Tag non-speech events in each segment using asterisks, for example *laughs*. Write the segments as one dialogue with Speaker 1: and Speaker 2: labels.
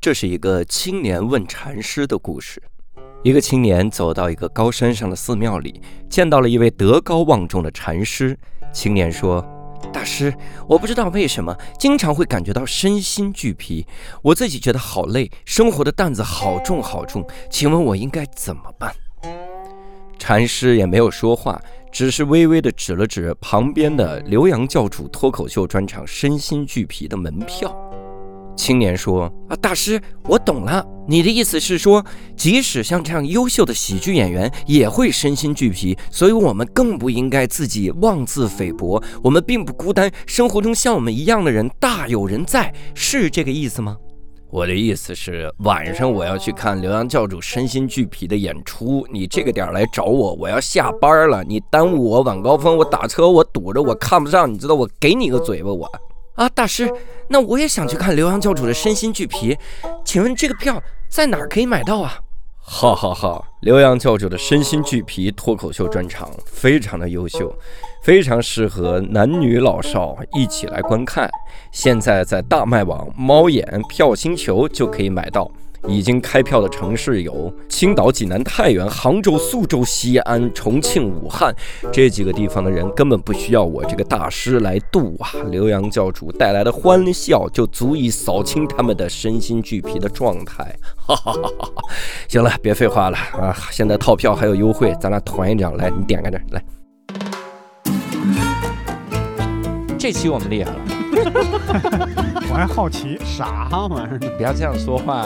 Speaker 1: 这是一个青年问禅师的故事。一个青年走到一个高山上的寺庙里，见到了一位德高望重的禅师。青年说：“大师，我不知道为什么经常会感觉到身心俱疲，我自己觉得好累，生活的担子好重好重，请问我应该怎么办？”禅师也没有说话，只是微微地指了指旁边的刘洋教主脱口秀专场《身心俱疲》的门票。青年说：“啊，大师，我懂了，你的意思是说，即使像这样优秀的喜剧演员也会身心俱疲，所以我们更不应该自己妄自菲薄。我们并不孤单，生活中像我们一样的人大有人在，是这个意思吗？”我的意思是，晚上我要去看刘洋教主身心俱疲的演出，你这个点儿来找我，我要下班了，你耽误我晚高峰，我打车，我堵着，我看不上，你知道，我给你个嘴巴，我啊，大师，那我也想去看刘洋教主的身心俱疲，请问这个票在哪儿可以买到啊？好好好，刘洋教主的身心俱疲脱口秀专场非常的优秀，非常适合男女老少一起来观看。现在在大麦网、猫眼、票星球就可以买到。已经开票的城市有青岛、济南、太原、杭州、苏州、西安、重庆、武汉这几个地方的人根本不需要我这个大师来度啊！刘洋教主带来的欢笑就足以扫清他们的身心俱疲的状态。哈哈哈哈哈！行了，别废话了啊！现在套票还有优惠，咱俩团一张来，你点开这儿来。这期我们厉害了，
Speaker 2: 我还好奇，
Speaker 3: 啥玩意儿？
Speaker 1: 不要这样说话、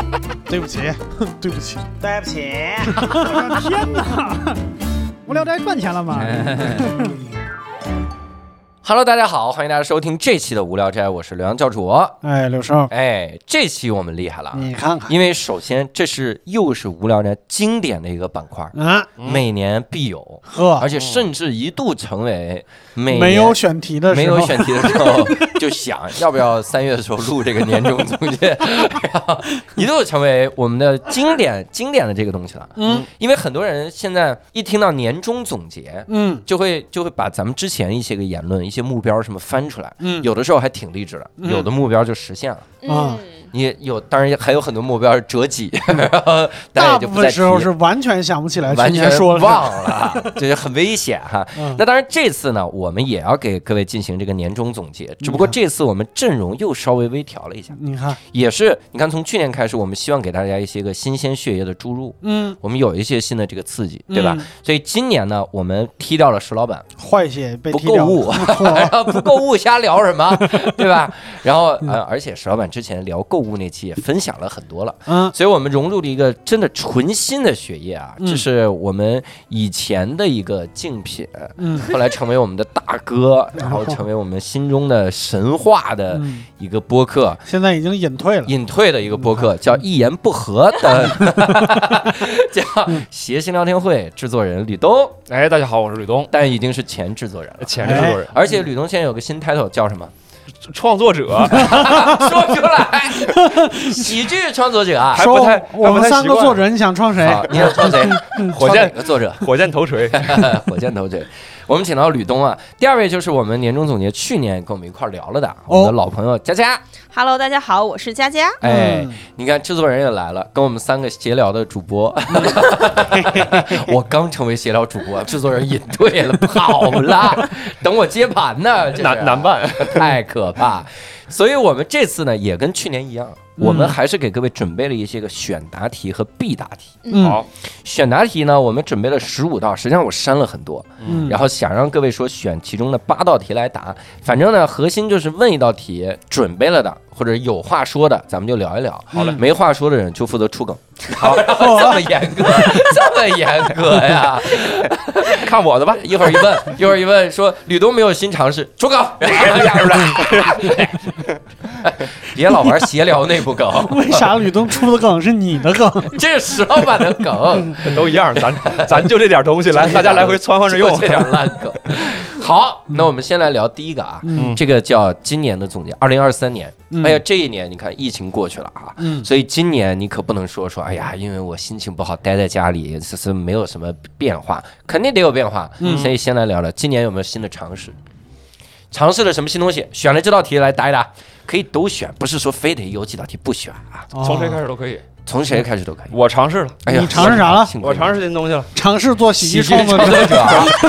Speaker 1: *laughs*
Speaker 2: 对不起， *laughs* 对不起，
Speaker 4: 对不起，
Speaker 2: 我的
Speaker 1: *laughs*
Speaker 2: 天哪！无聊斋赚钱了吗？
Speaker 1: 哎 Hello，大家好，欢迎大家收听这期的无聊斋，我是刘洋教主。
Speaker 2: 哎，柳生，
Speaker 1: 哎，这期我们厉害了啊，
Speaker 3: 你
Speaker 2: 嗯
Speaker 3: 看看，
Speaker 1: 因为首先这是又是无聊斋经典的一个板块，
Speaker 2: 啊，
Speaker 1: 每年必有，
Speaker 2: 呵
Speaker 1: 嗯而，且甚至一度成为每年
Speaker 2: 哦没有选题的时候，
Speaker 1: 没有选题的时候就
Speaker 2: *laughs*
Speaker 1: 想要不要三月的时候录这个年终总结，然后一度成为我们的经典经典的这个东西了。嗯，因为很多人现在一听到年终总结，
Speaker 2: 嗯，
Speaker 1: 就会就会把咱们之前一些个言论、一些目标什么翻出来。嗯，有的时候还挺励志的，
Speaker 2: 嗯
Speaker 1: 有的目标就实现了。
Speaker 2: 啊
Speaker 5: 嗯，
Speaker 1: 你有，当然也还有很多目标是折戟， *laughs* 然后大家
Speaker 2: 嗯大
Speaker 1: 也就
Speaker 2: 部
Speaker 1: 不再
Speaker 2: 分
Speaker 1: 提
Speaker 2: 时候是完全想不起来去
Speaker 1: 完
Speaker 2: 年
Speaker 1: 全
Speaker 2: 哎说了嗯什么
Speaker 1: 忘了，啊这就很危险哈。那当然，这次呢，我们也要给各位进行这个年终总结，只不
Speaker 2: 嗯
Speaker 1: 过这次我们阵容又稍微微调了一下，
Speaker 2: 你看，
Speaker 1: 也是你看，从去年开始，我们希望给大家一些个新鲜血液的注入，
Speaker 2: 嗯，
Speaker 1: 我们有一些新的这个刺激，对吧
Speaker 2: 嗯？
Speaker 1: 所以今年呢，我们踢掉了石老板，
Speaker 2: 坏血被
Speaker 1: 不
Speaker 2: 踢掉
Speaker 1: 购
Speaker 2: 了，
Speaker 1: 物，
Speaker 2: *laughs*
Speaker 1: 然后不购物瞎聊什么，对吧？然后呃，
Speaker 2: 嗯
Speaker 1: 而且石老板之前聊购物那期也分享了很多了。
Speaker 2: 嗯 *laughs*
Speaker 1: 所以我们融入了一个真的纯新的血液啊，
Speaker 2: 嗯
Speaker 1: 这是我们以前的一个竞品，
Speaker 2: 嗯
Speaker 1: 后来成为我们的大哥，然后成为我们心中的神话的
Speaker 2: 嗯，
Speaker 1: 一个播客。
Speaker 2: 现在已经隐退了，
Speaker 1: 隐退的一个播客叫“一言不合”的， *laughs* 叫谐星聊天会，制作人吕东，
Speaker 6: 哎，大家好，我是吕东，
Speaker 1: 但已经是前制作人了。
Speaker 6: 前制作人、
Speaker 1: 而且吕东现在有个新 title 叫什么？
Speaker 6: 创作者， *laughs*
Speaker 1: 说出来，喜剧创作者啊！
Speaker 6: 还
Speaker 2: 说
Speaker 6: 不太
Speaker 2: 我
Speaker 6: 还不
Speaker 2: 们
Speaker 6: 太
Speaker 2: 三
Speaker 6: 习
Speaker 2: 个
Speaker 6: 惯
Speaker 2: 作者，你想创谁？
Speaker 1: 好，你想创谁？
Speaker 6: 火
Speaker 1: 创哪
Speaker 6: 箭
Speaker 1: 个作者？
Speaker 6: 火箭头 *laughs* 锤，
Speaker 1: 火箭头这，我们请到吕东啊。第二位就是我们年终总结去年跟我们一块儿聊了的，我们的老朋友佳佳。
Speaker 5: Hello，大家好，我是佳佳。
Speaker 1: 哎
Speaker 2: 嗯，
Speaker 1: 你看制作人也来了，跟我们三个闲聊的主播。我刚成为闲聊主播，制作人隐退了，跑了，等我接盘呢，这是
Speaker 6: 难难办。
Speaker 1: 太可怕。所以我们这次呢，也跟去年一样。我们还是给各位准备了一些个选答题和必答题。
Speaker 2: 嗯
Speaker 6: 好，
Speaker 1: 选答题呢，我们准备了十五道，实际上我删了很多，
Speaker 2: 嗯
Speaker 1: 然后想让各位说选其中的八道题来答。反正呢，核心就是问一道题，准备了的或者有话说的，咱们就聊一聊。好了，没话说的人就负责出梗。好， *laughs* 这么严格，这么严格呀？ *laughs* 看我的吧，一会儿一 *laughs* 问，一会儿一问，说吕东没有新尝试，出梗。 *laughs* 别老玩闲聊内部梗，
Speaker 2: *laughs*
Speaker 1: *laughs*
Speaker 2: 为啥吕东出的梗是你的梗？
Speaker 1: 这是石老板的梗。
Speaker 6: 都一样，咱 *laughs* 咱就这啊点东西，来，大家来回穿换着用
Speaker 1: 就。这点烂梗。好，那我们先来聊第一个啊，
Speaker 2: 嗯
Speaker 1: 这个叫今年的总结，二零二三年。
Speaker 2: 嗯
Speaker 1: 哎呀，这一年你看疫情过去了啊。
Speaker 2: 嗯
Speaker 1: 所以今年你可不能说说，哎呀，因为我心情不好，待在家里是是没有什么变化，肯定得有变化。
Speaker 2: 嗯
Speaker 1: 所以先来聊聊今年有没有新的尝试，尝试了什么新东西？选了这道题来答一答。可以都选，不是说非得有几道题不选啊，
Speaker 6: *laughs* 从
Speaker 2: 哦
Speaker 6: 谁开始都可以。嗯
Speaker 1: 从谁开始都可以。
Speaker 6: 我尝试了，
Speaker 1: 哎呀，
Speaker 2: 你尝试啥了
Speaker 1: 幸亏
Speaker 6: 我尝试这东西了。
Speaker 2: 尝试做喜剧创作
Speaker 1: 创
Speaker 2: 者，
Speaker 1: 作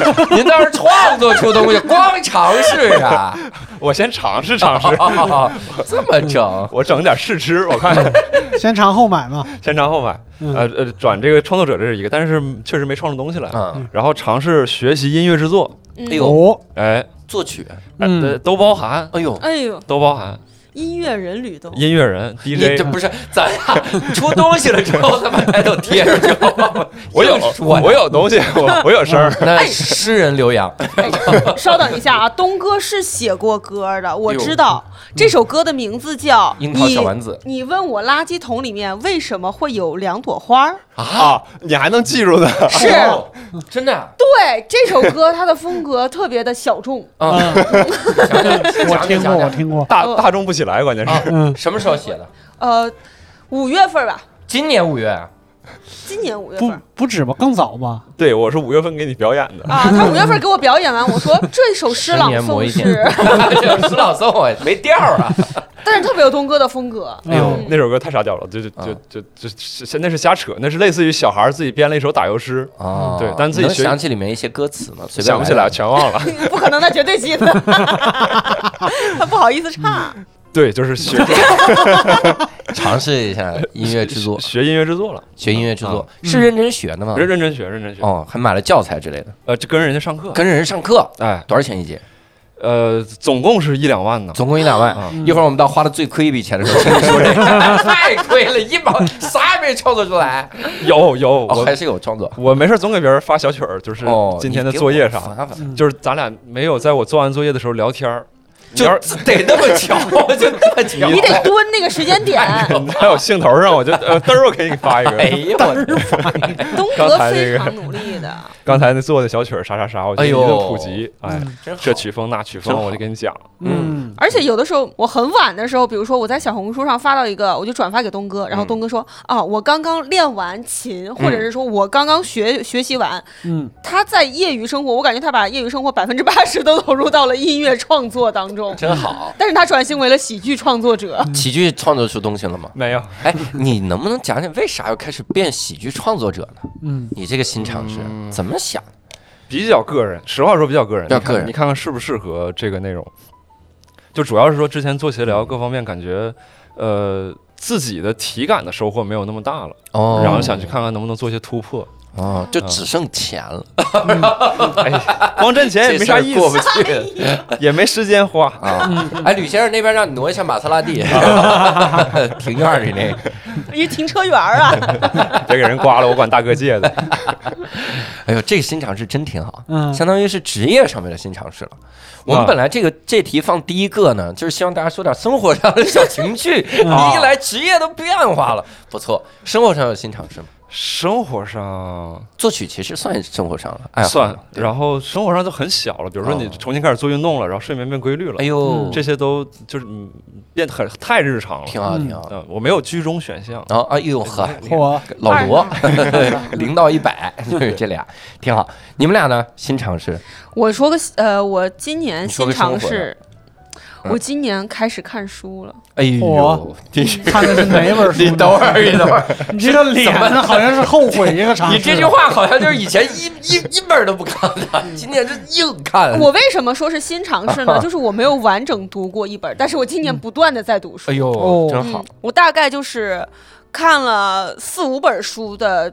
Speaker 1: 者， *laughs* 您倒是创作出东西，光尝试啊，
Speaker 6: 我先尝试尝 *laughs* 试，
Speaker 1: *laughs* 哦这么整，
Speaker 6: 我整点试吃，我 *laughs* 看
Speaker 2: 先尝后买嘛。
Speaker 6: 先尝后买。
Speaker 2: 嗯
Speaker 6: 呃呃，转这个创作者这是一个，但是确实没创出东西来。
Speaker 1: 嗯，
Speaker 6: 然后尝试学习音乐制作，
Speaker 5: 嗯
Speaker 1: 哎呦
Speaker 2: 哦，
Speaker 6: 哎，
Speaker 1: 作曲，
Speaker 6: 呃
Speaker 2: 嗯
Speaker 6: 都都包含，
Speaker 1: 哎呦。
Speaker 5: 哎呦，
Speaker 6: 都包含。
Speaker 5: 音乐人吕
Speaker 1: 哎
Speaker 5: 东，
Speaker 6: 音乐人
Speaker 1: 你
Speaker 6: DJ，
Speaker 1: 这不是咱俩出东西了之后，他把抬头贴上去，
Speaker 6: 我有
Speaker 1: 硬说
Speaker 6: 我有东西，我我有声儿。
Speaker 1: *laughs* 那诗人刘洋，
Speaker 5: 稍等一下啊，东哥是写过歌的，我
Speaker 1: 哎呦
Speaker 5: 知道这首歌的名字叫《
Speaker 1: 樱桃小丸
Speaker 5: 子》。
Speaker 1: 子
Speaker 5: 你问我垃圾桶里面为什么会有两朵花儿？
Speaker 6: 啊，你还能记住的？
Speaker 5: 是
Speaker 1: 哦真的啊
Speaker 5: 对这首歌，它的风格特别的小 *laughs* 众，
Speaker 1: 啊，
Speaker 2: 嗯，
Speaker 1: 讲讲
Speaker 2: 我听过，我
Speaker 1: 讲讲
Speaker 2: 听过。
Speaker 6: 大大众不起来，关键是。
Speaker 1: 啊，
Speaker 2: 嗯，
Speaker 1: 什么时候写的？
Speaker 5: 呃，五月份吧，
Speaker 1: 今年五月啊， *laughs*
Speaker 5: 今年五月
Speaker 2: 不
Speaker 5: 份。
Speaker 2: 不止吧，更早吧。
Speaker 6: 对，我是五月份给你表演的。
Speaker 5: 啊，他五月份给我表演完，我说这首诗
Speaker 1: 十
Speaker 5: 朗
Speaker 1: 年磨一
Speaker 5: 诵
Speaker 1: 剑
Speaker 5: 是，
Speaker 1: 这个诗朗诵我没调儿啊，
Speaker 5: *laughs* 但是特别有东哥的
Speaker 1: *laughs*
Speaker 5: 风格。
Speaker 1: 哎呦
Speaker 5: 嗯
Speaker 6: 那首歌太沙雕了，就就就
Speaker 1: 啊
Speaker 6: 就就就，那是瞎扯，那是类似于小孩儿自己编了一首打油诗，
Speaker 1: *laughs* 哦
Speaker 6: 嗯对但自己
Speaker 1: 能
Speaker 6: 学
Speaker 1: 想起里面一些歌词吗？随便
Speaker 6: 想不起来，
Speaker 1: 来，
Speaker 6: 全忘了。
Speaker 1: *laughs*
Speaker 5: 不可能，他绝对记得，他不好意思唱。
Speaker 6: 对，就是学，
Speaker 1: 尝试一下 *laughs* 音乐制作
Speaker 6: *laughs* 学音乐制作了，
Speaker 1: 学音乐制作
Speaker 6: 啊
Speaker 1: 是认真学的吗？
Speaker 6: 认认真学，认真学。
Speaker 1: 哦，还买了教材之类的，
Speaker 6: 呃，这跟人家上课，
Speaker 1: 跟着人上课，
Speaker 6: 哎，
Speaker 1: 多少钱一节？
Speaker 6: 呃，总共是一两万
Speaker 1: *laughs*
Speaker 6: 呢。
Speaker 1: 总共一两万。
Speaker 6: 啊，
Speaker 1: 一会儿我们到花的最亏一笔钱的时候，听你说这个，太亏了，一毛啥也没创作出来。
Speaker 6: 有有，
Speaker 1: 哦，
Speaker 6: 我
Speaker 1: 还是有创作。
Speaker 6: 我没事总给别人发小曲儿，就是
Speaker 1: 哦，
Speaker 6: 今天的
Speaker 1: 你给我
Speaker 6: 作业嗯啥，
Speaker 1: 烦
Speaker 2: 嗯
Speaker 1: 烦
Speaker 6: 就是咱俩没有在我做完作业的时候聊天儿。你
Speaker 1: 就
Speaker 6: 要是 *laughs*
Speaker 1: 得那么巧，就那么巧。
Speaker 5: 你得蹲那个时间点。
Speaker 6: 你还有兴头儿上，我就呃嘚儿，我给你发一
Speaker 1: *laughs* 哎
Speaker 6: 个。
Speaker 1: 呦我，
Speaker 5: 东哥非常努力的，
Speaker 6: 刚才那做的小曲儿啥啥啥，我就
Speaker 1: 哎
Speaker 6: 一
Speaker 1: 呦
Speaker 6: 顿普及，哎，
Speaker 2: 嗯
Speaker 1: 真好
Speaker 6: 这曲风那曲风，
Speaker 1: 真好
Speaker 6: 我就跟你讲。
Speaker 2: 嗯，
Speaker 5: 而且有的时候我很晚的时候，比如说我在小红书上发到一个，我就转发给东哥，
Speaker 1: 嗯
Speaker 5: 然后东哥说、啊，我刚刚练完琴，或者是说我刚刚学学习完。
Speaker 2: 嗯，
Speaker 5: 他在业余生活，我感觉他把业余生活百分之八十都投入到了音乐创作当中，
Speaker 1: 真好。
Speaker 5: 但是他转型为了喜剧创作者。
Speaker 1: 喜剧创作出东西了吗？
Speaker 6: 没有，
Speaker 1: 哎，你能不能讲讲为啥要开始变喜剧创作者呢？
Speaker 2: 嗯，
Speaker 1: 你这个新尝试怎么想？
Speaker 6: 比较个人，实话说比较个人，
Speaker 1: 比较
Speaker 6: 你看
Speaker 1: 个人
Speaker 6: 你看看适不适合这个内容。就主要是说之前做协调各方面感觉，呃，自己的体感的收获没有那么大了，
Speaker 1: 哦
Speaker 6: 然后想去看看能不能做一些突 *laughs* 破。
Speaker 1: 哦，就只剩钱了，
Speaker 6: 哎呀，光挣钱也没啥意
Speaker 1: 这事儿过不
Speaker 6: 思，
Speaker 1: 去
Speaker 6: *laughs* 也没时间花。
Speaker 1: 啊！哎，吕先生那边让你挪一下玛莎拉蒂， *laughs* 庭院里那个。
Speaker 5: 一停车员
Speaker 1: *laughs*
Speaker 5: 儿啊，
Speaker 6: 别给人刮了，我管大哥借的。
Speaker 1: 哎呦，这个新尝试真挺好，
Speaker 2: 嗯
Speaker 1: 相当于是职业上面的新尝试了。我们本来这个这题放第一个呢，就是希望大家说点生活上的小情
Speaker 2: *laughs*
Speaker 1: 趣。你
Speaker 2: 嗯
Speaker 1: 一来职业都变化了，不错。生活上有新尝试吗？
Speaker 6: 生活上
Speaker 1: 作曲其实算生活上了，哎，
Speaker 6: 算，然后生活上就很小了，比如说你
Speaker 1: 哦
Speaker 6: 重新开始做运动了，然后睡眠变规律了
Speaker 1: 哎，
Speaker 2: 嗯
Speaker 1: 呦，
Speaker 6: 这些都就是嗯变得很太日常了。
Speaker 1: 挺好，
Speaker 2: 嗯
Speaker 1: 挺好。
Speaker 6: 嗯，我没有居中选项。
Speaker 1: 然后哎呦呵，
Speaker 2: 嚯，
Speaker 1: 老罗 *laughs* 零到一百，就是这俩挺好。你们俩呢？新尝试
Speaker 5: 我说个呃，我今年
Speaker 1: 你说
Speaker 5: 新
Speaker 1: 个
Speaker 5: 尝
Speaker 1: 生活
Speaker 5: 试，
Speaker 1: 嗯
Speaker 5: 我今年开始看书了。
Speaker 1: 哎呦
Speaker 2: 嚯，
Speaker 1: 你
Speaker 2: 看的是哪本
Speaker 1: *laughs*
Speaker 2: 书？
Speaker 1: 你等会儿，你等会儿，
Speaker 2: 你这个脸呢，好像是后悔这个尝
Speaker 1: *laughs*
Speaker 2: 试。
Speaker 1: 你这句话好像啊就是嗯以前 *laughs* 一一一本儿都不看的，今天就硬看。
Speaker 5: 我为什么说是新尝
Speaker 1: *laughs*
Speaker 5: 试呢？就是我没有完整读过一本，但是我今年不断的在读书。
Speaker 1: 哎呦，
Speaker 2: 哦
Speaker 1: 真好
Speaker 5: 嗯，我大概就是看了四五本书的，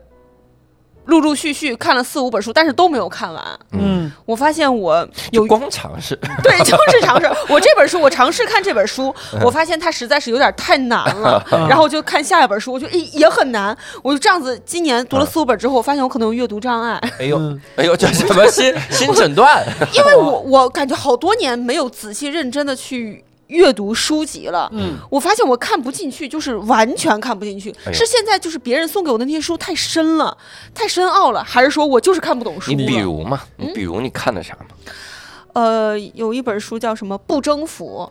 Speaker 5: 陆陆续续看了四五本书，但是都没有看完。
Speaker 2: 嗯，
Speaker 5: 我发现我有
Speaker 1: 就光尝试，
Speaker 5: 对， *laughs* 就是
Speaker 1: *laughs*
Speaker 5: 尝试。我这本书，我尝试看这本书，
Speaker 1: 嗯
Speaker 5: 我发现它实在是有点太难
Speaker 1: *laughs*
Speaker 5: 了，
Speaker 2: 嗯
Speaker 5: 然后我就看下一本书，我觉得诶也很难。我就这样子，今年
Speaker 1: 嗯
Speaker 5: 读了四五本之后，我发现我可能有阅读障碍，
Speaker 1: 哎呦，
Speaker 2: 嗯
Speaker 1: *laughs* 哎呦，这什 *laughs* 么新新诊断？
Speaker 5: 因为我我感觉好多年没有仔细认真的去。阅读书籍了，
Speaker 2: 嗯，
Speaker 5: 我发现我看不进去，就是完全看不进去。
Speaker 1: 哎呦
Speaker 5: 是现在就是别人送给我的那些书太深了，太深奥了，还是说我就是看不懂书
Speaker 1: 你比
Speaker 5: 了？
Speaker 1: 如嘛，嗯你比如你看的啥嘛？
Speaker 5: 呃，有一本书叫什么《不征服》，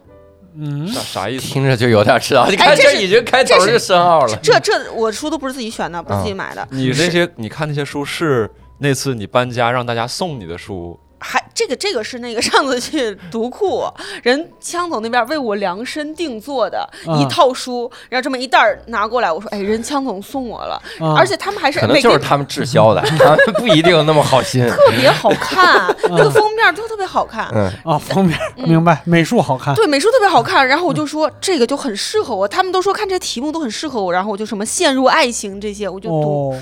Speaker 2: 嗯，
Speaker 6: 啥啥意思？
Speaker 1: *laughs* 听着就有点知道，你看
Speaker 5: 哎这
Speaker 1: 这
Speaker 5: 是
Speaker 1: 已经开头
Speaker 5: 这是
Speaker 1: 就深奥了。啊
Speaker 5: 这这我书都不是自己选的，不是自己买的，
Speaker 6: 你那些你看那些书是那次你搬家让大家送你的书
Speaker 5: 还这个这个是那个上次去独库人枪总那边为我量身定做的一
Speaker 2: 啊
Speaker 5: 套书，然后这么一袋儿拿过来，我说哎，人枪总送我了，
Speaker 2: 啊
Speaker 5: 而且他们还是
Speaker 1: 可能
Speaker 5: 每
Speaker 1: 就是
Speaker 5: 个
Speaker 1: 他们滞销 *laughs* 的，他们不一定那么好心。
Speaker 5: 特别好看，那个封面都特别好看。
Speaker 1: 嗯，
Speaker 2: 啊，封面明白，美术好看。
Speaker 5: 对，美术特别好看，然后我就说这个就很适合我，他们都说看这题目都很适合我，然后我就什么陷入爱情这些，我就读
Speaker 2: 哦，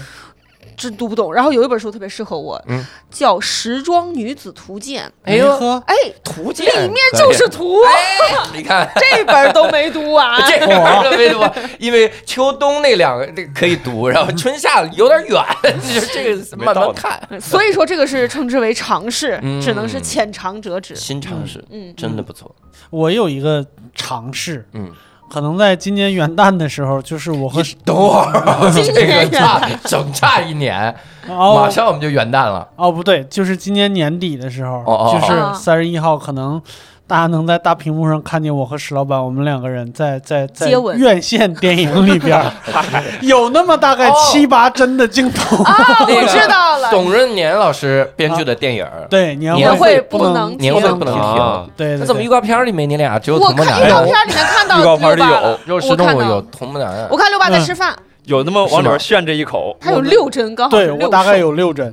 Speaker 5: 这读不懂。然后有一本书特别适合我，
Speaker 1: 嗯
Speaker 5: 叫《时装女子图鉴
Speaker 1: 哎呦，
Speaker 2: 呵》，
Speaker 5: 哎，
Speaker 1: 图鉴
Speaker 5: 里面就是图，
Speaker 1: 可以你看。。
Speaker 5: 这本儿都没读完
Speaker 1: 哎这个玩意儿为什么？因为秋冬那两个这个可以读，然 *laughs* 后春夏有点 *laughs* 远，就是这个慢慢看。
Speaker 5: 所以说这个是称之为尝试，
Speaker 1: 嗯
Speaker 5: 只能是浅尝辄止。
Speaker 1: 新尝试
Speaker 5: 嗯，
Speaker 1: 真的不错，
Speaker 2: 我有一个尝试，
Speaker 1: 嗯，
Speaker 2: 可能在今年元旦的时候，就是我和
Speaker 1: 你等会儿，啊
Speaker 5: 今
Speaker 1: 这
Speaker 5: 年
Speaker 1: 个差整差一年，
Speaker 2: 哦
Speaker 1: 马上我们就元旦了。
Speaker 2: 哦不对，就是今年年底的时候，
Speaker 1: 哦哦
Speaker 2: 就是
Speaker 5: 哦
Speaker 2: 三十一号，可能大家能在大屏幕上看见我和史老板，我们两个人在在在
Speaker 5: 接吻
Speaker 2: 院线电影里
Speaker 1: *laughs*
Speaker 2: 边儿，
Speaker 1: 哎
Speaker 2: 有那么大概
Speaker 1: 哦
Speaker 2: 七八帧的镜头。
Speaker 5: 啊，
Speaker 1: 那
Speaker 5: 我
Speaker 1: 个
Speaker 5: 知道了，
Speaker 1: 董润年老师编剧的电影，
Speaker 2: *laughs* 对，年
Speaker 1: 年
Speaker 5: 会
Speaker 2: 不
Speaker 5: 不
Speaker 2: 能
Speaker 5: 能
Speaker 1: 年会不能
Speaker 6: 啊
Speaker 1: 停。
Speaker 2: 对对
Speaker 1: 那怎么
Speaker 2: 对
Speaker 1: 预告片里没你俩，只有哎
Speaker 5: 我
Speaker 1: 童木
Speaker 5: 看
Speaker 1: 楠
Speaker 5: 预告
Speaker 1: 有
Speaker 5: 片里面看到
Speaker 6: 预告片
Speaker 5: 六
Speaker 6: 里
Speaker 5: 八
Speaker 6: 有
Speaker 5: 了，
Speaker 1: 有
Speaker 5: 我
Speaker 1: 石
Speaker 5: 看
Speaker 1: 动物
Speaker 5: 到
Speaker 1: 有
Speaker 5: 了
Speaker 1: 童木楠，
Speaker 5: 我看六八在
Speaker 2: 嗯
Speaker 5: 吃饭，
Speaker 6: 有那么往里
Speaker 1: 是吗
Speaker 6: 边炫这一口，
Speaker 5: 它有六帧，刚好是
Speaker 2: 对
Speaker 5: 六
Speaker 2: 我大概
Speaker 5: 帧
Speaker 2: 有六帧，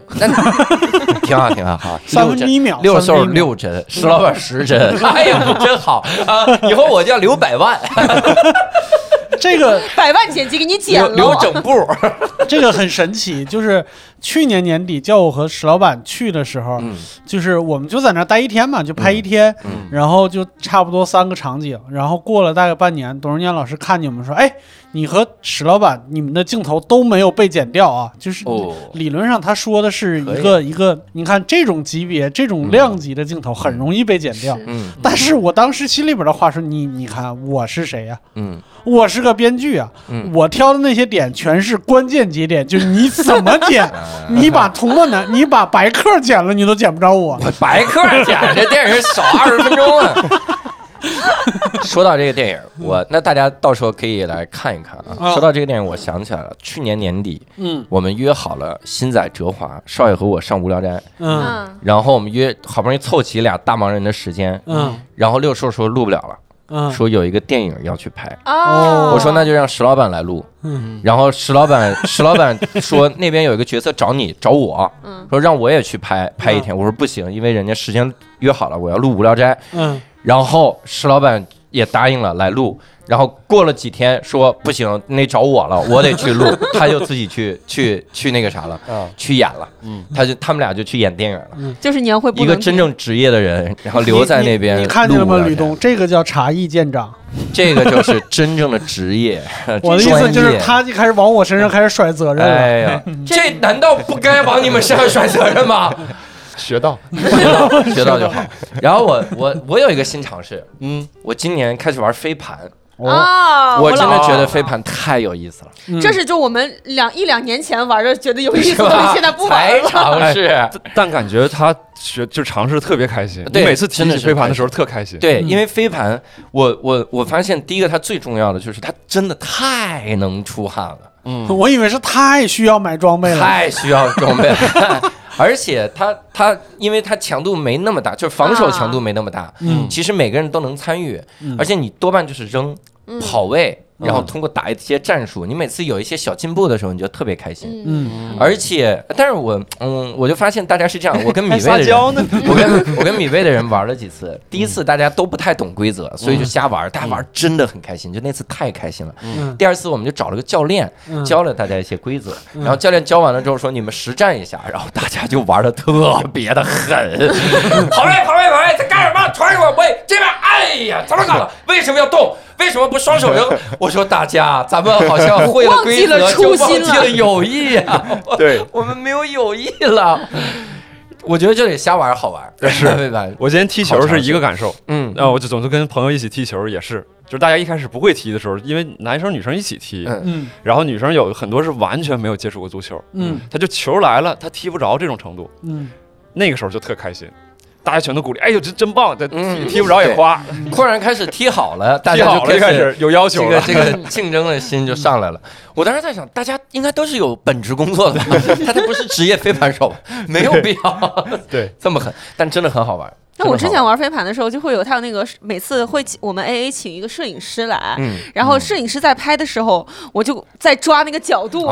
Speaker 1: 挺好挺好，好
Speaker 2: 三
Speaker 1: 六
Speaker 2: 分之
Speaker 1: 帧。
Speaker 2: 一秒，
Speaker 1: 六
Speaker 2: 三
Speaker 1: 兽
Speaker 2: 分之一秒
Speaker 1: 六针，石老板十针，哎呀，真好啊！以后我叫刘百万，
Speaker 2: 这个
Speaker 5: 百万剪辑给你剪
Speaker 1: 刘刘
Speaker 5: 了。
Speaker 1: 整部，
Speaker 2: 这个很神奇，就是去年年底叫我和史老板去的时候，
Speaker 1: 嗯
Speaker 2: 就是我们就在那儿待一天嘛，就拍一天，
Speaker 1: 嗯
Speaker 2: 然后就差不多三个场景，然后过了大概半年，董荣年老师看见我们说：“哎，你和史老板你们的镜头都没有被剪掉啊，就是。
Speaker 1: 哦，
Speaker 2: 理论上，他说的是
Speaker 1: 可以
Speaker 2: 一个一个，你看这种级别、这种量级的镜头很容易被剪掉。
Speaker 5: 是
Speaker 1: 嗯
Speaker 2: 但是我当时心里边的话说：“你你看，我是谁呀、啊
Speaker 1: 嗯
Speaker 2: 我是个编剧啊，
Speaker 1: 嗯
Speaker 2: 我挑的那些点全是关键节点，就你怎么
Speaker 1: *laughs*
Speaker 2: 剪，
Speaker 1: 哎
Speaker 2: 你把童梦男，你把白客剪了，你都剪不
Speaker 1: *laughs*
Speaker 2: 着我。
Speaker 1: 我白客讲这电影少二十分钟啊。说到这个电影，我那大家到时候可以来看一看啊。
Speaker 2: 啊
Speaker 1: 说到这个电影，我想起来了，去年年底
Speaker 2: 嗯
Speaker 1: 我们约好了新仔、哲华、少爷和我上无聊斋，
Speaker 2: 嗯
Speaker 5: 嗯，
Speaker 1: 然后我们约好不容易凑齐俩大忙人的时间，
Speaker 2: 嗯
Speaker 1: 然后六兽说录不了了，
Speaker 2: 嗯
Speaker 1: 说有一个电影要去拍，
Speaker 5: 哦，
Speaker 1: 我说那就让石老板来录，
Speaker 2: 嗯，
Speaker 1: 然后石老板石老板说那边有一个角色找你找我，
Speaker 5: 嗯
Speaker 1: 说让我也去拍拍一天，我说不行，因为人家时间约好了，我要录无聊斋，
Speaker 2: 嗯
Speaker 1: 然后石老板也答应了来录。然后过了几天，说不行，那找我了，我得去录，他就自己去去去那个啥了，
Speaker 6: 啊，
Speaker 1: 去演了。
Speaker 6: 嗯，
Speaker 1: 他就他们俩就去演电影了。
Speaker 5: 就是年会不
Speaker 1: 一
Speaker 5: 能
Speaker 1: 个真
Speaker 5: 停
Speaker 1: 正职业的人，然后留在那边
Speaker 2: 嗯你你你看见了
Speaker 1: 录
Speaker 2: 吗，
Speaker 1: 无聊
Speaker 2: 吕
Speaker 1: 斋
Speaker 2: 东？？这个叫茶艺见长。
Speaker 1: 这个就是真正的职业。
Speaker 2: *laughs* 我的意思就
Speaker 1: 专
Speaker 2: 是
Speaker 1: 业，
Speaker 2: 他就开始往我身上开始甩责任了。
Speaker 1: 哎 *laughs* 呀，这难道不该往你们身上甩责任吗？
Speaker 6: 学到
Speaker 1: *laughs* 学到学到就好。然后我我我有一个新尝试，嗯，我今年开始玩飞盘，
Speaker 2: 哦，
Speaker 5: 啊，
Speaker 1: 我真的
Speaker 5: 老
Speaker 1: 觉得
Speaker 5: 了
Speaker 1: 飞盘太有意思了，
Speaker 2: 嗯
Speaker 5: 这是就我们两一两年前玩的，觉得有意思
Speaker 1: 是
Speaker 5: 的东
Speaker 1: 吧
Speaker 5: 西，现在不玩
Speaker 1: 才
Speaker 5: 了。
Speaker 1: 尝试。
Speaker 6: 哎但感觉他学就尝试特别开心，
Speaker 1: 对
Speaker 6: 你每次提
Speaker 1: 真的
Speaker 6: 起
Speaker 1: 是
Speaker 6: 飞盘的时候特开心。
Speaker 1: 对，
Speaker 2: 嗯
Speaker 1: 因为飞盘，我我我发现第一个它最重要的就是它真的太能出汗了。
Speaker 6: 嗯，
Speaker 2: 我以为是太需要买装备了。
Speaker 1: 太需要装备
Speaker 2: *laughs*
Speaker 1: 了。而且它它，因为它强度没那么大，就是防守强度没那么大。
Speaker 2: 嗯
Speaker 1: 其实每个人都能参与，
Speaker 2: 嗯
Speaker 1: 而且你多半就是扔、跑位，然后通过打一些战术，你每次有一些小进步的时候，你就特别开心。
Speaker 5: 嗯，
Speaker 2: 嗯，
Speaker 1: 而且，但是我嗯，我就发现大家是这样，我跟米
Speaker 2: 还
Speaker 1: 未的
Speaker 2: 撒
Speaker 1: 人，
Speaker 2: 娇呢。
Speaker 1: *laughs* 我跟我跟米未的人玩了几次，第一次大家都不太懂规则，所以就瞎玩，大家玩真的很开心，就那次太开心了。
Speaker 2: 嗯
Speaker 1: 第二次我们就找了个教练，
Speaker 2: 嗯
Speaker 1: 教了大家一些规则，
Speaker 5: 嗯
Speaker 1: 然后教练教完了之后说你们实战一下，然后大家就玩的特别的狠， *laughs* 跑位跑位跑位，在干什么？传给我，喂，这边，哎呀，怎么搞了？为什么要动？为什么不双手扔？我说大家，咱们好像
Speaker 5: *laughs*
Speaker 1: 会了规则，
Speaker 5: 忘记
Speaker 1: 就
Speaker 5: 了初
Speaker 1: 忘
Speaker 5: 心
Speaker 1: 记
Speaker 5: 了
Speaker 1: 了友谊
Speaker 5: *laughs*
Speaker 1: 啊，
Speaker 6: 对，
Speaker 1: 我们没有友谊了。我觉得就得瞎玩好玩，是 *laughs* 对吧？
Speaker 6: 我今天踢球是一个感受，
Speaker 1: 嗯
Speaker 6: 啊，我就总是跟朋友一起踢球也是，就是大家一开始不会踢的时候，因为男生女生一起踢，
Speaker 1: 嗯
Speaker 2: 嗯
Speaker 6: 然后女生有很多是完全没有接触过足球，
Speaker 2: 嗯
Speaker 6: 她就球来了她踢不着这种程度，
Speaker 2: 嗯
Speaker 6: 那个时候就特开心。大家全都鼓励，哎呦，这真棒，这踢
Speaker 1: 嗯
Speaker 6: 踢不着也夸，
Speaker 1: 突然开始踢好了，大
Speaker 6: 踢
Speaker 1: 家
Speaker 6: 好
Speaker 1: 就
Speaker 6: 了
Speaker 1: 开
Speaker 6: 就开始有要
Speaker 1: 这
Speaker 6: 求
Speaker 1: 个
Speaker 6: *laughs* 了。
Speaker 1: 这个竞争的心就上来了。我当时在想，大家应该都是有本职工
Speaker 6: *laughs*
Speaker 1: 作的吧？他这不是职业飞盘手，没有必
Speaker 6: *laughs*
Speaker 1: 要
Speaker 6: 对，
Speaker 1: 这么狠，但真的很好玩。
Speaker 5: 那我之
Speaker 1: 真的
Speaker 5: 前
Speaker 1: 好玩，
Speaker 5: 玩飞盘的时候，就会有他有那个每次会请我们 A A 请一个摄影师来，
Speaker 1: 嗯，
Speaker 5: 然后摄影师在拍的时候，我就在抓那个角度，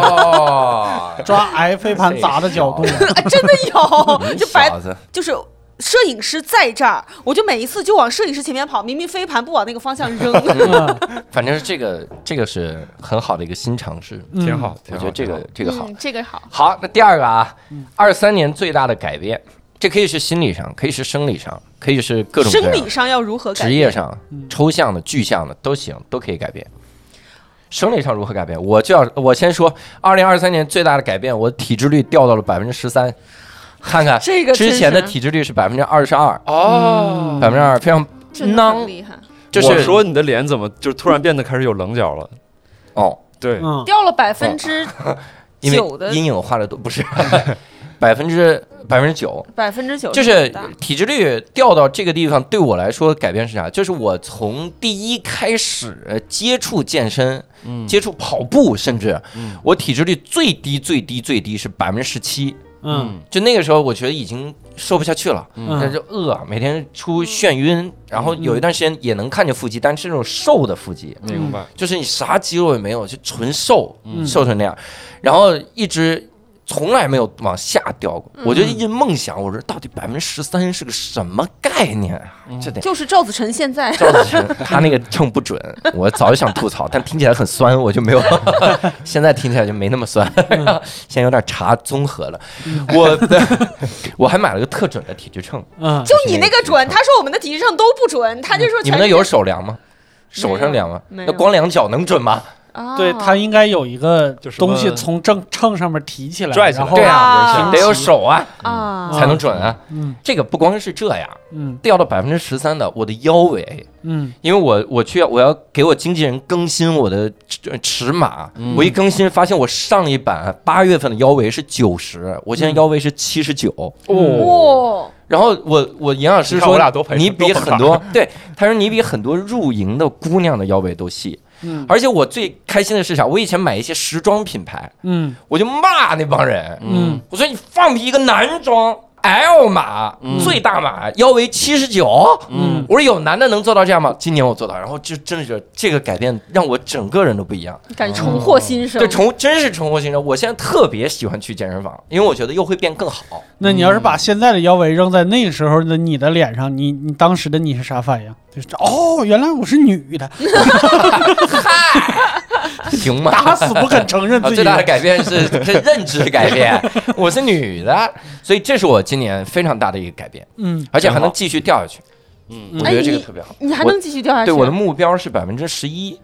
Speaker 1: 哦，
Speaker 2: 抓挨飞盘砸的角度，
Speaker 5: *laughs* 啊真的有，
Speaker 1: *laughs* 你
Speaker 5: *laughs* 就白 *laughs*
Speaker 1: 小子，
Speaker 5: 就是。摄影师在这儿，我就每一次就往摄影师前面跑，明明飞盘不往那个方向扔。
Speaker 2: 嗯
Speaker 1: 反正是这个这个是很好的一个新尝试，
Speaker 6: 挺好，，
Speaker 1: 我
Speaker 6: 挺
Speaker 1: 觉
Speaker 6: 好。
Speaker 1: 得这个 *laughs* 这个好。
Speaker 5: 嗯，这个好。
Speaker 1: 好，那第二个啊
Speaker 2: 嗯，
Speaker 1: 二三年最大的改变，这可以是心理上，可以是生理上，可以是各种各
Speaker 5: 生
Speaker 1: 样
Speaker 5: 理上要如何改
Speaker 1: 职
Speaker 5: 变？
Speaker 1: 业上
Speaker 2: 嗯
Speaker 1: 抽象的、具象的都行，都可以改变。生理上如何改变？我就要我先说，二零二三年最大的改变，我体脂率掉到了百分之十三，看看
Speaker 5: 这个嗯真
Speaker 1: 之
Speaker 5: 是
Speaker 1: 前的体脂率是百分之二十二，
Speaker 2: 嗯
Speaker 6: 哦，
Speaker 1: 百分之二非常
Speaker 5: 真的
Speaker 1: 囊
Speaker 5: 很厉害，
Speaker 1: 就是
Speaker 6: 我说你的脸怎么就突然变得开始有棱角了？
Speaker 1: 哦，
Speaker 6: 对，
Speaker 2: 嗯，
Speaker 5: 掉了百分之
Speaker 1: *laughs* 因
Speaker 5: 九
Speaker 1: 为
Speaker 5: 的
Speaker 1: 阴影画的多不
Speaker 5: *laughs*
Speaker 1: 是百分之百分之九，
Speaker 5: 百分之九，
Speaker 1: 就是体脂率掉到这个地方，对我来说改变是啥？就是我从第一开始接触健身，
Speaker 6: 嗯
Speaker 1: 接触跑步，甚至、
Speaker 6: 嗯
Speaker 1: 我体脂率最低最低最低是百分之十七，
Speaker 2: 嗯
Speaker 1: 就那个时候我觉得已经瘦不下去了，
Speaker 2: 嗯
Speaker 1: 那、就饿，每天出眩晕，然后有一段时间也能看见腹肌，但是那种瘦的腹肌，
Speaker 6: 明白。
Speaker 1: 就是你啥肌肉也没有，就纯瘦，
Speaker 2: 嗯
Speaker 1: 瘦成那样，然后一直从来没有往下掉
Speaker 5: 嗯
Speaker 1: 过。我就一直梦想，我说到底百分之十三是个什么概念啊？
Speaker 5: 嗯
Speaker 1: 这得
Speaker 5: 就是赵子晨现在
Speaker 1: 赵子晴他那个秤不
Speaker 5: *laughs*
Speaker 1: 准，我早就想吐槽，但听起来很酸，我就没有。 *laughs* 现在听起来就没那么酸，
Speaker 5: 嗯
Speaker 1: *laughs* 现在有点茶综合了。我的我还买了个特准的体脂秤，
Speaker 2: 嗯，
Speaker 5: 就你那个准，他说我们的体质上都不准，他就说
Speaker 1: 你
Speaker 5: 全
Speaker 1: 们那
Speaker 5: 是
Speaker 1: 有手量吗？手上
Speaker 5: 没有
Speaker 1: 量吗？
Speaker 5: 没
Speaker 1: 那
Speaker 5: 有
Speaker 1: 光量脚能准吗？
Speaker 5: 啊
Speaker 2: 对他应该有一个
Speaker 6: 就什么
Speaker 2: 东西从正秤上面提起来，
Speaker 6: 拽起来
Speaker 2: 然后
Speaker 1: 对
Speaker 5: 啊
Speaker 1: 得有手啊，
Speaker 5: 啊，
Speaker 1: 才能准啊。
Speaker 2: 嗯
Speaker 1: 这个不光是这样，
Speaker 2: 嗯
Speaker 1: 掉到百分之十三的我的腰围，
Speaker 2: 嗯
Speaker 1: 因为我我去我要给我经纪人更新我的尺尺码，
Speaker 6: 嗯
Speaker 1: 我一更新发现我上一版八月份的腰围是九十，我现在腰围是七十九。
Speaker 6: 哦，
Speaker 5: 哇，
Speaker 1: 然后我我营养师
Speaker 6: 你看
Speaker 1: 说，
Speaker 6: 我俩多陪
Speaker 1: 你
Speaker 6: 多
Speaker 1: 比
Speaker 6: 捧
Speaker 1: 很
Speaker 6: 场
Speaker 1: 多对，他说你比很多入营的姑娘的腰围都细。
Speaker 2: 嗯
Speaker 1: 而且我最开心的是啥？我以前买一些时装品牌，
Speaker 2: 嗯
Speaker 1: 我就骂那帮人，
Speaker 2: 嗯
Speaker 1: 我说你放屁一个男装 L 码、最大码，腰围七十九。
Speaker 2: 嗯
Speaker 1: 我说有男的能做到这样吗？今年我做到，然后就真的觉得这个改变让我整个人都不一样，
Speaker 5: 感觉重获新生，
Speaker 1: 对重真是重获新生。我现在特别喜欢去健身房，因为我觉得又会变更好。
Speaker 2: 那你要
Speaker 1: 嗯
Speaker 2: 是把现在的腰围扔在那个时候的你的脸上，你你当时的你是啥反应？就是哦，原来我是女的，
Speaker 1: 行吗？
Speaker 2: 打死不肯承啊认
Speaker 1: *laughs* 啊，
Speaker 2: 自己
Speaker 1: 最大的改变是是认知改变，我是女的，所以这是我今年非常大的一个改变，
Speaker 2: 嗯
Speaker 1: 而且还
Speaker 6: 挺
Speaker 1: 能
Speaker 6: 好
Speaker 1: 继续掉下去。嗯，我觉得这
Speaker 2: 哎
Speaker 1: 个特别好。
Speaker 5: 你还能继续掉下去？啊
Speaker 1: 对我的目标是百分之十一，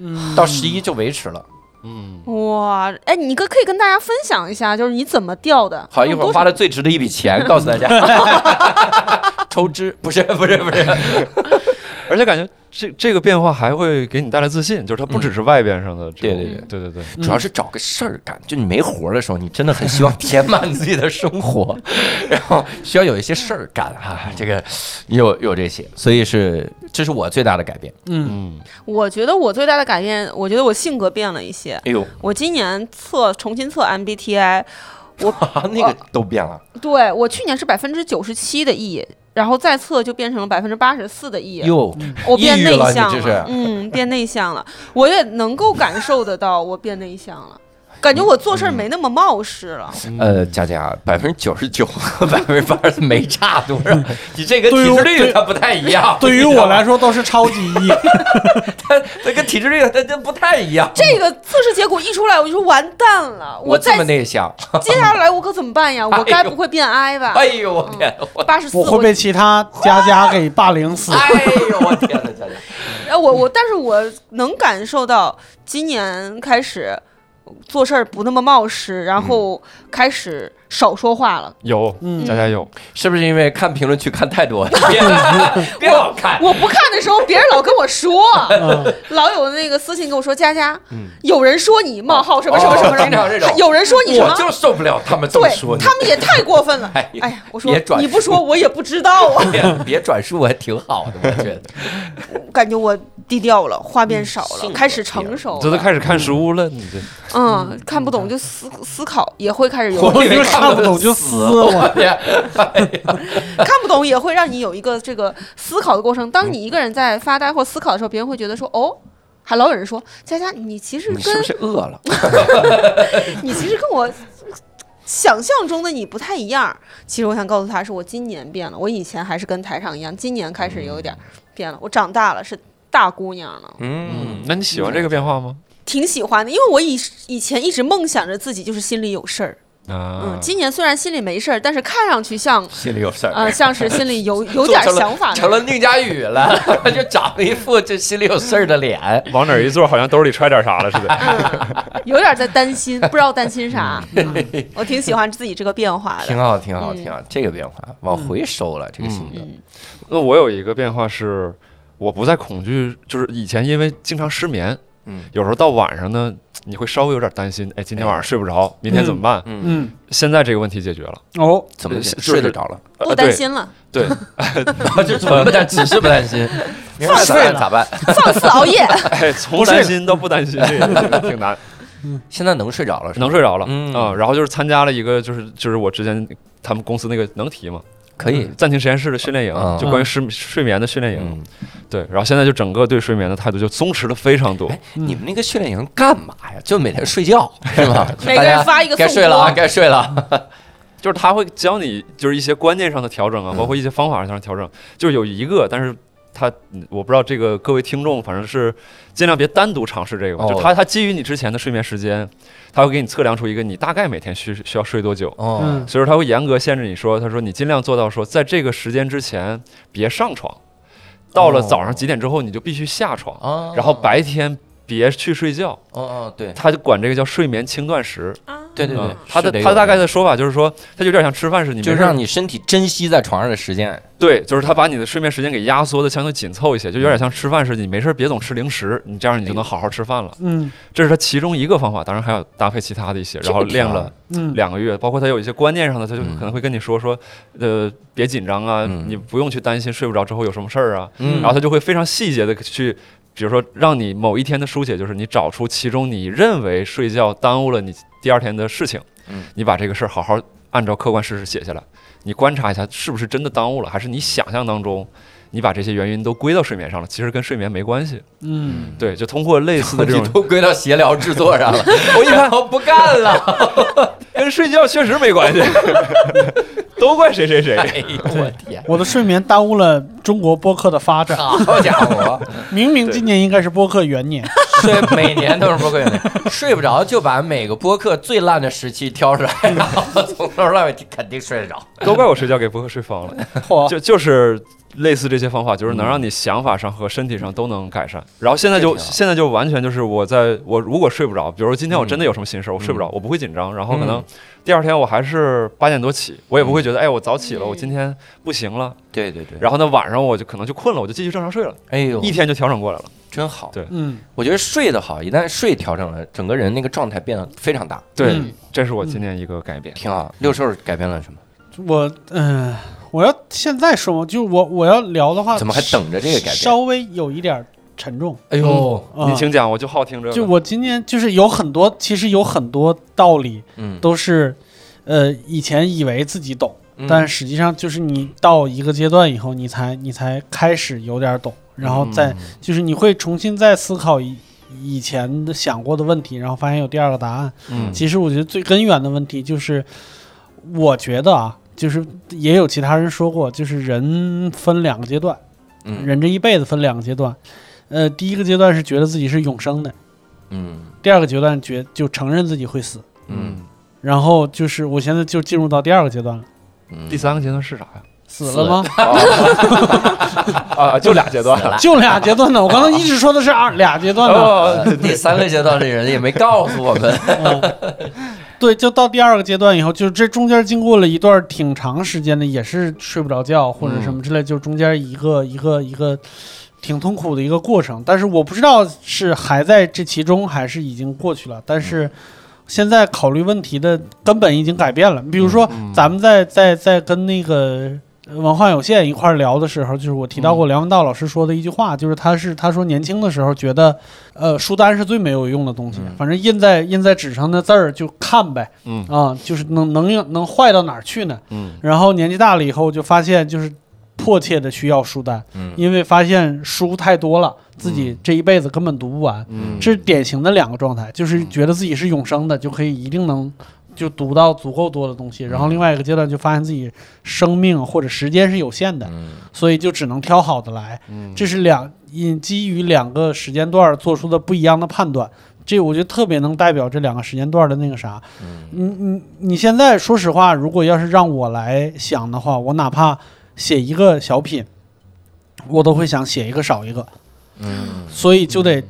Speaker 2: 嗯
Speaker 1: 到十一就维持了。
Speaker 6: 嗯，
Speaker 5: 哇，哎，你哥可以跟大家分享一下，就是你怎么掉的？
Speaker 1: 好，一会儿花
Speaker 5: 的
Speaker 1: 了最值的一笔钱，告诉 *laughs* 大家，抽脂嗯不是 *laughs* 不是不是，
Speaker 6: 而且感觉这这个变化还会给你带来自信，就是它不只是外边上的这
Speaker 1: 对
Speaker 6: 种，
Speaker 1: 对
Speaker 6: 嗯对对对
Speaker 1: *laughs* 主要是找个事儿干。就你没活儿的时候，你真的很希望填满自己的生活， *laughs* 然后需要有一些事儿干啊。这个有有这些，所以是这是我最大的改变。
Speaker 2: 嗯
Speaker 6: 嗯，
Speaker 5: 我觉得我最大的改变，我觉得我性格变了一些。
Speaker 1: 哎呦，
Speaker 5: 我今年测重新测 MBTI，
Speaker 1: 啊，那个都变了。
Speaker 5: 对我去年是百分之九十七的 E，然后再测就变成了百分之八十四的 E。
Speaker 1: 哟，
Speaker 5: 我变内
Speaker 1: 抑郁了
Speaker 5: 向
Speaker 1: 你这是
Speaker 5: 嗯，变内向了，我也能够感受得到我变内向了，感觉我做事儿
Speaker 1: 嗯
Speaker 5: 没那么冒失了。
Speaker 1: 呃，佳佳，百分之九十九 *laughs* 和百分之八十没差多 *laughs* 少，你这个
Speaker 2: 对于
Speaker 1: 体
Speaker 2: 我
Speaker 1: 脂率
Speaker 2: 对
Speaker 1: 它不太一样。
Speaker 2: 对于
Speaker 1: 你知道
Speaker 2: 我
Speaker 1: 吗
Speaker 2: 来，说都是超级一，
Speaker 1: *laughs* 它它跟体脂率它它不太一样。
Speaker 5: 这个测试结果一出来，我就说完蛋了，
Speaker 1: 我这
Speaker 5: 再
Speaker 1: 么内向，
Speaker 5: 接下来我可怎么办呀？
Speaker 1: *laughs* 哎呦
Speaker 5: 我该不会变 I 吧？
Speaker 1: 哎呦我天，我
Speaker 5: 八十四，
Speaker 2: 我会被其他佳佳给霸凌死。
Speaker 1: 哎呦我天呐，佳佳，
Speaker 5: 哎，我我，但是我能感受到
Speaker 1: 嗯
Speaker 5: 今年开始做事儿不那么冒失，然后开始少说话了。
Speaker 6: 有，
Speaker 2: 嗯
Speaker 6: 佳佳有，
Speaker 1: 是不是因为看评论区看太 *laughs* 多了？别别老看，
Speaker 5: 我不看的时候，别人老跟我说，
Speaker 2: 嗯
Speaker 5: 老有那个私信跟我说：“佳佳，
Speaker 6: 嗯
Speaker 5: 有人说你冒号什么什么什么什
Speaker 1: 经哦常这种
Speaker 5: 么，，有人说你什
Speaker 1: 我
Speaker 5: 么。”
Speaker 1: 就受不了他们这么
Speaker 5: 对
Speaker 1: 说，你
Speaker 5: 他们也太过分了。
Speaker 1: *laughs* 哎
Speaker 5: 哎呀，我说
Speaker 1: 别转
Speaker 5: 你不说我也不知道啊， *laughs*
Speaker 1: 别别转述，还挺好的，我 *laughs* 觉得。
Speaker 5: 感觉我低调了，话变少
Speaker 1: 嗯性
Speaker 5: 了，
Speaker 1: 格
Speaker 5: 开始成熟
Speaker 6: 嗯你这都
Speaker 5: 了。
Speaker 6: 开始看书了，你这
Speaker 5: 嗯，看不懂就思思考，也会开始有，
Speaker 2: 我以为看不懂就撕
Speaker 1: *laughs*
Speaker 2: 我
Speaker 1: 天，
Speaker 5: 看不懂也会让你有一个这个思考的过程。当你一个人在发呆或思考的时候，别人会觉得说哦。还老有人说，佳佳，你其实
Speaker 1: 你是
Speaker 5: 跟
Speaker 1: 不是饿了？
Speaker 5: 你其实跟我想象中的你不太一样。其实我想告诉他是我今年变了，我以前还是跟台上一样，今年开始有一点儿变了，我长大了，是大姑娘了，
Speaker 1: 嗯，
Speaker 6: 那你喜欢这个变化吗？
Speaker 5: 挺喜欢的。因为我以以前一直梦想着自己就是心里有事儿，
Speaker 6: 啊
Speaker 5: 嗯，，今年虽然心里没事儿，但是看上去像
Speaker 1: 心里有事儿。
Speaker 5: 呃像是心里有
Speaker 1: *laughs*
Speaker 5: 有点儿想法的
Speaker 1: 成
Speaker 5: 人
Speaker 1: 了宁佳宇了， *laughs* 就长了一副这心里有事儿的脸。
Speaker 6: 往哪儿一坐，好像兜里揣点啥了似 *laughs* 的。
Speaker 5: 嗯，有点儿在担心，不知道担心啥。嗯我挺喜欢自己这个变化
Speaker 1: 挺
Speaker 5: 的。
Speaker 1: 好，挺好，
Speaker 5: 嗯
Speaker 1: 挺好，这个变化往回收了，这个性格。
Speaker 5: 嗯，
Speaker 6: 那我有一个变化是，我不再恐惧，就是以前因为经常失眠，
Speaker 1: 嗯
Speaker 6: 有时候到晚上呢，你会稍微有点担心，哎，今天晚上睡不着，明天怎么办？
Speaker 1: 嗯，
Speaker 2: 嗯
Speaker 6: 现在这个问题解决了，
Speaker 2: 哦，
Speaker 1: 怎么
Speaker 6: 就是
Speaker 1: 睡得着了？
Speaker 6: 呃
Speaker 5: 不担，心了，
Speaker 6: *laughs* 对，
Speaker 1: *laughs*
Speaker 6: 对
Speaker 1: 就怎么不担，只是不担心。 *laughs* 明白
Speaker 2: 放
Speaker 1: 咋
Speaker 2: 睡
Speaker 1: 办
Speaker 2: 了
Speaker 1: 咋办？
Speaker 5: 放肆熬 *laughs* 夜。
Speaker 6: 哎，从不担心到不担 *laughs* 心，这个挺难，
Speaker 1: 现在能睡着了是吧？
Speaker 6: 能睡着了
Speaker 1: 嗯
Speaker 6: 啊。然后就是参加了一个，就是就是我之前他们公司那个能提吗？
Speaker 1: 可以。
Speaker 6: 暂停实验室的训练
Speaker 1: 啊
Speaker 6: 营，就关于失睡眠的训练营，
Speaker 1: 嗯，
Speaker 6: 对。然后现在就整个对睡眠的态度就松弛了非常多
Speaker 1: 哎。你们那个训练营干嘛呀？就每天睡 *laughs* 觉是吗？
Speaker 5: 每个人发一个
Speaker 1: 大家该
Speaker 5: 颂
Speaker 1: 睡了啊，
Speaker 5: 钵
Speaker 1: 该睡了。
Speaker 6: 就是他会教你，就是一些观念上的调整啊，
Speaker 1: 嗯
Speaker 6: 包括一些方法上的调整。就是有一个，但是他嗯我不知道这个各位听众，反正是尽量别单独尝试这个吧。
Speaker 1: 哦
Speaker 6: 就他他基于你之前的睡眠时间，他会给你测量出一个你大概每天需需要睡多久。
Speaker 1: 哦
Speaker 2: 嗯，
Speaker 6: 所以说他会严格限制你说，他说你尽量做到说，在这个时间之前别上床，到了早上几点之后你就必须下床，
Speaker 1: 哦
Speaker 6: 然后白天别去睡觉。
Speaker 1: 哦哦，对
Speaker 6: 他就管这个叫睡眠轻断食。
Speaker 5: 啊
Speaker 1: 对对对
Speaker 6: 嗯，他
Speaker 1: 是
Speaker 6: 的
Speaker 1: 得有
Speaker 6: 他大概的说法就是说，他就有点像吃饭似的，你
Speaker 1: 就
Speaker 6: 没
Speaker 1: 是
Speaker 6: 事儿
Speaker 1: 让你身体珍惜在床上的时间。
Speaker 6: 对，就是他把你的睡眠时间给压缩的相对紧凑一些，就有点像吃饭似的，你没事儿别总吃零食，你这样你就能好好吃饭了。
Speaker 2: 嗯
Speaker 6: 这是他其中一个方法，当然还有搭配其他的一些，然后
Speaker 1: 这个挺
Speaker 6: 练
Speaker 1: 好
Speaker 6: 了
Speaker 2: 嗯，
Speaker 6: 两个月，包括他有一些观念上的，他就
Speaker 1: 嗯
Speaker 6: 可能会跟你说说，呃，别紧张啊，
Speaker 1: 嗯
Speaker 6: 你不用去担心睡不着之后有什么事儿啊，
Speaker 1: 嗯
Speaker 6: 然后他就会非常细节的去。比如说，让你某一天的疏解，就是你找出其中你认为睡觉耽误了你第二天的事情，
Speaker 1: 嗯
Speaker 6: 你把这个事儿好好按照客观事实写下来，你观察一下是不是真的耽误了，还是你想象当中你把这些原因都归到睡眠上了，其实跟睡眠没关系。
Speaker 2: 嗯，
Speaker 6: 对，就通过类似
Speaker 1: *laughs*
Speaker 6: 的这
Speaker 1: 你
Speaker 6: 种，
Speaker 1: 都归到闲聊制作上了。
Speaker 6: 我一看
Speaker 1: *laughs* 我不干了，
Speaker 6: 跟睡觉确实没
Speaker 1: *laughs*
Speaker 6: 关系，都怪谁谁谁。
Speaker 1: 哎呦我天！
Speaker 2: 我的睡眠耽误了中国播客的发
Speaker 1: *laughs*
Speaker 2: 展。
Speaker 1: 好家伙，
Speaker 2: 明明今年应该是播客元
Speaker 1: *laughs*
Speaker 2: 年， *laughs*
Speaker 1: 睡每年都是播客元年，睡不着就把每个播客最烂的时期挑出来，然后从头到尾肯定睡得着。
Speaker 6: *laughs* 都怪我睡觉给播客睡疯了，就就是类似这些方法，就是
Speaker 2: 嗯
Speaker 6: 能让你想法上和身体上都能改善。然后现在就
Speaker 1: 这挺好
Speaker 6: 现在就完全就是我在我如果睡不着，比如说今天我真
Speaker 2: 嗯
Speaker 6: 的有什么心事儿，我睡不着，我不会紧张，然后可能第二天我还是八点多起，我也不会觉得哎我早起了，
Speaker 5: 嗯
Speaker 6: 我今天不行了。
Speaker 1: 对对对，
Speaker 6: 然后呢晚上我就可能就困了，我就继续正常睡了，
Speaker 1: 哎呦
Speaker 6: 一，天就调整过来了。
Speaker 1: 真好。
Speaker 6: 对
Speaker 2: 嗯，
Speaker 1: 我觉得睡得好，一旦睡调整了，整个人那个状态变得非常大，
Speaker 6: 对
Speaker 2: 嗯，
Speaker 6: 这是我今年一个改变。
Speaker 1: 挺好。六兽改变了什么？
Speaker 2: 我嗯、我要现在说吗？就是我我要聊的话，
Speaker 1: 怎么还等着这个改变
Speaker 2: 稍微有一点沉重
Speaker 1: 哎呦，
Speaker 2: 啊。
Speaker 6: 你请讲，我就好听这
Speaker 2: 就
Speaker 6: 个。
Speaker 2: 我今年就是有很多，其实有很多道理
Speaker 1: 嗯，
Speaker 2: 都是，呃，以前以为自己懂，
Speaker 1: 嗯
Speaker 2: 但实际上就是你到一个阶段以后，你才你才开始有点懂，然后
Speaker 1: 嗯
Speaker 2: 再、就是你会重新再思考以以前的想过的问题，然后发现有第二个答案。
Speaker 1: 嗯
Speaker 2: 其实我觉得最根源的问题就是，我觉得啊，就是也有其他人说过，就是人分两个阶段，
Speaker 1: 嗯
Speaker 2: 人这一辈子分两个阶段。呃，第一个阶段是觉得自己是永生的，
Speaker 1: 嗯
Speaker 2: 第二个阶段觉就承认自己会死。
Speaker 1: 嗯
Speaker 2: 然后就是我现在就进入到第二个阶段了，
Speaker 1: 嗯，
Speaker 6: 第三个阶段是啥呀？
Speaker 2: 死了吗？
Speaker 6: 啊，就俩阶段
Speaker 1: 死了
Speaker 2: 就俩阶段呢。我刚才一直说的是
Speaker 1: *laughs*
Speaker 2: 二俩阶段呢。
Speaker 1: 嗯哦，第三个阶段的人也没告诉我们。
Speaker 2: 嗯， *laughs* 对，就到第二个阶段以后，就是这中间经过了一段挺长时间的，也是睡不着觉或者什么之类，就中间一个一个一个挺痛苦的一个过程。但是我不知道是还在这其中，还是已经过去了。但是现在考虑问题的根本已经改变了。比如说，
Speaker 6: 嗯
Speaker 2: 咱们在在在跟那个文化有限一块儿聊的时候，就是我提到过梁文道老师说的一句话，就是他是他说年轻的时候觉得，呃，书单是最没有用的东西，
Speaker 6: 嗯
Speaker 2: 反正印在印在纸上的字儿就看呗，
Speaker 6: 嗯
Speaker 2: 啊，就是能能用能坏到哪儿去呢？
Speaker 6: 嗯
Speaker 2: 然后年纪大了以后就发现就是迫切的需要书单，
Speaker 6: 嗯
Speaker 2: 因为发现书太多了，自己这一辈子根本读不完，
Speaker 6: 嗯
Speaker 2: 这是典型的两个状态，就是觉得自己是永生的，就可以一定能就读到足够多的东西。然
Speaker 6: 嗯
Speaker 2: 后另外一个阶段就发现自己生命或者时间是有限的，
Speaker 6: 嗯
Speaker 2: 所以就只能挑好的来。
Speaker 6: 嗯
Speaker 2: 这是两因基于两个时间段做出的不一样的判断。这我觉得特别能代表这两个时间段的那个啥，
Speaker 6: 嗯
Speaker 2: 你你你现在说实话，如果要是让我来想的话，我哪怕写一个小品，我都会想写一个少一个，
Speaker 6: 嗯
Speaker 2: 所以就得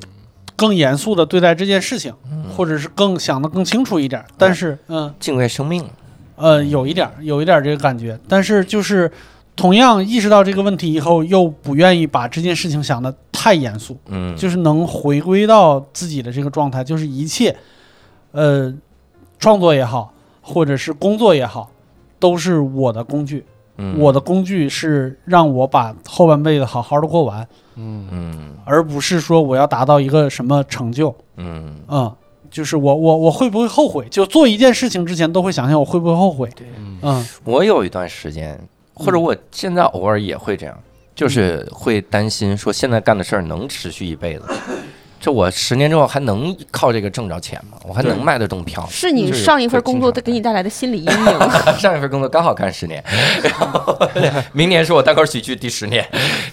Speaker 2: 更严肃的对待这件事情，
Speaker 1: 嗯
Speaker 2: 或者是更想的更清楚一点儿。但是，嗯
Speaker 1: 敬畏生命，
Speaker 2: 呃，有一点儿有一点儿这个感觉，但是就是同样意识到这个问题以后，又不愿意把这件事情想的太严肃，
Speaker 1: 嗯，
Speaker 2: 就是能回归到自己的这个状态，就是一切，呃，创作也好，或者是工作也好，都是我的工具。
Speaker 1: 嗯
Speaker 2: 我的工具是让我把后半辈子好好的过完，
Speaker 6: 嗯
Speaker 1: 嗯
Speaker 2: 而不是说我要达到一个什么成就。
Speaker 1: 嗯
Speaker 2: 嗯，就是我我我会不会后悔？就做一件事情之前都会想想我会不会后悔。
Speaker 6: 嗯
Speaker 2: 嗯
Speaker 1: 我有一段时间，或者我现在偶尔也会这样，就是会担心说现在干的事儿能持续一辈子，这我十年之后还能靠这个挣着钱吗？我还能卖得动票吗？
Speaker 5: 是你
Speaker 1: 就是
Speaker 5: 上一份
Speaker 1: 会
Speaker 5: 工
Speaker 1: 经
Speaker 5: 作
Speaker 1: 常
Speaker 5: 给你带来的心理阴影。嗯
Speaker 1: *laughs* 上一份工作刚好干十年，然后明年是我单口喜剧第十年，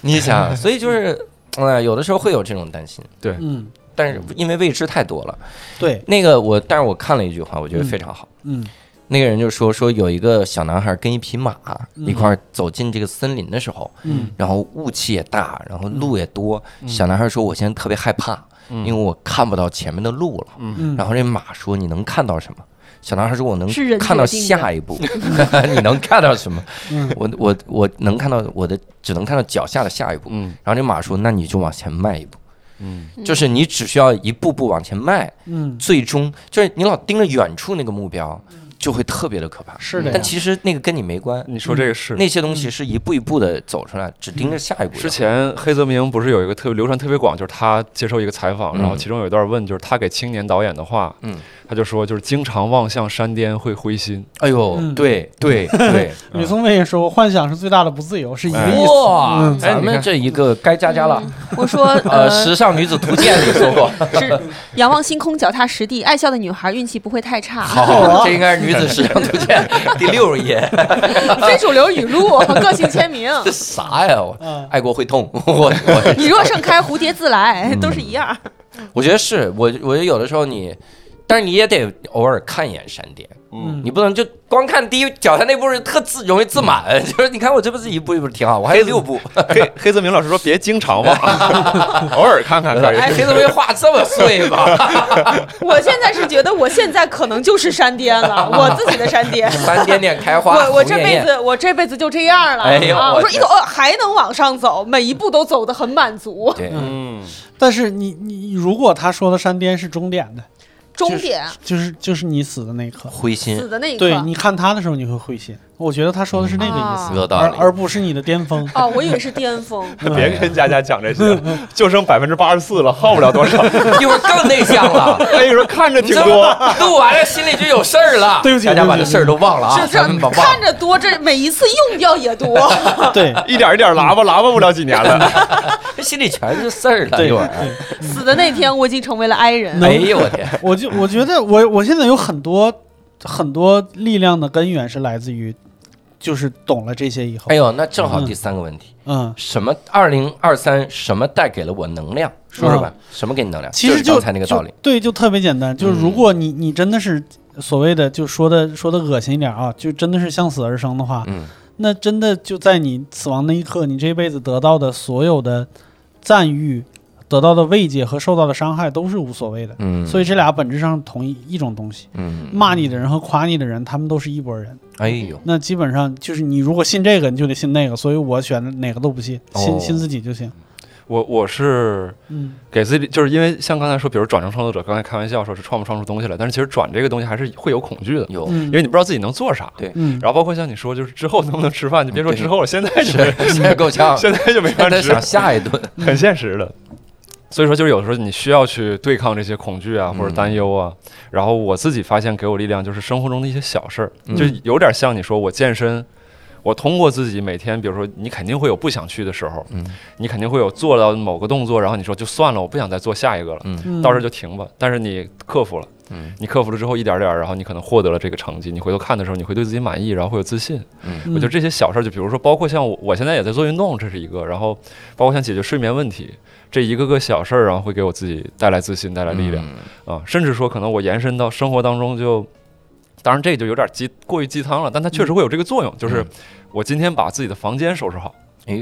Speaker 1: 你想，所以就是，呃，有的时候会有这种担心，
Speaker 2: 嗯，
Speaker 1: 但是因为未知太多了。
Speaker 2: 对，
Speaker 1: 那个我，但是我看了一句话，我觉得非常好。
Speaker 2: 嗯
Speaker 1: 那个人就说说有一个小男孩跟一匹马
Speaker 2: 嗯
Speaker 1: 一块儿走进这个森林的时候，
Speaker 2: 嗯
Speaker 1: 然后雾气也大，然后路也多。小男孩说：“我现在特别害怕，因为我看不到前面的路了。”
Speaker 2: 嗯，
Speaker 1: 然后这马说：“你能看到什么？”小男孩说：“我能
Speaker 5: 是人
Speaker 1: 看到
Speaker 5: 决定的
Speaker 1: 下一步。 *laughs* 你能看到什么？
Speaker 2: 嗯
Speaker 1: 我我我能看到我的，只能看到脚下的下一步。
Speaker 6: 嗯
Speaker 1: 然后这马说：‘那你就往前迈一步，
Speaker 6: 嗯
Speaker 1: 就是你只需要一步步往前迈，
Speaker 2: 嗯
Speaker 1: 最终就是你老盯着远处那个目标，就会特别的可怕。
Speaker 2: 是嗯的呀。
Speaker 1: 但其实那个跟你没关，
Speaker 6: 你说这个嗯是
Speaker 1: 那些东西是一步一步的走出来，只盯
Speaker 2: 嗯
Speaker 1: 着下一步的。
Speaker 6: 之前黑泽明不是有一个特别流传特别广，就是他接受一个采访，
Speaker 1: 嗯
Speaker 6: 然后其中有一段问，就是他给青年导演的话，
Speaker 1: 嗯，
Speaker 6: 他就说就是经常望向山巅会灰心，
Speaker 1: 哎呦，
Speaker 2: 嗯
Speaker 1: 对
Speaker 2: *laughs*
Speaker 1: 对对，
Speaker 2: 吕松伟也说过，幻想是最大的不自由，是一个意思。
Speaker 1: 哇
Speaker 2: 嗯，
Speaker 1: 咱们这一个该加加了。
Speaker 5: 我 *laughs* 说，
Speaker 1: 呃，
Speaker 5: 呃，
Speaker 1: 时尚女子图鉴你说
Speaker 2: *laughs*
Speaker 1: 过，
Speaker 5: 是仰望星空，脚踏实地，爱笑的女孩运气不会太差。
Speaker 2: 啊
Speaker 1: 好，这应该是女子时尚图
Speaker 2: *laughs*
Speaker 1: 鉴第六页。
Speaker 5: 非主流语 *laughs* 录，个性签名。
Speaker 1: 这啥呀？我
Speaker 2: 嗯
Speaker 1: 爱国会痛，我我
Speaker 5: 你若盛开，蝴蝶自来，哎都是一样。
Speaker 1: 我觉得是我，我觉得有的时候你，但是你也得偶尔看一眼山巅，
Speaker 2: 嗯
Speaker 1: 你不能就光看第一脚下那步是特自容易自满，
Speaker 2: 嗯
Speaker 1: *laughs* 就是你看我这不是一步一步挺好，我
Speaker 6: 哎
Speaker 1: 还有六步。
Speaker 6: *laughs* 黑黑泽明老师说别经常望， *laughs* 偶尔看看
Speaker 1: *laughs*
Speaker 6: 可以。
Speaker 1: 哎，黑泽明画这么碎吗？
Speaker 5: *laughs* 我现在是觉得，我现在可能就是山巅 *laughs* 了，我自己的山巅。
Speaker 1: *laughs* 三点点开花，
Speaker 5: 我我
Speaker 1: 红
Speaker 5: 这
Speaker 1: 艳
Speaker 5: 辈
Speaker 1: 艳
Speaker 5: 子我这辈子就这样了、
Speaker 1: 哎呦
Speaker 5: 啊！
Speaker 1: 我
Speaker 5: 我说一
Speaker 1: 天
Speaker 5: 走呃还能往上走，每一步都走得很满足。
Speaker 1: 对，
Speaker 2: 嗯
Speaker 6: 嗯
Speaker 2: 但是你你如果他说的山巅是终点的，
Speaker 5: 终点
Speaker 2: 就是就是你死的那一刻，
Speaker 1: 灰心
Speaker 5: 死的那一刻，
Speaker 2: 对，你看他的时候你会会心。我觉得他说的是那个意思，
Speaker 5: 啊
Speaker 1: 有道
Speaker 2: 而
Speaker 1: 理。
Speaker 2: 而不是你的巅
Speaker 1: *laughs*
Speaker 2: 峰。
Speaker 5: 哦，我以为是巅峰。
Speaker 6: 别跟佳佳讲这些，就剩百分之八十四了，耗不了多 *laughs* 少。
Speaker 1: 一会儿更内向
Speaker 2: *laughs*
Speaker 1: 了。
Speaker 6: 哎，你说看着
Speaker 1: 你这。 *laughs* 录完了，心里就有事儿了。
Speaker 2: 对不起
Speaker 1: 大家
Speaker 2: 对不
Speaker 1: 把
Speaker 2: 起
Speaker 1: 这事儿都忘了
Speaker 5: 是
Speaker 1: 啊，
Speaker 5: 不是
Speaker 1: 咱们把忘
Speaker 5: 看。着多，这每一次用掉也多。
Speaker 1: *laughs*
Speaker 2: 对，
Speaker 6: 一点一点拉吧，拉吧不了几年了。
Speaker 1: 心里全是事儿了，
Speaker 2: 对
Speaker 1: 一会儿。啊
Speaker 5: 死的那天，我已经成为了 i 人。
Speaker 1: 哎呦我天，
Speaker 2: *laughs* 我就我觉得我我现在有很多很多力量的根源是来自于，就是懂了这些以后，
Speaker 1: 哎呦，那正好第三个问题，
Speaker 2: 嗯，
Speaker 1: 什么二零二三什么带给了我能量？说说吧，什么给你能量？
Speaker 2: 嗯其实
Speaker 1: 就
Speaker 2: 就是
Speaker 1: 刚才那个道理嗯
Speaker 2: 就。对，就特别简单，就是如果你你真的是所谓的就说的说的恶心一点啊，就真的是向死而生的话，
Speaker 1: 嗯
Speaker 2: 那真的就在你死亡那一刻，你这辈子得到的所有的赞誉、得到的慰藉和受到的伤害都是无所谓的。
Speaker 1: 嗯，
Speaker 2: 所以这俩本质上同一一种东西，
Speaker 1: 嗯，
Speaker 2: 骂你的人和夸你的人，他们都是一拨人。
Speaker 1: 哎呦，
Speaker 2: 那基本上就是你如果信这个，你就得信那个，所以我选哪个都不信，信
Speaker 1: 哦
Speaker 2: 信自己就行。
Speaker 6: 我我是
Speaker 2: 嗯，
Speaker 6: 给自己，就是因为像刚才说，比如转成创作者，刚才开玩笑说是创不创出东西来，但是其实转这个东西还是哦会有恐惧的，
Speaker 1: 有
Speaker 2: 嗯
Speaker 6: 因为你不知道自己能做啥。
Speaker 2: 嗯，
Speaker 6: 然后包括像你说，就是之后能不能吃饭，你别说
Speaker 1: 对
Speaker 6: 之后了，现在就是
Speaker 1: 现在够
Speaker 2: *laughs*
Speaker 1: 呛，
Speaker 6: 现在就没法
Speaker 1: 现在
Speaker 6: 吃，
Speaker 1: 想下一顿，
Speaker 6: 很现实的。所以说，就是有的时候你需要去对抗这些恐惧啊，或者
Speaker 1: 嗯
Speaker 6: 担忧啊。然后我自己发现给我力量就是生活中的一些小事儿，
Speaker 1: 嗯
Speaker 6: 就有点像你说我健身，我通过自己每天，比如说你肯定会有不想去的时候，
Speaker 1: 嗯
Speaker 6: 你肯定会有做到某个动作，然后你说就算了，我不想再做下一个了，
Speaker 1: 嗯
Speaker 2: 嗯
Speaker 6: 到这儿就停吧。但是你克服了，
Speaker 1: 嗯
Speaker 6: 你克服了之后一点点儿，然后你可能获得了这个成绩，你回头看的时候，你会对自己满意，然后会有自信。
Speaker 2: 嗯
Speaker 6: 我觉得这些小事儿，就比如说，包括像我，我现在也在做运动，这是一个，然后包括像解决睡眠问题，这一个个小事儿，然后会给我自己带来自信，带来力量、
Speaker 1: 嗯
Speaker 6: 啊，甚至说可能我延伸到生活当中就，当然这就有点鸡过于鸡汤了，但它确实会有这个作用，就是
Speaker 1: 嗯
Speaker 6: 我今天把自己的房间收拾好，
Speaker 1: 哎，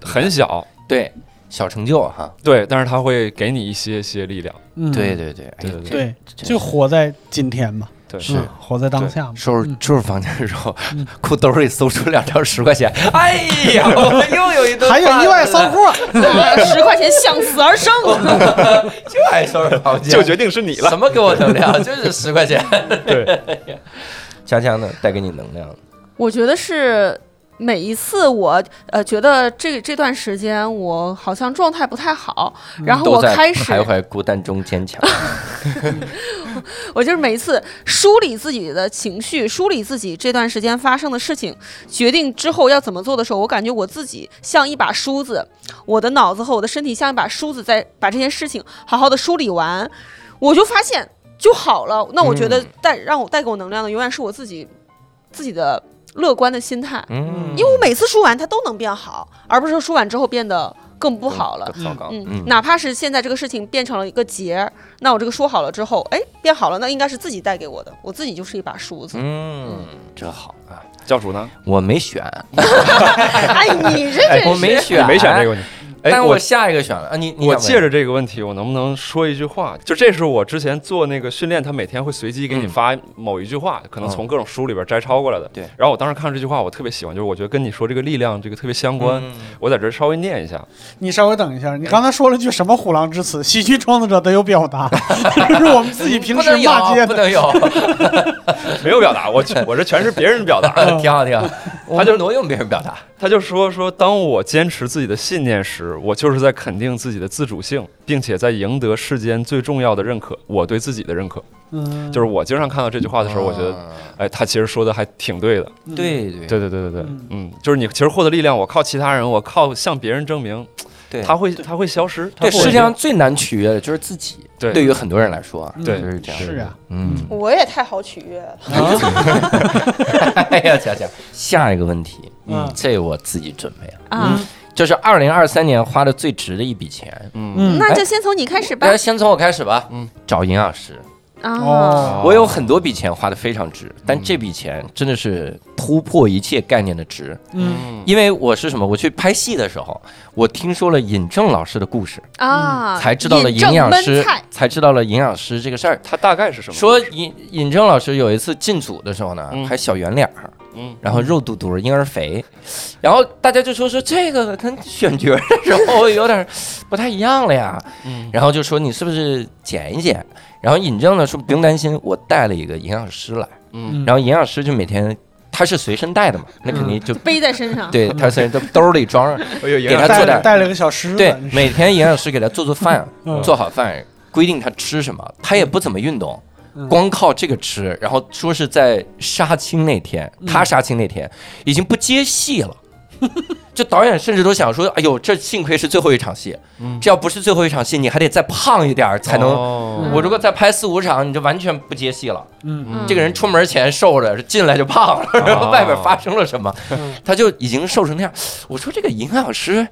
Speaker 6: 很小，
Speaker 1: 对，小成就哈，
Speaker 6: 对，但是它会给你一些些力量，
Speaker 2: 嗯
Speaker 1: 对对对，哎
Speaker 6: 对对对
Speaker 2: 对，
Speaker 1: 这
Speaker 2: 就活在今天嘛，
Speaker 6: 对，
Speaker 1: 是
Speaker 2: 嗯活在当
Speaker 6: 对
Speaker 2: 下嘛。
Speaker 1: 收拾
Speaker 2: 嗯
Speaker 1: 收拾房间的时候
Speaker 2: 嗯，
Speaker 1: *laughs* 裤兜里搜出两张十块钱，哎呀，我又有一顿，
Speaker 2: *laughs* 还有意外
Speaker 1: 搜
Speaker 2: 骚，货，
Speaker 5: 呃十块钱向死
Speaker 1: *laughs*
Speaker 5: 而生。
Speaker 1: 就爱收拾房间，
Speaker 6: *laughs* 就决定是你了，
Speaker 1: 什么给我能量，就是十块钱，
Speaker 6: *laughs* 对，
Speaker 1: 强强的带给你能量，
Speaker 5: 我觉得是每一次我呃觉得这这段时间我好像状态不太好，然后
Speaker 1: 嗯都
Speaker 5: 我
Speaker 1: 在
Speaker 5: 开始
Speaker 1: 徘徊孤单中坚
Speaker 5: *laughs*
Speaker 1: 强，
Speaker 5: 我就是每一次梳理自己的情绪，梳理自己这段时间发生的事情，决定之后要怎么做的时候，我感觉我自己像一把梳子，我的脑子和我的身体像一把梳子，在把这件事情好好的梳理完，我就发现就好了。那我觉得
Speaker 1: 嗯
Speaker 5: 带、让我带给我能量的，永远是我自己自己的乐观的心态。
Speaker 1: 嗯，
Speaker 5: 因为我每次梳完它都能变好，而不是说梳完之后变得更不好了。
Speaker 1: 更糟糕，
Speaker 5: 嗯，哪怕是现在这个事情变成了一个结儿，那我这个梳好了之后，哎，变好了，那应该是自己带给我的，我自己就是一把梳子。
Speaker 1: 嗯，真好啊，
Speaker 6: 教主呢？
Speaker 1: 我没选， *laughs*
Speaker 5: 哎，你这
Speaker 1: 我
Speaker 5: 真
Speaker 1: 没
Speaker 5: 是，
Speaker 1: 选，
Speaker 6: 你没选这个，问题，哎，
Speaker 1: 但
Speaker 6: 我
Speaker 1: 我下一个选了啊，你你
Speaker 6: 我
Speaker 1: 想问
Speaker 6: 借着这个问题，我能不能说一句话？就这是我之前做那个训练，他每天会随机给你
Speaker 1: 嗯
Speaker 6: 发某一句话，可能从各种书里边摘抄过来的。
Speaker 1: 对
Speaker 6: 然后我当时看到这句话，我特别喜欢，就是我觉得跟你说这个力量这个特别相关。
Speaker 1: 嗯
Speaker 6: 我在这儿稍微念一下，
Speaker 2: 你稍微等一下，你刚才说了句什么虎狼之词？喜剧创作者得有表达， *laughs* 这是我们自己平
Speaker 1: 不
Speaker 2: 时
Speaker 1: 能有
Speaker 2: 骂街
Speaker 1: 不
Speaker 2: 的。
Speaker 1: 能有，
Speaker 6: 没有表达， *laughs* 我我这全是别人表达。
Speaker 1: 挺好
Speaker 6: *laughs*
Speaker 1: 挺好，
Speaker 6: 他
Speaker 1: 他
Speaker 6: 就
Speaker 1: 就挪用别人表达，
Speaker 6: 他就说说，当我坚持自己的信念时，我就是在肯定自己的自主性，并且在赢得世间最重要的认可，我对自己的认可。
Speaker 2: 嗯，
Speaker 6: 就是我经常看到这句话的时候，我觉得，哎，他其实说的还挺对的。
Speaker 1: 嗯
Speaker 2: 嗯，
Speaker 1: 对对
Speaker 6: 对对对对对
Speaker 2: 嗯，
Speaker 6: 嗯，就是你其实获得力量，我靠其他人，我靠向别人证明，
Speaker 1: 对
Speaker 6: 他会他会消失。它
Speaker 1: 对，
Speaker 6: 不会
Speaker 1: 世界上最难取悦的就是自己，
Speaker 6: *laughs* 对
Speaker 1: 于很多人来说啊，
Speaker 2: 嗯
Speaker 6: 对
Speaker 1: 就是这样，
Speaker 2: 是啊，
Speaker 1: 嗯，
Speaker 5: 我也太好取悦了。
Speaker 1: *laughs* 哎呀，强强，下一个问题，
Speaker 2: 嗯
Speaker 1: 这我自己准备了，
Speaker 5: 啊，
Speaker 1: 就是二零二三年花的最值的一笔钱，
Speaker 6: 嗯，
Speaker 2: 嗯，
Speaker 5: 那就先从你开始吧
Speaker 1: 大家。先哎从我开始吧，
Speaker 6: 嗯，
Speaker 1: 找营养师，
Speaker 5: 啊，
Speaker 2: 哦，
Speaker 1: 我有很多笔钱花的非常值，
Speaker 6: 嗯
Speaker 1: 但这笔钱真的是突破一切概念的值，
Speaker 2: 嗯
Speaker 1: 因为我是什么？我去拍戏的时候，我听说了尹正老师的故事，
Speaker 5: 啊，
Speaker 1: 嗯才知道了
Speaker 5: 饮
Speaker 1: 营
Speaker 5: 鸩
Speaker 1: 养
Speaker 5: 闷
Speaker 1: 师
Speaker 5: 菜，
Speaker 1: 才知道了营养师这个事儿。
Speaker 6: 他大概是什么？
Speaker 1: 说尹尹正老师有一次进组的时候呢，
Speaker 6: 嗯
Speaker 1: 还小圆脸儿，
Speaker 6: 嗯，
Speaker 1: 然后肉嘟嘟、婴儿肥，然后大家就说说这个跟选角的时候有点不太一样了呀，
Speaker 6: 嗯
Speaker 1: *laughs* 然后就说你是不是减一减？然后尹正呢说不用担心，我带了一个营养师来，
Speaker 6: 嗯
Speaker 1: 然后营养师就每天他是随身带的嘛，那肯定就。
Speaker 5: 背在身上。
Speaker 1: 对他随身兜兜里装着，
Speaker 6: 我有
Speaker 1: 给他
Speaker 2: 带
Speaker 1: 做点
Speaker 2: 了带了个小狮子，
Speaker 1: 对，每天营养师给他做做饭，
Speaker 2: *laughs* 嗯
Speaker 1: 做好饭，规定他吃什么，他也不怎么运动
Speaker 2: 嗯。
Speaker 1: 光靠这个吃，然后说是在杀青那天，
Speaker 2: 嗯
Speaker 1: 他杀青那天已经不接戏了， *laughs* 就导演甚至都想说，哎呦，这幸亏是最后一场戏，
Speaker 2: 嗯
Speaker 1: 这要不是最后一场戏，你还得再胖一点儿嗯才
Speaker 2: 哦
Speaker 1: 能。
Speaker 6: 能
Speaker 1: 我如果再拍四五场，你就完全不接戏了。
Speaker 2: 嗯
Speaker 5: 嗯
Speaker 1: 这个人出门前瘦着，进来就胖
Speaker 2: 哦
Speaker 1: 了，然后外边发生了什么
Speaker 2: 嗯，
Speaker 1: 他就已经瘦成那样。我说这个营养师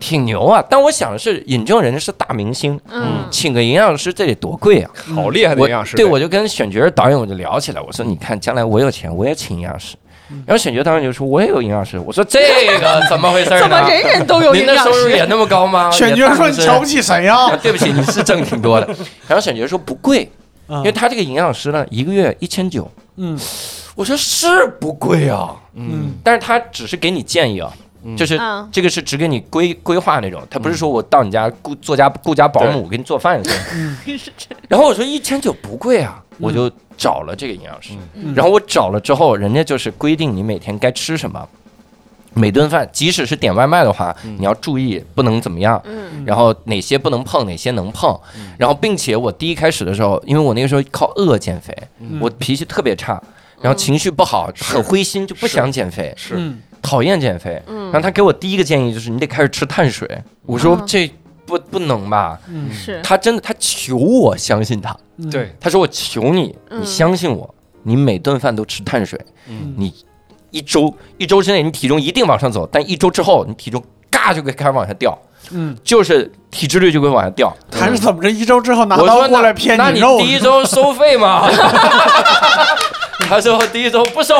Speaker 1: 挺牛啊，但我想的是尹正人家是大明星，
Speaker 5: 嗯
Speaker 1: 请个营养师这得多贵啊！
Speaker 2: 嗯
Speaker 6: 好厉害的
Speaker 1: 我
Speaker 6: 营养师，
Speaker 1: 对我就跟选角导演我就聊起来，我说你看将来我有钱我也请营养师，
Speaker 2: 嗯
Speaker 1: 然后选角当时就说我也有营养师，我说这个怎么回事儿呢？
Speaker 5: 怎么人人都有
Speaker 1: 嗯您
Speaker 5: 营
Speaker 1: 的
Speaker 5: 养
Speaker 1: 收入
Speaker 5: 师？
Speaker 1: 也那么高吗？
Speaker 2: *laughs* 选角说你瞧不
Speaker 1: 起，
Speaker 2: 起谁呀、
Speaker 1: 啊对不起，你是挣挺多的。然后选角说不贵，
Speaker 2: 嗯
Speaker 1: 因为他这个营养师呢，一个月一千九。
Speaker 2: 嗯
Speaker 1: 我说是不贵啊，
Speaker 2: 嗯
Speaker 1: 但是他只是给你建议啊，就是
Speaker 5: 嗯
Speaker 1: 这个是只给你规规划那种，他不是说我到你家雇做家雇家保姆给你做饭去。
Speaker 2: 嗯
Speaker 1: *laughs* 然后我说一千九不贵啊，
Speaker 2: 嗯
Speaker 1: 我就找了这个营养师。
Speaker 2: 嗯
Speaker 1: 然后我找了之后，人家就是规定你每天该吃什么，每顿饭，即使是点外卖的话，你要注意不能怎么样。
Speaker 5: 嗯
Speaker 2: 嗯
Speaker 1: 然后哪些不能碰，哪些能碰，然后并且我第一开始的时候，因为我那个时候靠饿减肥，
Speaker 2: 嗯
Speaker 1: 我脾气特别差，
Speaker 5: 嗯
Speaker 1: 然后情绪不好，很灰心，就不想减肥，
Speaker 6: 是
Speaker 2: 嗯
Speaker 1: 讨厌减肥。
Speaker 5: 嗯
Speaker 1: 然后他给我第一个建议就是你得开始吃碳水，我说
Speaker 5: 嗯
Speaker 1: 这不不能吧？
Speaker 2: 嗯
Speaker 5: 是
Speaker 1: 他真的他求我相信他，
Speaker 2: 嗯
Speaker 6: 对，
Speaker 1: 他说我求你，
Speaker 5: 嗯
Speaker 1: 你相信我，你每顿饭都吃碳水，
Speaker 2: 嗯
Speaker 1: 你一周一周之内你体重一定往上走，但一周之后你体重嘎就会开始往下掉，
Speaker 2: 嗯，
Speaker 1: 就是体脂率就会往下掉。
Speaker 2: 他是怎么着？一周之后拿
Speaker 1: 我
Speaker 2: 刀
Speaker 1: 说
Speaker 2: 过
Speaker 1: 那
Speaker 2: 来骗
Speaker 1: 那
Speaker 2: 你
Speaker 1: 你
Speaker 2: 肉？
Speaker 1: 第一周收费
Speaker 2: *laughs*
Speaker 1: 吗？ *laughs* 他说第一周不收，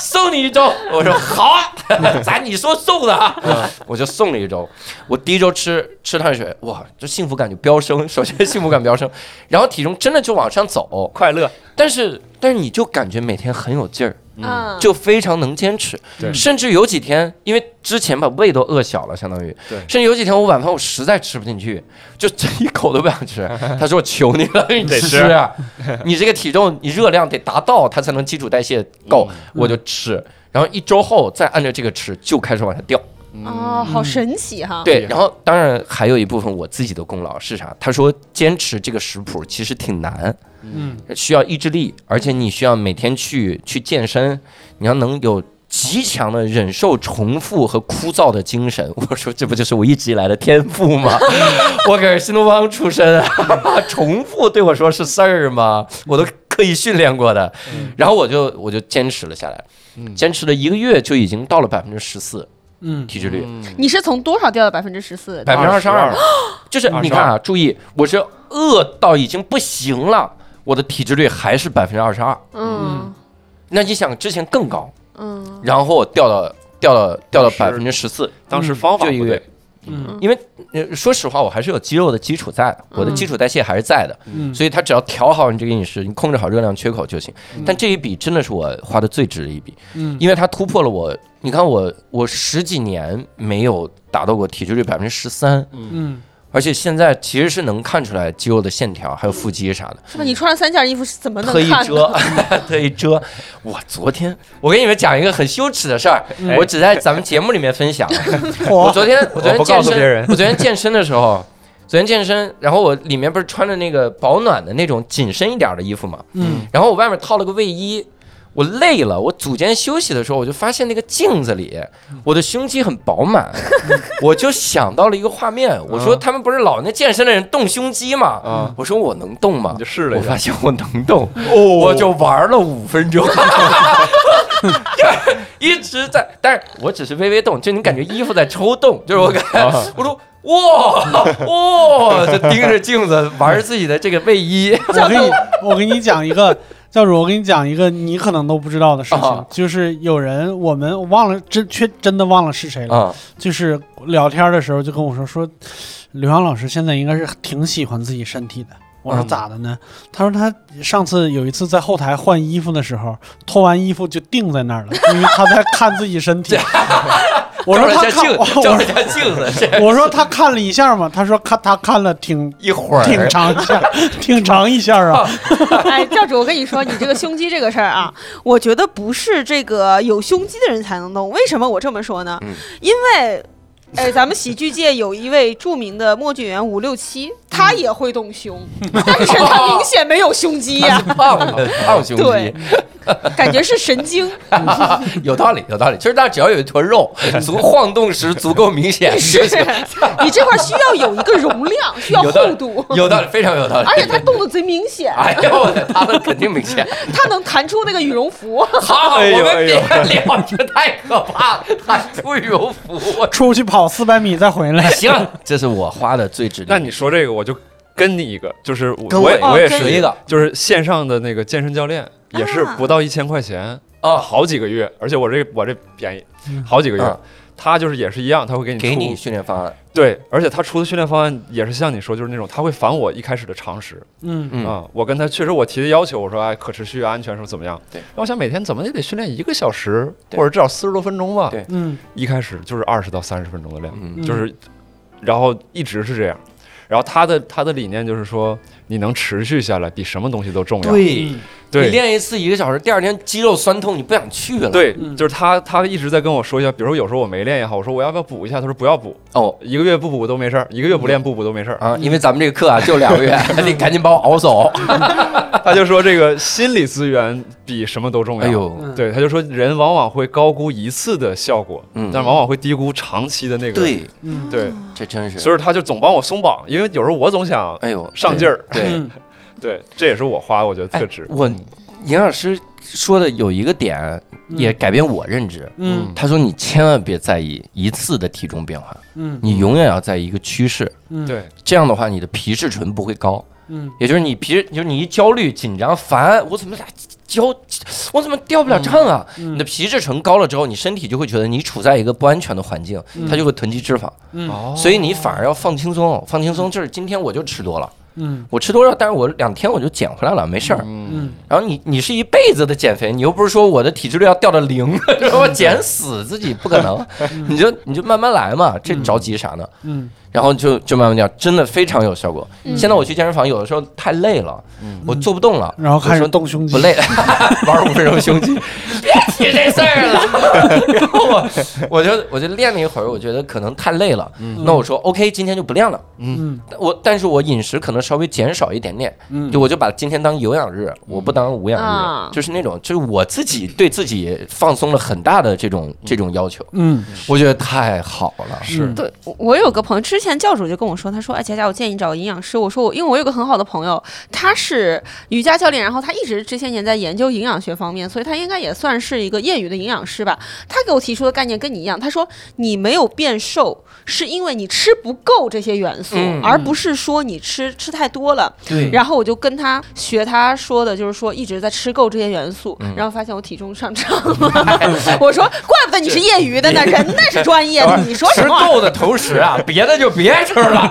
Speaker 1: 送你一周。我说好啊，咱你说送的
Speaker 2: 嗯
Speaker 1: 啊， *laughs* 我就送了一周。我第一周吃吃碳水，哇，这幸福感就飙升。首先幸福感飙升，然后体重真的就往上走，快乐。但是但是你就感觉每天很有劲儿，
Speaker 5: 嗯
Speaker 1: 就非常能坚持。
Speaker 6: 对
Speaker 1: 甚至有几天，因为之前把胃都饿小了，相当于，
Speaker 6: 对
Speaker 1: 甚至有几天我晚饭我实在吃不进去，就这一口都不想
Speaker 6: *laughs*
Speaker 1: 吃。他说我求你了，你
Speaker 6: 得
Speaker 1: 吃啊， *laughs* 你这个体重你热量得达到，它才能基础代谢够，
Speaker 6: 嗯
Speaker 1: 我就吃。然后一周后再按照这个吃，就开始往下掉。
Speaker 5: 哦，好神奇哈！
Speaker 1: 嗯对
Speaker 6: 嗯厉，害
Speaker 1: 然后当然还有一部分我自己的功劳是啥？他说坚持这个食谱其实挺难，
Speaker 2: 嗯
Speaker 1: 需要意志力，而且你需要每天去去健身，你要能有极强的忍受重复和枯燥的精神。 *laughs* 我说这不就是我一直以来的天赋吗？ *laughs* 我可是新东方出身啊， *laughs* 重复对我说是事儿吗？我都刻意训练过的，然后我就我就坚持了下来，坚持了一个月就已经到了百分之十四
Speaker 2: 嗯
Speaker 1: 体脂率。
Speaker 5: 你是从多少掉到百分之十四？
Speaker 1: 百分之二十二，就是
Speaker 6: 22
Speaker 1: 你看啊，注意，我是饿到已经不行了，我的体脂率还是百分之二十二。
Speaker 5: 嗯
Speaker 1: 那你想之前更高，
Speaker 5: 嗯
Speaker 1: 然后掉到掉到掉到百
Speaker 6: 当时
Speaker 1: 分之十四，
Speaker 6: 当时方法
Speaker 1: 就一
Speaker 6: 不
Speaker 1: 个
Speaker 6: 对
Speaker 1: 月，。
Speaker 2: 嗯
Speaker 1: 因为呃说实话，我还是有肌肉的基础在的，我的
Speaker 5: 嗯
Speaker 1: 基础代谢还是在的，
Speaker 2: 嗯，
Speaker 1: 所以它只要调好你这个饮食，你控制好热量缺口就行。但这一笔真的是我花的最值的一笔，
Speaker 2: 嗯
Speaker 1: 因为它突破了我。你看我，我十几年没有达到过体脂率百分之十三，
Speaker 2: 嗯
Speaker 1: 而且现在其实是能看出来肌肉的线条，还有腹肌啥的。
Speaker 5: 是吧？你穿了三件衣服是怎么能
Speaker 1: 特意
Speaker 5: 看
Speaker 1: 遮
Speaker 5: 的？，
Speaker 1: *laughs* 特意遮。我昨天，我跟你们讲一个很羞耻的事儿，
Speaker 6: 嗯
Speaker 1: 我只在咱们节目里面分
Speaker 6: *laughs*
Speaker 1: 享。
Speaker 2: 嗯
Speaker 1: 我昨天，我昨
Speaker 6: 哦
Speaker 1: 天
Speaker 6: 我不告
Speaker 1: 健
Speaker 6: 诉别
Speaker 1: 身
Speaker 6: 人，
Speaker 1: 我昨天健身的时候，昨天健身，然后我里面不是穿着那个保暖的那种紧身一点儿的衣服嘛，
Speaker 2: 嗯
Speaker 1: 然后我外面套了个卫衣。我累了，我组间休息的时候，我就发现那个镜子里，我的胸肌很饱
Speaker 6: *laughs*
Speaker 1: 满，我就想到了一个画面，我说
Speaker 6: 嗯
Speaker 1: 他们不是老那健身的人动胸肌嘛
Speaker 6: 嗯，
Speaker 1: 我说我能动吗
Speaker 6: 你就？试了
Speaker 1: 啊我
Speaker 6: 一
Speaker 1: 发
Speaker 6: 下，
Speaker 1: 现我能动，
Speaker 6: 哦，
Speaker 1: 我就玩了五分
Speaker 2: *laughs*
Speaker 1: 钟，一直在，但是我只是微微动，就你感觉衣服在抽动，
Speaker 2: 嗯
Speaker 1: 就是我感觉，
Speaker 2: 啊
Speaker 1: 我说哇哇，就盯着镜子玩自己的这个卫衣，
Speaker 2: 我给你，我给你讲一个。教主，我给你讲一个你可能都不知道的事情
Speaker 1: 啊，
Speaker 2: 就是有人我们我忘了，真确真的忘了是谁了，
Speaker 1: 啊，
Speaker 2: 就是聊天的时候就跟我说说，刘洋老师现在应该是挺喜欢自己身体的。我说
Speaker 1: 嗯
Speaker 2: 咋的呢？他说他上次有一次在后台换衣服的时候，脱完衣服就定
Speaker 1: *laughs*
Speaker 2: 在那儿了，因为他在看自己身体。我
Speaker 1: 照了
Speaker 2: 说他
Speaker 1: 下
Speaker 2: 看，
Speaker 1: 镜，
Speaker 2: 我
Speaker 1: 照
Speaker 2: 我
Speaker 1: 了下镜子，这
Speaker 2: 我说他看了一下嘛，他说看他看了挺
Speaker 1: 一会儿啊
Speaker 2: 挺长一下， *laughs* 挺长一下
Speaker 1: 哦
Speaker 2: 啊。
Speaker 5: *laughs* 哎，教主，我跟你说，你这个胸肌这个事儿啊，
Speaker 1: 嗯
Speaker 5: 我觉得不是这个有胸肌的人才能动。为什么我这么说呢？
Speaker 1: 嗯
Speaker 5: 因为。哎，咱们喜剧界有一位著名的默剧演员五六七，他
Speaker 1: 嗯
Speaker 5: 也会动胸，但是他明显没有胸肌
Speaker 1: *laughs*
Speaker 5: 呀、
Speaker 1: 胖的胖胸
Speaker 5: 对
Speaker 1: 肌，
Speaker 5: 感觉是神
Speaker 1: *laughs*
Speaker 5: 经。
Speaker 1: 有道理有道理，就是他只要有一坨肉，
Speaker 2: *laughs*
Speaker 1: 足晃动时足够明显 *laughs* 就是行，
Speaker 5: 你这块需要有一个容量，需要
Speaker 1: 有道理
Speaker 5: 厚度，
Speaker 1: 有道理，非常有道理。
Speaker 5: 而且他动的贼明显，
Speaker 1: 哎呦我的，他们肯定明显。
Speaker 5: 他能弹出那个羽
Speaker 1: *laughs*
Speaker 5: 绒服。
Speaker 1: 好，
Speaker 6: 哎
Speaker 1: 我
Speaker 6: 呦
Speaker 1: 们别聊，这太可怕了，喊出羽绒服。我
Speaker 2: 出去跑四百米再回来，
Speaker 1: 哎行，这是我花的最值得。
Speaker 6: 那你说这个，我就跟你一个，就是我
Speaker 1: 跟
Speaker 6: 我也
Speaker 1: 我
Speaker 6: 我也
Speaker 5: 哦跟
Speaker 6: 是
Speaker 1: 你一个
Speaker 6: 就是线上的那个健身教练，也是
Speaker 5: 啊
Speaker 6: 不到一千块钱，
Speaker 1: 啊
Speaker 6: 好几个月，而且我这我这便宜
Speaker 2: 嗯
Speaker 6: 好几个月
Speaker 1: 嗯。
Speaker 6: 他就是也是一样，他会给你
Speaker 1: 给
Speaker 6: 出
Speaker 1: 你训练方案，
Speaker 6: 对，而且他出的训练方案也是像你说，就是那种他会反我一开始的常识
Speaker 2: 嗯
Speaker 1: 嗯
Speaker 6: 啊、我跟他确实我提的要求，我说哎可持续啊、安全说怎么样？
Speaker 1: 对
Speaker 6: 那我想每天怎么也得训练一个小时，
Speaker 1: 对
Speaker 6: 或者至少四十多分钟吧。
Speaker 1: 对
Speaker 2: 嗯
Speaker 6: 一开始就是二十到三十分钟的量，
Speaker 1: 嗯
Speaker 2: 嗯
Speaker 6: 就是，然后一直是这样。然后他的他的理念就是说，你能持续下来比什么东西都重要。
Speaker 1: 嗯对，你
Speaker 6: 对
Speaker 1: 练一次一个小时，第二天肌肉酸痛，你不想去了。，
Speaker 6: 对
Speaker 2: 嗯
Speaker 6: 就是他他一直在跟我说一下，比如说有时候我没练也好，我说我要不要补一下？他说不要补，
Speaker 1: 哦
Speaker 6: 一个月不补都没事儿，一个月不练不补都没事儿。
Speaker 1: 啊，因为咱们这个课啊就两个 *laughs* 月，你赶紧把我熬走。
Speaker 6: 他就说这个心理资源比什么都重要。
Speaker 1: 哎，呦，
Speaker 2: 嗯，
Speaker 6: 对，他就说人往往会高估一次的效果，
Speaker 1: 嗯
Speaker 6: 但往往会低估长期的那个。
Speaker 1: 对，
Speaker 2: 嗯
Speaker 6: 对，
Speaker 1: 这真是，
Speaker 6: 所以他就总帮我松绑，因为有时候我总想
Speaker 1: 哎呦，
Speaker 6: 上劲儿。
Speaker 1: *laughs* 对。哎
Speaker 2: 嗯
Speaker 6: 对，这也是我花，我觉得特值。
Speaker 1: 我营养师说的有一个点也改变我认知，
Speaker 2: 嗯
Speaker 1: 他说你千万别在意一次的体重变化，
Speaker 2: 嗯
Speaker 1: 你永远要在意一个趋势。
Speaker 2: 嗯
Speaker 6: 对，
Speaker 1: 这样的话，你的皮质醇不会高，
Speaker 2: 嗯
Speaker 1: 也就是你皮，就是你一焦虑、紧张、烦，我怎么俩焦，我怎么掉不了秤啊？
Speaker 2: 嗯
Speaker 1: 你的皮质醇高了之后，你身体就会觉得你处在一个不安全的环境，
Speaker 2: 嗯
Speaker 1: 它就会囤积脂肪，
Speaker 2: 嗯
Speaker 6: 哦
Speaker 1: 所以你反而要放轻松，放轻松就是今天我就吃多了，
Speaker 2: 嗯
Speaker 1: 我吃多了，但是我两天我就减回来了，没事儿。
Speaker 6: 嗯，
Speaker 2: 嗯
Speaker 1: 然后你你是一辈子的减肥，你又不是说我的体脂率要掉到零， *laughs* 然后减死自己不可能，你就你就慢慢来嘛，这着急啥呢？
Speaker 2: 嗯
Speaker 1: 然后就就慢慢掉，真的非常有效果。
Speaker 5: 嗯
Speaker 1: 现在我去健身房，有的时候太累了，
Speaker 2: 嗯
Speaker 1: 我做不动了，
Speaker 2: 然后开
Speaker 1: 我
Speaker 2: 始
Speaker 1: 说
Speaker 2: 动胸肌，
Speaker 1: 不累， *laughs* 玩五分钟胸肌，别提这事儿了。然后我我就我就练了一会儿，我觉得可能太累了，那我说 OK，今天就不练了。
Speaker 2: 嗯
Speaker 1: 我但是我饮食可能稍微减少一点点，
Speaker 2: 嗯
Speaker 1: 就我就把今天当有氧日，我不当无氧日，
Speaker 5: 啊
Speaker 1: 就是那种，就是我自己对自己放松了很大的这种这种要求，
Speaker 2: 嗯
Speaker 1: 我觉得太好了。
Speaker 2: 是
Speaker 5: 对，我我有个朋友，之前教主就跟我说，他说：“哎，佳佳，我建议你找营养师。”我说我：“因为我有个很好的朋友，他是瑜伽教练，然后他一直这些年在研究营养学方面，所以他应该也算是一个业余的营养师吧。”他给我提出的概念跟你一样，他说：“你没有变瘦，是因为你吃不够这些元素，
Speaker 1: 嗯
Speaker 5: 而不是说你吃吃太多了。”
Speaker 1: 对
Speaker 5: 然后我就跟他学他说的，就是说一直在吃够这些元素，
Speaker 1: 嗯
Speaker 5: 然后发现我体重上涨
Speaker 1: *laughs*
Speaker 5: 了。我说：“怪不得你是业余的呢，人那是专业的，你说什
Speaker 1: 吃
Speaker 5: 么玩意儿？”
Speaker 1: 够的同时啊，别的就别吃了。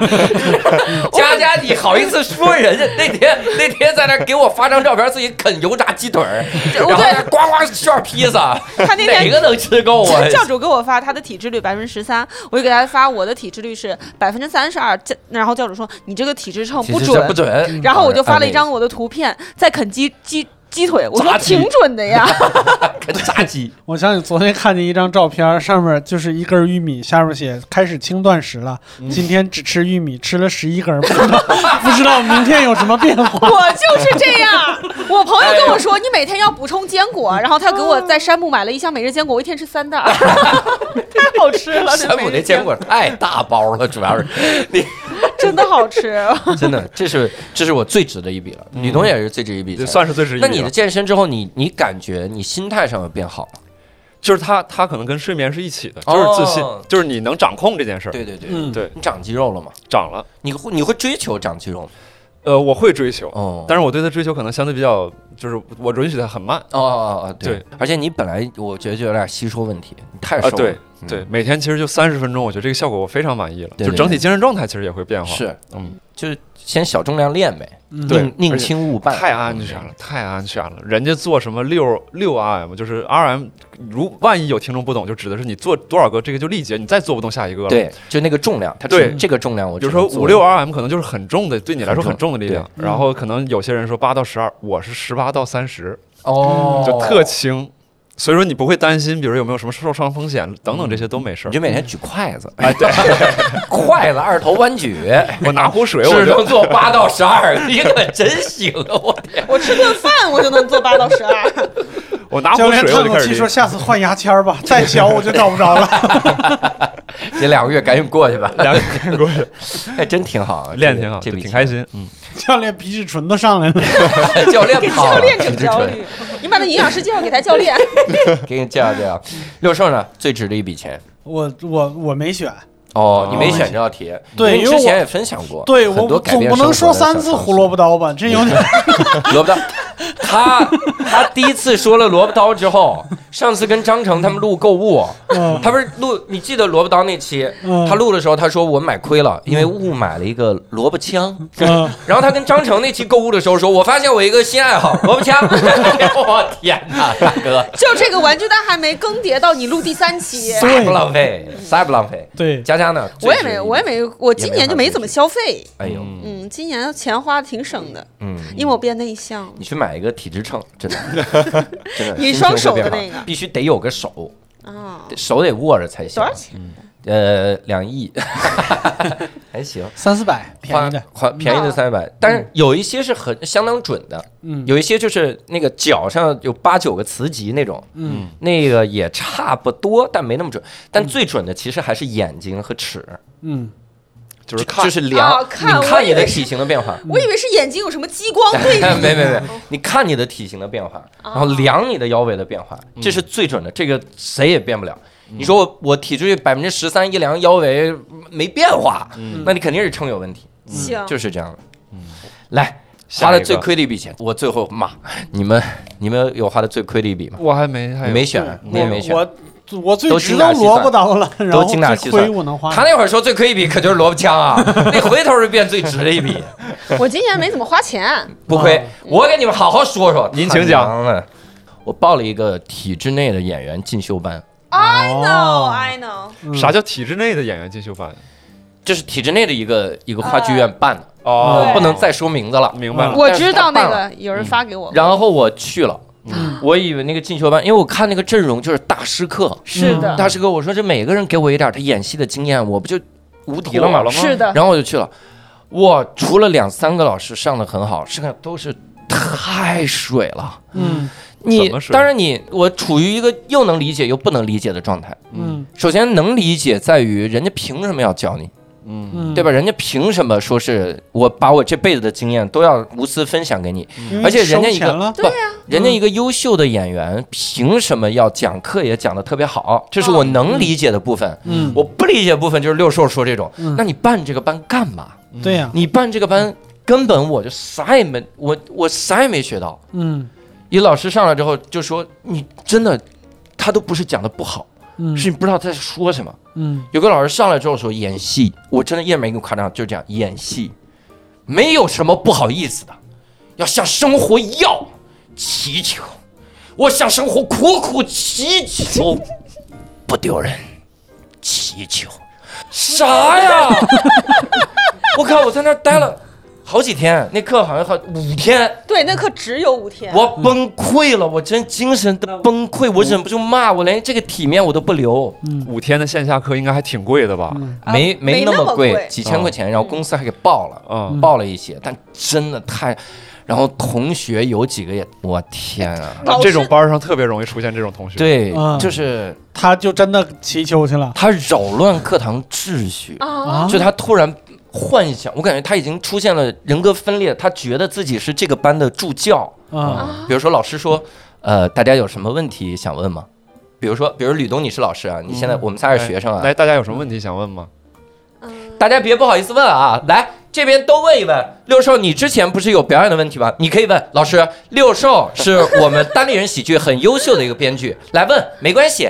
Speaker 1: 佳佳，你好意思说人家那天那天在那给我发张照片，自己啃油炸鸡腿儿，然后
Speaker 5: 对
Speaker 1: 在那呱呱炫披萨，
Speaker 5: 他那
Speaker 1: 哪
Speaker 5: 天
Speaker 1: 个能吃够啊？
Speaker 5: 教主给我发他的体脂率百分之十三，我就给他发我的体脂率是百分之三十二，这然后教主说你这个体脂秤
Speaker 1: 其
Speaker 5: 不
Speaker 1: 实是
Speaker 5: 准
Speaker 1: 不，准。啊
Speaker 5: 然后我就发了一张我的图片，在啃鸡鸡鸡腿，我说
Speaker 1: 炸鸡
Speaker 5: 挺准的呀， *laughs*
Speaker 1: 啃炸鸡，
Speaker 2: 我想起昨天看见一张照片，上面就是一根玉米，下面写开始轻断食了，
Speaker 1: 嗯
Speaker 2: 今天只吃玉米，吃了十一根，不知道不知道明天有什么变
Speaker 1: *laughs*
Speaker 2: 化。
Speaker 5: 我就是这样。我朋友跟我说你每天要补充坚果，然后他给我在山姆买了一箱每日坚果，我一天吃三袋儿， *laughs* 太好吃了，
Speaker 1: 山姆
Speaker 5: 每
Speaker 1: 那
Speaker 5: 日
Speaker 1: 坚果太大包了，主要
Speaker 5: *laughs*
Speaker 1: 是。
Speaker 5: 真的好吃。 *laughs*
Speaker 1: 真的，这是这是我最值的一笔了。吕东也是最值一笔
Speaker 6: 这
Speaker 1: 钱，
Speaker 6: 算是最值一
Speaker 1: 那你
Speaker 6: 笔
Speaker 1: 的
Speaker 6: 了。
Speaker 1: 健身之后，你你感觉你心态上有变好了？
Speaker 6: 就是他，他可能跟睡眠是一起的，就
Speaker 1: 哦
Speaker 6: 是自信，就是你能掌控这件事儿，
Speaker 1: 对对对，
Speaker 2: 嗯，
Speaker 6: 对
Speaker 1: 你长肌肉了吗？
Speaker 6: 长了。
Speaker 1: 你会你会追求长肌肉吗？
Speaker 6: 呃，我会追求，
Speaker 1: 哦，
Speaker 6: 但是我对他追求可能相对比较，就是我允许他很慢
Speaker 1: 哦哦哦，对
Speaker 6: 对，
Speaker 1: 而且你本来我觉得就有点吸收问题，你太
Speaker 6: 啊。
Speaker 1: 瘦了
Speaker 6: 对，对，每天其实就三十分钟，我觉得这个效果我非常满意了，
Speaker 1: 嗯对
Speaker 6: 就
Speaker 1: 对
Speaker 6: 整体
Speaker 1: 对
Speaker 6: 精神状态其实也会变化。，
Speaker 1: 是
Speaker 6: 嗯，
Speaker 1: 就是先小重量练呗，
Speaker 2: 嗯
Speaker 6: 对
Speaker 1: 宁宁
Speaker 6: 而且
Speaker 1: 轻勿拌，
Speaker 6: 太安全了，太安全了。人家做什么六六 RM，就是 RM，如万一有听众不懂，就指的是你做多少个，这个就力竭，你再做不动下一个了。，
Speaker 1: 对，就那个重量，它
Speaker 6: 对
Speaker 1: 只这个重量我
Speaker 6: 比
Speaker 1: 只
Speaker 6: 如
Speaker 1: 能
Speaker 6: 说
Speaker 1: 做，
Speaker 6: 五六 RM 可能就是很重的，对你来说很
Speaker 1: 很重嗯
Speaker 6: 重的力量。
Speaker 2: 对
Speaker 6: 然后可能有些人说八到十二，我是十八到三十，
Speaker 1: 哦，
Speaker 6: 就特轻，所以说你不会担心，比如有没有什么受伤风险等等这些都没事
Speaker 1: 嗯你
Speaker 6: 儿
Speaker 1: 就。每天举筷子，哎，对， *laughs* 筷子二头弯举，
Speaker 6: 我拿壶水，我
Speaker 1: 只
Speaker 6: 就
Speaker 1: 能做八到十二， *laughs* 你可真行啊！我天，
Speaker 5: 我吃顿饭我就能做八到十二，
Speaker 6: 我拿
Speaker 2: 教
Speaker 6: 壶
Speaker 2: 练
Speaker 6: 水我
Speaker 2: 叹
Speaker 6: 就
Speaker 2: 口
Speaker 6: 开始
Speaker 2: 气 *laughs* 说：“
Speaker 6: 拎。
Speaker 2: 下次换牙签儿吧，再小我就找不着了。 *laughs*
Speaker 1: 这两个月赶紧过去吧，
Speaker 6: *laughs* 两个过去
Speaker 1: 哎，真挺好啊，
Speaker 6: 练
Speaker 1: 这
Speaker 6: 挺
Speaker 1: 个
Speaker 6: 好，
Speaker 1: 这笔
Speaker 6: 挺开心。嗯，”
Speaker 2: 教练皮质醇都上来了。
Speaker 1: 心。 *laughs* 教练
Speaker 5: 给 *laughs*
Speaker 1: 跑了
Speaker 5: 教练整焦虑。你把那营养师介绍给他教练，
Speaker 1: 给你介绍介绍。六兽呢，最值的一笔钱
Speaker 2: 我我我没选，
Speaker 1: 哦，你没选这道题，
Speaker 2: 对
Speaker 1: 因
Speaker 2: 因
Speaker 1: 为
Speaker 2: 为
Speaker 1: 你
Speaker 2: 我
Speaker 1: 之前也分享过，
Speaker 2: 对
Speaker 1: 很
Speaker 2: 我
Speaker 1: 多改
Speaker 2: 总
Speaker 1: 变
Speaker 2: 不能
Speaker 1: 生活的
Speaker 2: 说
Speaker 1: 小
Speaker 2: 三
Speaker 1: *laughs*
Speaker 2: 次
Speaker 1: 常识
Speaker 2: 胡萝卜刀吧，这有点
Speaker 1: 萝卜刀，他他第一次说了萝卜刀之后，上次跟张成他们录购物，
Speaker 2: 嗯
Speaker 1: 他不是录你记得萝卜刀那期，
Speaker 2: 嗯
Speaker 1: 他录的时候他说我买亏了，因为误买了一个萝卜枪。
Speaker 2: 嗯
Speaker 1: 然后他跟张成那期购物的时候说，我发现我一个新爱好 *laughs* 萝卜枪。我天哪，大哥， *laughs*
Speaker 5: 就这个玩具蛋还没更迭到你录第三期，
Speaker 2: 对
Speaker 1: 不浪费，啥也不浪费。
Speaker 2: 对，
Speaker 1: 佳佳呢？
Speaker 5: 我也没，我也。没，我今年就没怎么消费。
Speaker 1: 哎呦，
Speaker 6: 嗯，
Speaker 5: 嗯，今年钱花的挺省的，
Speaker 1: 嗯，
Speaker 5: 因为我变内向了
Speaker 1: 你去买一个体脂秤，真
Speaker 2: *laughs*
Speaker 1: 的，真的，
Speaker 5: 你双手的
Speaker 1: 心情会变
Speaker 5: 那
Speaker 1: 好
Speaker 5: 个
Speaker 1: 必须得有个手，
Speaker 5: 啊。
Speaker 1: 得手得握着才行
Speaker 5: 多。少钱？
Speaker 1: 呃，两
Speaker 5: *laughs*
Speaker 1: 亿，还行，
Speaker 2: 三四百便宜的，
Speaker 1: 花花
Speaker 5: 嗯
Speaker 1: 便宜的三百，但是有一些是很相当准的，
Speaker 2: 嗯
Speaker 1: 有一些就是那个脚上有八九个磁极那种，
Speaker 2: 嗯，
Speaker 1: 那个也差不多，但没那么准。但最准的其实还是眼睛和齿，
Speaker 2: 嗯，
Speaker 6: 就是
Speaker 1: 就
Speaker 6: 看
Speaker 1: 是量，
Speaker 5: 哦看
Speaker 1: 你
Speaker 5: 我
Speaker 1: 看
Speaker 5: 以
Speaker 1: 你的
Speaker 5: 为
Speaker 1: 体型的变化。
Speaker 5: 我以为是眼睛有什么激光哦对哦
Speaker 1: *laughs*
Speaker 5: 比，
Speaker 1: 没没没，你看你的体型的变化，然后量你的腰围的变化，
Speaker 6: 嗯
Speaker 1: 这是最准的，这个谁也变不了。你说我我体重百分之十三一量腰围没变化，
Speaker 6: 嗯
Speaker 1: 那你肯定是秤有问题，嗯
Speaker 5: 嗯行，
Speaker 1: 就是这样的。来，
Speaker 6: 下
Speaker 1: 花
Speaker 6: 一
Speaker 1: 的
Speaker 6: 个
Speaker 1: 最亏的一笔钱，我最后骂你们，你们有花的最亏的一笔吗？
Speaker 6: 哎我还没还
Speaker 1: 你
Speaker 6: 有
Speaker 1: 没选，你也没选。
Speaker 2: 嗯我我最
Speaker 1: 都
Speaker 2: 知
Speaker 1: 精
Speaker 2: 道
Speaker 1: 打细
Speaker 2: 萝卜
Speaker 1: 算
Speaker 2: 刀了，然后
Speaker 1: 精打细
Speaker 2: 最亏
Speaker 1: 算
Speaker 2: 我能花，
Speaker 1: 他那会儿说最亏一笔可就是萝卜枪
Speaker 6: *laughs*
Speaker 1: 啊，那回头就变最值的一笔，
Speaker 5: *laughs* 我今年没怎么花钱，
Speaker 1: 不
Speaker 2: 哇
Speaker 1: 亏。
Speaker 5: 嗯
Speaker 1: 我给你们好好说说，
Speaker 6: 您请讲
Speaker 1: 太娘了。我报了一个体制内的演员进修班，
Speaker 5: I know,
Speaker 2: 哦
Speaker 5: I know。
Speaker 2: 嗯
Speaker 6: 啥叫体制内的演员进修班？
Speaker 1: 这是体制内的一个一个话剧院办的，
Speaker 5: 啊
Speaker 6: 哦
Speaker 5: 对嗯
Speaker 1: 不能再说名字了。
Speaker 6: 嗯明白了。
Speaker 5: 我知道那
Speaker 1: 嗯但是他办嗯
Speaker 5: 个，有人发给我，
Speaker 1: 然后我去了，
Speaker 5: 嗯
Speaker 1: 我以为那个进修班，因为我看那个阵容就是大师课，嗯
Speaker 5: 是的，
Speaker 1: 大师课，我说这每个人给我一点他演戏的经验，我不就无敌了
Speaker 6: 妥
Speaker 1: 吗
Speaker 6: 了？吗
Speaker 5: 是的，
Speaker 1: 然后我就去了，我除了两三个老师上的很好，剩下都是太水了。
Speaker 2: 嗯
Speaker 1: 你
Speaker 6: 怎么水
Speaker 1: 当然你我处于一个又能理解又不能理解的状态。
Speaker 2: 嗯
Speaker 1: 首先能理解在于人家凭什么要教你，
Speaker 6: 嗯
Speaker 2: 嗯，
Speaker 1: 对吧？？人家凭什么说是我把我这辈子的经验都要无私分享给你？
Speaker 2: 嗯
Speaker 1: 而且人家一个
Speaker 2: 了，
Speaker 1: 不，人家一个优秀的演员凭什么要讲课也讲得特别好？这是我能理解的部分。
Speaker 2: 嗯，
Speaker 1: 我不理解部分就是六兽说这种，
Speaker 2: 嗯
Speaker 1: 那你办这个班干嘛？
Speaker 2: 对呀，
Speaker 1: 你办这个班根本我就啥也没，我我啥也没学到。
Speaker 2: 嗯
Speaker 1: 一老师上来之后就说你真的，他都不是讲的不好，
Speaker 2: 嗯
Speaker 1: 是你不知道他在说什么。
Speaker 2: 嗯
Speaker 1: 有个老师上来之后说演戏，我真的一点没给我夸张，就是这样演戏，没有什么不好意思的，要向生活要祈求，我向生活苦苦祈求，不丢人，祈求，啥呀？ *laughs* 我靠！我在那儿待了好几天，那课好像好五天，
Speaker 5: 对，那课只有五天，
Speaker 1: 我崩溃了，我真精神的崩溃，我忍不住骂，我连这个体面我都不留。
Speaker 6: 五天的线下课应该还挺贵的吧？
Speaker 2: 嗯
Speaker 1: 没
Speaker 5: 啊没
Speaker 1: 那
Speaker 5: 那么
Speaker 1: 贵
Speaker 5: 贵，
Speaker 1: 几千块
Speaker 2: 哦
Speaker 1: 钱，然后公司还给报了，
Speaker 6: 嗯
Speaker 1: 报了一些，但真的太，然后同学有几个也，我天啊，
Speaker 5: 老师
Speaker 6: 这种班上特别容易出现这种同学。哎
Speaker 1: 对
Speaker 2: 哎嗯，
Speaker 1: 就是
Speaker 2: 他就真的祈求去了
Speaker 1: 他扰乱课堂秩序，
Speaker 5: 啊
Speaker 2: 啊，
Speaker 1: 就他突然幻想，我感觉他已经出现了人格分裂，他觉得自己是这个班的助教，
Speaker 2: 啊
Speaker 5: 啊
Speaker 1: 比如说老师说，呃，大家有什么问题想问吗？比如说，比如吕东，你是老师啊，你现
Speaker 2: 嗯
Speaker 1: 在我们仨
Speaker 6: 哎
Speaker 1: 是学生啊，
Speaker 6: 来，大家有什么问题想问吗？
Speaker 5: 嗯
Speaker 1: 大家别不好意思问啊，来这边都问一问。六兽，你之前不是有表演的问题吗？你可以问老师。六兽是我们单立人喜剧很优秀的一个编剧，来问没关系，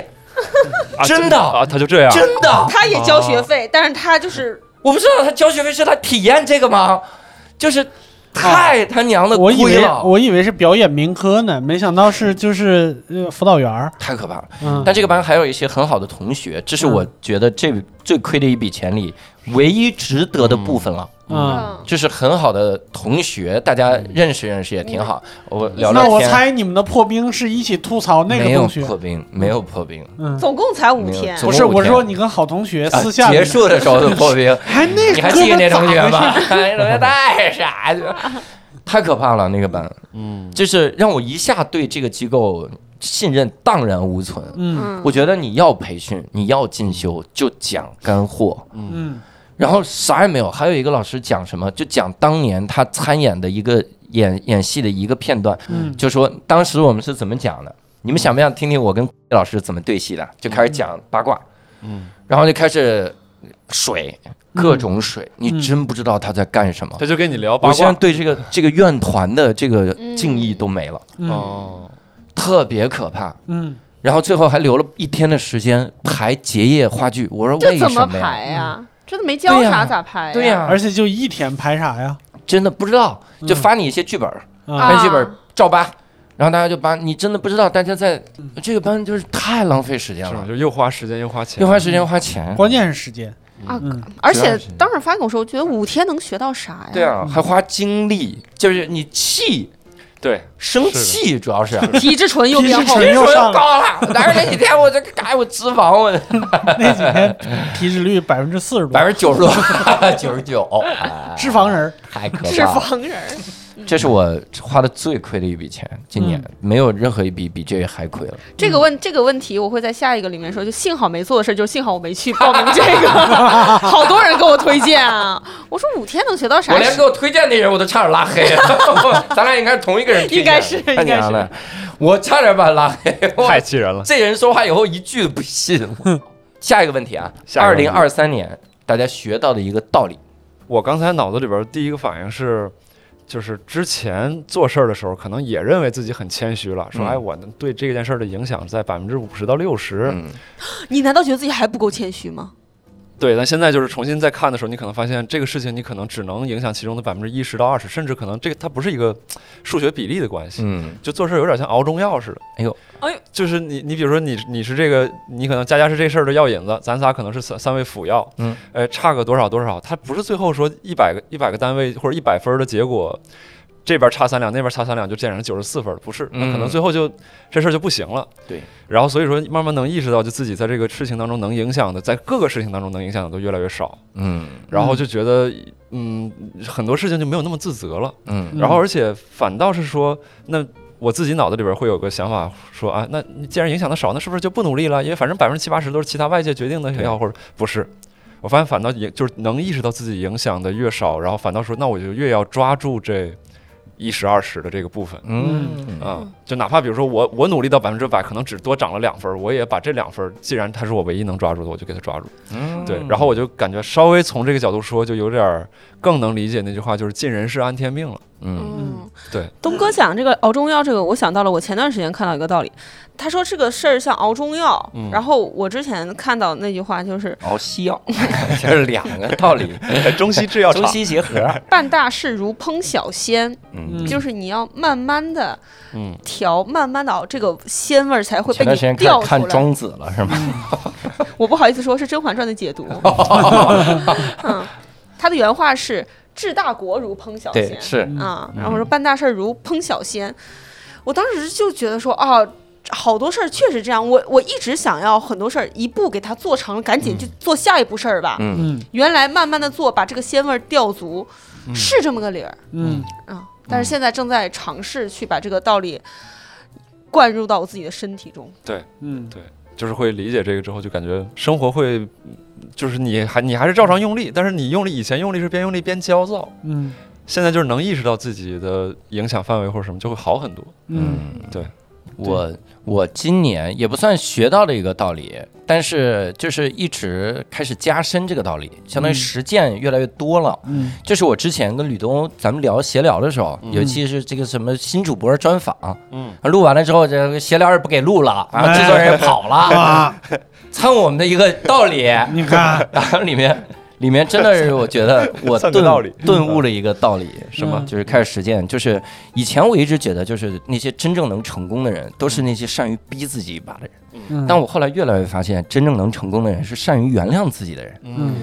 Speaker 6: 啊
Speaker 1: 真的
Speaker 6: 啊，他就这样。
Speaker 1: 真的，
Speaker 5: 他也交学
Speaker 1: 哦
Speaker 5: 费，但是他就是
Speaker 1: 我不知道他交学费是他体验这个吗？就是太他娘的
Speaker 2: 啊我以
Speaker 1: 亏
Speaker 2: 为
Speaker 1: 了，
Speaker 2: 我以为是表演民科呢，没想到是就是呃辅导员儿，
Speaker 1: 太可怕了。
Speaker 2: 嗯
Speaker 1: 但这个班还有一些很好的同学，这是我觉得这最亏的一笔钱里唯一值得的部分了。
Speaker 2: 嗯，
Speaker 5: 嗯，
Speaker 1: 就是很好的同学，大家认识认识也挺好。我聊聊
Speaker 2: 那
Speaker 1: 天。啊
Speaker 2: 我猜你们的破冰是一起吐槽那
Speaker 1: 没
Speaker 2: 个
Speaker 1: 有
Speaker 2: 同学，
Speaker 1: 破冰，没有破冰。
Speaker 2: 嗯，
Speaker 5: 总共才五
Speaker 1: 没有
Speaker 5: 天，
Speaker 1: 总
Speaker 2: 不是，
Speaker 1: 共五
Speaker 2: 我
Speaker 1: 天
Speaker 2: 说你跟好同学
Speaker 1: 啊
Speaker 2: 私下
Speaker 1: 结
Speaker 2: 里
Speaker 1: 束的时候就破冰，
Speaker 2: 还那
Speaker 1: 你还
Speaker 2: 哥
Speaker 1: 记得
Speaker 2: 们
Speaker 1: 那
Speaker 2: 儿咋
Speaker 1: 同学
Speaker 2: 回事
Speaker 1: 吗？哎那同学太傻了，太可怕了那个班，
Speaker 6: 嗯，
Speaker 1: 就是让我一下对这个机构信任荡然无存。
Speaker 2: 嗯
Speaker 5: 嗯，
Speaker 1: 我觉得你要培训，你要进修，就讲干货，
Speaker 2: 嗯
Speaker 1: 然后啥也没有。还有一个老师讲什么，就讲当年他参演的一个演演戏的一个片段，
Speaker 2: 嗯
Speaker 1: 就说当时我们是怎么讲的，你们想 *laughs* 不想听听我跟老师怎么对戏的？就开始讲八卦，
Speaker 6: 嗯，
Speaker 1: 然后就开始水，各种水，
Speaker 2: 嗯
Speaker 1: 你真不知道他在干什么。
Speaker 6: 他就跟你聊八
Speaker 1: 我现在
Speaker 6: 卦。
Speaker 1: 对这个这个院团的这个敬意都没了，
Speaker 2: 嗯
Speaker 6: 哦，
Speaker 1: 特别可怕。
Speaker 2: 嗯，
Speaker 1: 然后最后还留了一天的时间排结业话剧，我说
Speaker 5: 这
Speaker 1: 为
Speaker 5: 怎么
Speaker 1: 什么呀？
Speaker 5: 排呀？这都没教
Speaker 1: 对
Speaker 5: 啥
Speaker 1: 呀
Speaker 5: 咋排呀？
Speaker 1: 对呀、
Speaker 2: 而且就一天拍啥呀？
Speaker 1: 真的不知道，就
Speaker 2: 嗯
Speaker 1: 发你一些剧本，
Speaker 2: 啊，
Speaker 5: 啊，
Speaker 1: 班剧本照搬，然后大家就搬。你真的不知道，大家在
Speaker 2: 嗯
Speaker 1: 这个班就是太浪费时间
Speaker 6: 是吗？
Speaker 1: 了，
Speaker 6: 就又花时间又花钱，
Speaker 1: 又花时间又花钱。
Speaker 2: 关键是时间。
Speaker 5: 啊
Speaker 2: 嗯，
Speaker 5: 而
Speaker 1: 主要
Speaker 5: 且
Speaker 1: 是
Speaker 5: 当时发给我说，我觉得五天能学到啥呀？
Speaker 1: 对啊，还花精力，就是你气
Speaker 6: 对，
Speaker 1: 生气，主要是。 *laughs*
Speaker 5: 皮质醇又
Speaker 2: 皮质
Speaker 5: 变厚
Speaker 2: 醇
Speaker 5: 了，
Speaker 1: 皮质
Speaker 2: 又
Speaker 1: 醇
Speaker 2: 上了
Speaker 1: 高了，但是那几天我这改我脂肪，我
Speaker 2: 那几天体脂率百分之四十
Speaker 1: *laughs*
Speaker 2: 多
Speaker 1: 百，分之九十多， *laughs* 九十 *laughs* 九，哎
Speaker 2: 脂肪人儿。
Speaker 1: 太可
Speaker 5: *laughs* 脂
Speaker 1: 怕了。
Speaker 5: 肪人儿。
Speaker 1: 这是我花的最亏的一笔钱，今年
Speaker 2: 嗯
Speaker 1: 没有任何一笔比这个还亏了。
Speaker 5: 这个
Speaker 1: 嗯
Speaker 5: 问这个问题，我会在下一个里面说。就幸好没做的事，就是幸好我没去报名这
Speaker 1: *laughs*
Speaker 5: 个。好多人给我推荐啊，我说五天能学到啥
Speaker 1: 我？连给我推荐那人我都差点拉黑 *laughs* 了，咱俩应该是同一个人推荐的，
Speaker 5: 应该是
Speaker 1: 太娘了，我差点把他拉黑。我
Speaker 6: 太气人了。
Speaker 1: 这人说话以后一句都不信。下一个问题啊，
Speaker 6: 下
Speaker 1: 二
Speaker 6: 一
Speaker 1: 零
Speaker 6: 个
Speaker 1: 二三年大家学到的一个道理，
Speaker 6: 我刚才脑子里边第一个反应是，就是之前做事儿的时候，可能也认为自己很谦虚了，说
Speaker 1: 嗯
Speaker 6: 哎，我能对这件事儿的影响在百分之五十到六十。
Speaker 1: 嗯，
Speaker 5: 你难道觉得自己还不够谦虚吗？
Speaker 6: 对，但现在就是重新再看的时候，你可能发现这个事情，你可能只能影响其中的百分之一十到二十，甚至可能这个它不是一个数学比例的关系。
Speaker 1: 嗯，
Speaker 6: 就做事儿有点像熬中药似的。
Speaker 1: 哎呦，
Speaker 5: 哎呦，
Speaker 6: 就是你，你比如说你，你是这个，你可能佳佳是这事儿的药引子，咱仨可能是三三味辅药，
Speaker 1: 嗯，
Speaker 6: 哎，差个多少多少，它不是最后说一百个一百个单位或者一百分儿的结果，这边差三两，那边差三两就变成九十四分儿了，不是，那可能
Speaker 1: 嗯
Speaker 6: 最后就、这事儿就不行了。
Speaker 1: 对，
Speaker 6: 然后所以说慢慢能意识到，就自己在这个事情当中能影响的，在各个事情当中能影响的都越来越少，
Speaker 1: 嗯
Speaker 6: 然后就觉得嗯很多事情就没有那么自责了。
Speaker 1: 嗯
Speaker 6: 然后而且反倒是说，那我自己脑子里边会有个想法说啊，那你既然影响的少，那是不是就不努力了？因为反正百分之七八十都是其他外界决定的也好，或者不是。我发现反倒也就是能意识到自己影响的越少，然后反倒说，那我就越要抓住这一十二十的这个部分。
Speaker 1: 嗯
Speaker 6: 啊、就哪怕比如说我我努力到百分之百，可能只多涨了两分儿，我也把这两分儿，既然它是我唯一能抓住的，我就给它抓住。
Speaker 1: 嗯
Speaker 6: 对，然后我就感觉稍微从这个角度说，就有点儿更能理解那句话，就是尽人事安天命了。 *laughs*
Speaker 1: 嗯
Speaker 5: 嗯，
Speaker 6: 对。
Speaker 5: 东哥讲这个熬中药，这个我想到了，我前段时间看到一个道理，他说这个事儿像熬中药。
Speaker 6: 嗯
Speaker 5: 然后我之前看到那句话就是
Speaker 1: 熬西药，这是两个道 *laughs* 理，
Speaker 6: 哎中西制药
Speaker 1: 中西结合，
Speaker 5: “办大事如烹小鲜”，
Speaker 2: 嗯
Speaker 5: 就是你要慢慢的
Speaker 6: 嗯，
Speaker 5: 调，慢慢的熬，这个鲜味儿才会
Speaker 1: 前
Speaker 5: 被
Speaker 1: 段时间
Speaker 5: 你
Speaker 1: 开始
Speaker 5: 调
Speaker 1: 看
Speaker 5: 出
Speaker 1: 《
Speaker 5: 来。
Speaker 1: 庄子》了是吗？
Speaker 5: 我不好意思说是《甄嬛传》的解
Speaker 1: *laughs*
Speaker 5: 读。嗯，他的原话是“治大国如烹小鲜”，
Speaker 1: 对，是，嗯
Speaker 5: 啊，然后说办大事儿如烹小鲜。我当时就觉得说啊，好多事儿确实这样。我我一直想要很多事儿一步给它做成了，赶紧就做下一步事儿吧。
Speaker 1: 嗯
Speaker 2: 嗯
Speaker 5: 原来慢慢的做，把这个鲜味儿调足，
Speaker 1: 嗯
Speaker 5: 是这么个理儿
Speaker 2: 嗯
Speaker 5: 啊。但是现在正在尝试去把这个道理灌入到我自己的身体中。
Speaker 2: 嗯
Speaker 6: 就是会理解这个之后，就感觉生活会，嗯就是你还你还是照常用力，但是你用力以前用力是边用力边焦躁，
Speaker 2: 嗯
Speaker 6: 现在就是能意识到自己的影响范围或者什么，就会好很多。
Speaker 2: 嗯，
Speaker 6: 对，
Speaker 1: 我我今年也不算学到了一个道理，但是就是一直开始加深这个道理，相当于
Speaker 2: 嗯
Speaker 1: 实践越来越多了。
Speaker 2: 嗯，
Speaker 1: 就是我之前跟吕东咱们聊闲聊的时候，有一期是这个什么新主播专访，啊
Speaker 6: 嗯，
Speaker 1: 录完了之后，这个闲聊也不给录了，然后
Speaker 2: 哎
Speaker 1: 制作人也跑
Speaker 2: *laughs*
Speaker 1: 了，
Speaker 2: 哇，
Speaker 1: 蹭我们的一个道理，
Speaker 2: 啊你看，
Speaker 1: *laughs* 然后里面里面真的是我觉
Speaker 6: *laughs*
Speaker 1: 得我
Speaker 6: 蹭
Speaker 1: 顿
Speaker 6: 个道理嗯
Speaker 1: 顿悟了一个道理，
Speaker 2: 什么
Speaker 1: 就是开始实践。就是以前我一直觉得，就是那些真正能成功的人，都是那些善于逼自己一把的人。
Speaker 2: 嗯
Speaker 1: 但我后来越来越发现，真正能成功的人是善于原谅自己的人。
Speaker 2: 嗯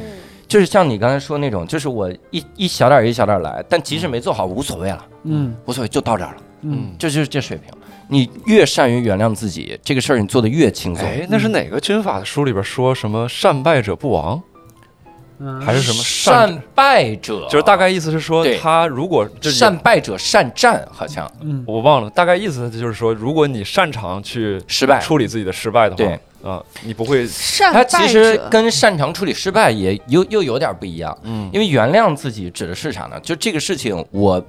Speaker 1: 就是像你刚才说那种，就是我一一小点儿一小点儿来，但即使没做好无所谓了，
Speaker 2: 嗯
Speaker 1: 无所谓就到这儿了，
Speaker 2: 嗯
Speaker 1: 这就是这水平。你越善于原谅自己，这个事儿你做的越轻松。
Speaker 6: 哎，那是哪个军法的书里边说什么善败者不亡，
Speaker 2: 嗯
Speaker 6: 还是什么善？
Speaker 1: 善败者
Speaker 6: 就是大概意思是说
Speaker 1: 对，
Speaker 6: 他如果就是
Speaker 1: 善败者善战，好像
Speaker 2: 嗯
Speaker 6: 我忘了，大概意思就是说，如果你擅长去
Speaker 1: 失败
Speaker 6: 处理自己的失败的话，
Speaker 1: 对
Speaker 6: 啊，你不会
Speaker 5: 善
Speaker 1: 它
Speaker 5: 败
Speaker 1: 其实
Speaker 5: 者，
Speaker 1: 跟擅长处理失败也又又有点不一样，
Speaker 6: 嗯
Speaker 1: 因为原谅自己指的是啥呢？就这个事情，我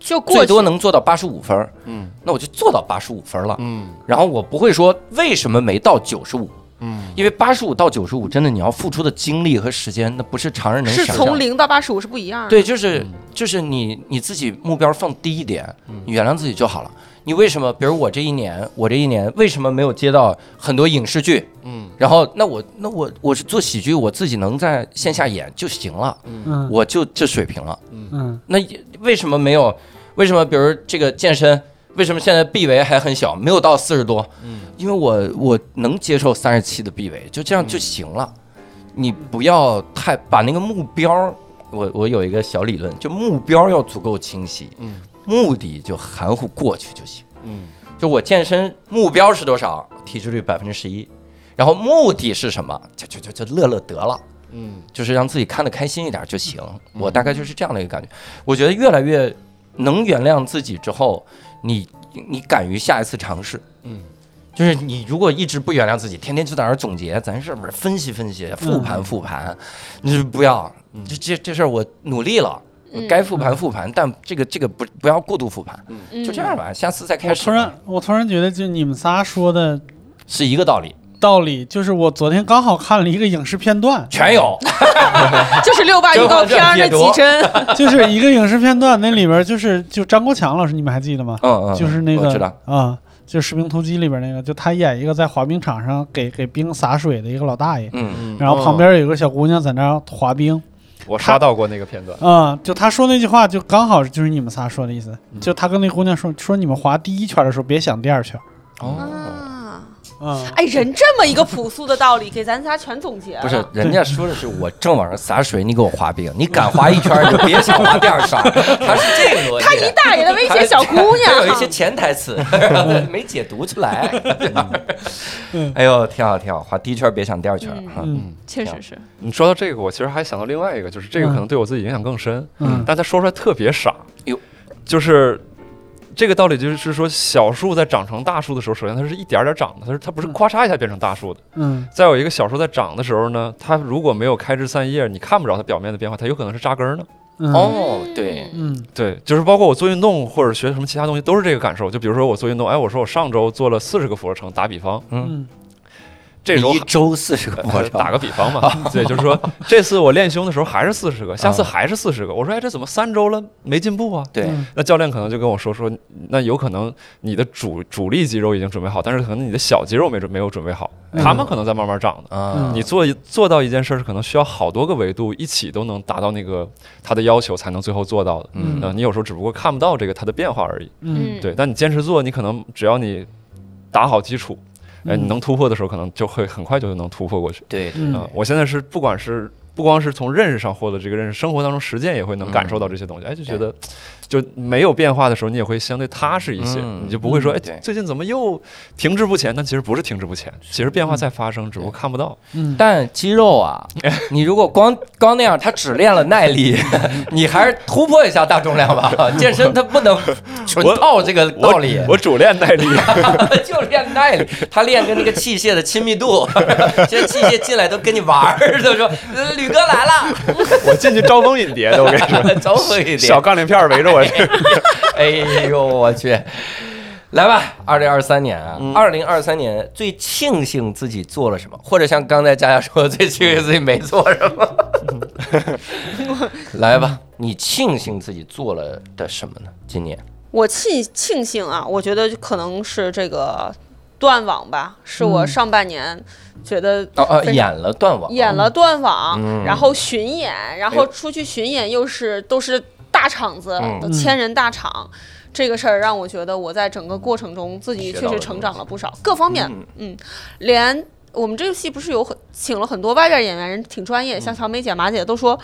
Speaker 5: 就过
Speaker 1: 最
Speaker 5: 去
Speaker 1: 多能做到八十五分儿，
Speaker 6: 嗯
Speaker 1: 那我就做到八十五分儿了。
Speaker 6: 嗯
Speaker 1: 然后我不会说为什么没到九十五，
Speaker 6: 嗯，
Speaker 1: 因为八十五到九十五，真的你要付出的精力和时间，那不是常人能
Speaker 5: 是
Speaker 1: 想象
Speaker 5: 从
Speaker 1: 的。
Speaker 5: 零到八十五是不一样的。
Speaker 1: 对，就是就是你你自己目标放低一点，你原谅自己就好了。你为什么？比如我这一年，我这一年为什么没有接到很多影视剧？
Speaker 6: 嗯，
Speaker 1: 然后那我那我我是做喜剧，我自己能在线下演就行了，
Speaker 2: 嗯
Speaker 1: 我就这水平了。
Speaker 2: 嗯
Speaker 1: 那也为什么没有？为什么比如这个健身，为什么现在臂围还很小，没有到四十多？嗯，因为我我能接受三十七的臂围，就这样就行了。你不要太把那个目标，我我有一个小理论，就目标要足够清晰，
Speaker 6: 嗯，
Speaker 1: 目的就含糊过去就行。
Speaker 6: 嗯，
Speaker 1: 就我健身目标是多少？体脂率百分之十一，然后目的是什么？就就就就乐乐得了。
Speaker 6: 嗯，
Speaker 1: 就是让自己看得开心一点就行。
Speaker 2: 嗯
Speaker 1: 我大概就是这样的一个感觉。我觉得越来越能原谅自己之后，你你敢于下一次尝试。
Speaker 6: 嗯，
Speaker 1: 就是你如果一直不原谅自己，天天就在那儿总结，咱是不是分析分析，复
Speaker 2: 嗯
Speaker 1: 盘复盘，你就不要。这这这事儿我努力了，我
Speaker 5: 嗯
Speaker 1: 该复盘复盘，但这个这个不不要过度复盘，
Speaker 5: 嗯，
Speaker 1: 就这样吧，下次再
Speaker 2: 我
Speaker 1: 开始
Speaker 2: 突。然我突然觉得，就你们仨说的
Speaker 1: 是一个道理，
Speaker 2: 道理，就是我昨天刚好看了一个影视片 *laughs* 段，
Speaker 1: 全
Speaker 5: *laughs*
Speaker 1: 有。
Speaker 5: 嗯就是六八预告片儿那几帧，
Speaker 1: *laughs*
Speaker 2: 就是一个影视片段，那里边就是就张国强老师，你们还记得吗？
Speaker 1: 嗯嗯，
Speaker 2: 就是那
Speaker 1: 我
Speaker 2: 个
Speaker 1: 知道。
Speaker 2: 啊，就《士兵突击》里边那个，就他演一个在滑冰场上给给冰洒水的一个老大爷，
Speaker 1: 嗯，
Speaker 2: 然后旁边有个小姑娘在那儿滑冰，
Speaker 6: 我刷到过那个片段，
Speaker 2: 啊，就他说那句话就刚好就是你们仨说的意思，就他跟那姑娘说说你们滑第一圈的时候别想第二圈，
Speaker 1: 哦，
Speaker 5: 啊，
Speaker 2: 啊，
Speaker 5: 哎，人这么一个朴素的道理，给咱仨全总结了。
Speaker 1: 不是，人家说的是我正往上洒水，你给我滑冰，你敢滑一圈儿，你就别想滑第二圈儿。他是这个逻辑。
Speaker 5: 他一大爷的威胁小姑
Speaker 1: 他有一
Speaker 5: 娘
Speaker 1: 些，潜台词 *laughs* 没解读出来
Speaker 2: 嗯。
Speaker 1: *laughs* 哎呦，挺好挺好，滑第一圈儿别想第二圈儿。
Speaker 5: 嗯
Speaker 1: 哈
Speaker 2: 嗯
Speaker 5: 确实是，
Speaker 6: 你说到这个，我其实还想到另外一个，就是这个可能对我自己影响更深，
Speaker 2: 嗯
Speaker 6: 但他说出来特别傻，
Speaker 1: 哟，
Speaker 6: 就是。这个道理就是说，小树在长成大树的时候，首先它是一点儿点儿长的，它是它不是咔嚓一下变成大树的。
Speaker 2: 嗯
Speaker 6: 再有一个，小树在长的时候呢，它如果没有开枝散叶，你看不着它表面的变化，它有可能是扎根儿呢。
Speaker 2: 嗯
Speaker 1: 哦，对，
Speaker 2: 嗯
Speaker 6: 对，就是包括我做运动或者学什么其他东西，都是这个感受。就比如说我做运动，哎，我说我上周做了四十个俯卧撑，打比方，
Speaker 2: 嗯
Speaker 6: 这周
Speaker 1: 一周四十个
Speaker 6: 呃
Speaker 1: 俯卧撑
Speaker 6: *laughs* 打个比方嘛，对，就是 *laughs* 说这次我练胸的时候还是四十个，下次还是四十个。我说哎，这怎么三周了没进步啊？
Speaker 1: 对，
Speaker 2: 嗯
Speaker 6: 那教练可能就跟我说说，那有可能你的主主力肌肉已经准备好，但是可能你的小肌肉没准没有准备好，
Speaker 2: 嗯
Speaker 6: 他们可能在慢慢长呢。
Speaker 1: 啊，
Speaker 6: 你做一做到一件事儿，可能需要好多个维度一起都能达到那个他的要求，才能最后做到的。
Speaker 2: 嗯
Speaker 6: 呃，你有时候只不过看不到这个它的变化而已。
Speaker 2: 嗯
Speaker 6: 对，但你坚持做，你可能只要你打好基础，哎，你
Speaker 2: 嗯
Speaker 6: 能突破的时候，可能就会很快就能突破过去。
Speaker 1: 对，呃对
Speaker 6: 啊、
Speaker 2: 嗯
Speaker 6: 我现在是不管是不光是从认识上获得这个认识，生活当中实践也会能感受到这些东西，哎，就觉得就没有变化的时候，你也会相对踏实一些，
Speaker 1: 嗯
Speaker 6: 你就不会说，
Speaker 1: 嗯
Speaker 6: 哎
Speaker 1: 对，
Speaker 6: 最近怎么又停滞不前？但其实不是停滞不前，其实变化在发生，只不过看不到。
Speaker 2: 嗯，
Speaker 1: 但肌肉啊，你如果光光那样，他只练了耐力，你还是突破一下大重量吧。健身它不能纯靠这个道理，
Speaker 6: 我主练耐力，
Speaker 1: *laughs* 就练耐力，他练跟那个器械的亲密度。 *laughs* 现在器械进来都跟你玩儿，都说呃吕哥来了， *laughs*
Speaker 6: 我进去招蜂引蝶的，我跟你说，
Speaker 1: 走回一
Speaker 6: 小
Speaker 1: 点。
Speaker 6: 杠铃片儿围着我。
Speaker 1: *laughs* 哎呦我去！来吧，二零二三年啊，二零二三年最庆幸自己做了什么，或者像刚才佳佳说，最庆幸自己没做什么。来吧，你庆幸自己做了的什么呢？今年
Speaker 5: 我庆庆幸啊，我觉得可能是这个断网吧，是
Speaker 1: 嗯
Speaker 5: 我上半年觉得
Speaker 1: 哦哦，
Speaker 5: 非常
Speaker 1: 演了断网，
Speaker 5: 演了断网，
Speaker 1: 嗯
Speaker 5: 然后巡演，然
Speaker 1: 哎
Speaker 5: 后出去巡演又是都是大场子，
Speaker 1: 嗯
Speaker 5: 都千人大场。这个事儿让我觉得我在整个过程中自己
Speaker 1: 学
Speaker 5: 确
Speaker 1: 到了
Speaker 5: 实成长了不少，各方面，
Speaker 1: 嗯
Speaker 5: 嗯连我们这个戏不是有很请了很多外边演员，人挺专
Speaker 1: 嗯
Speaker 5: 业，像乔梅姐、马姐都说，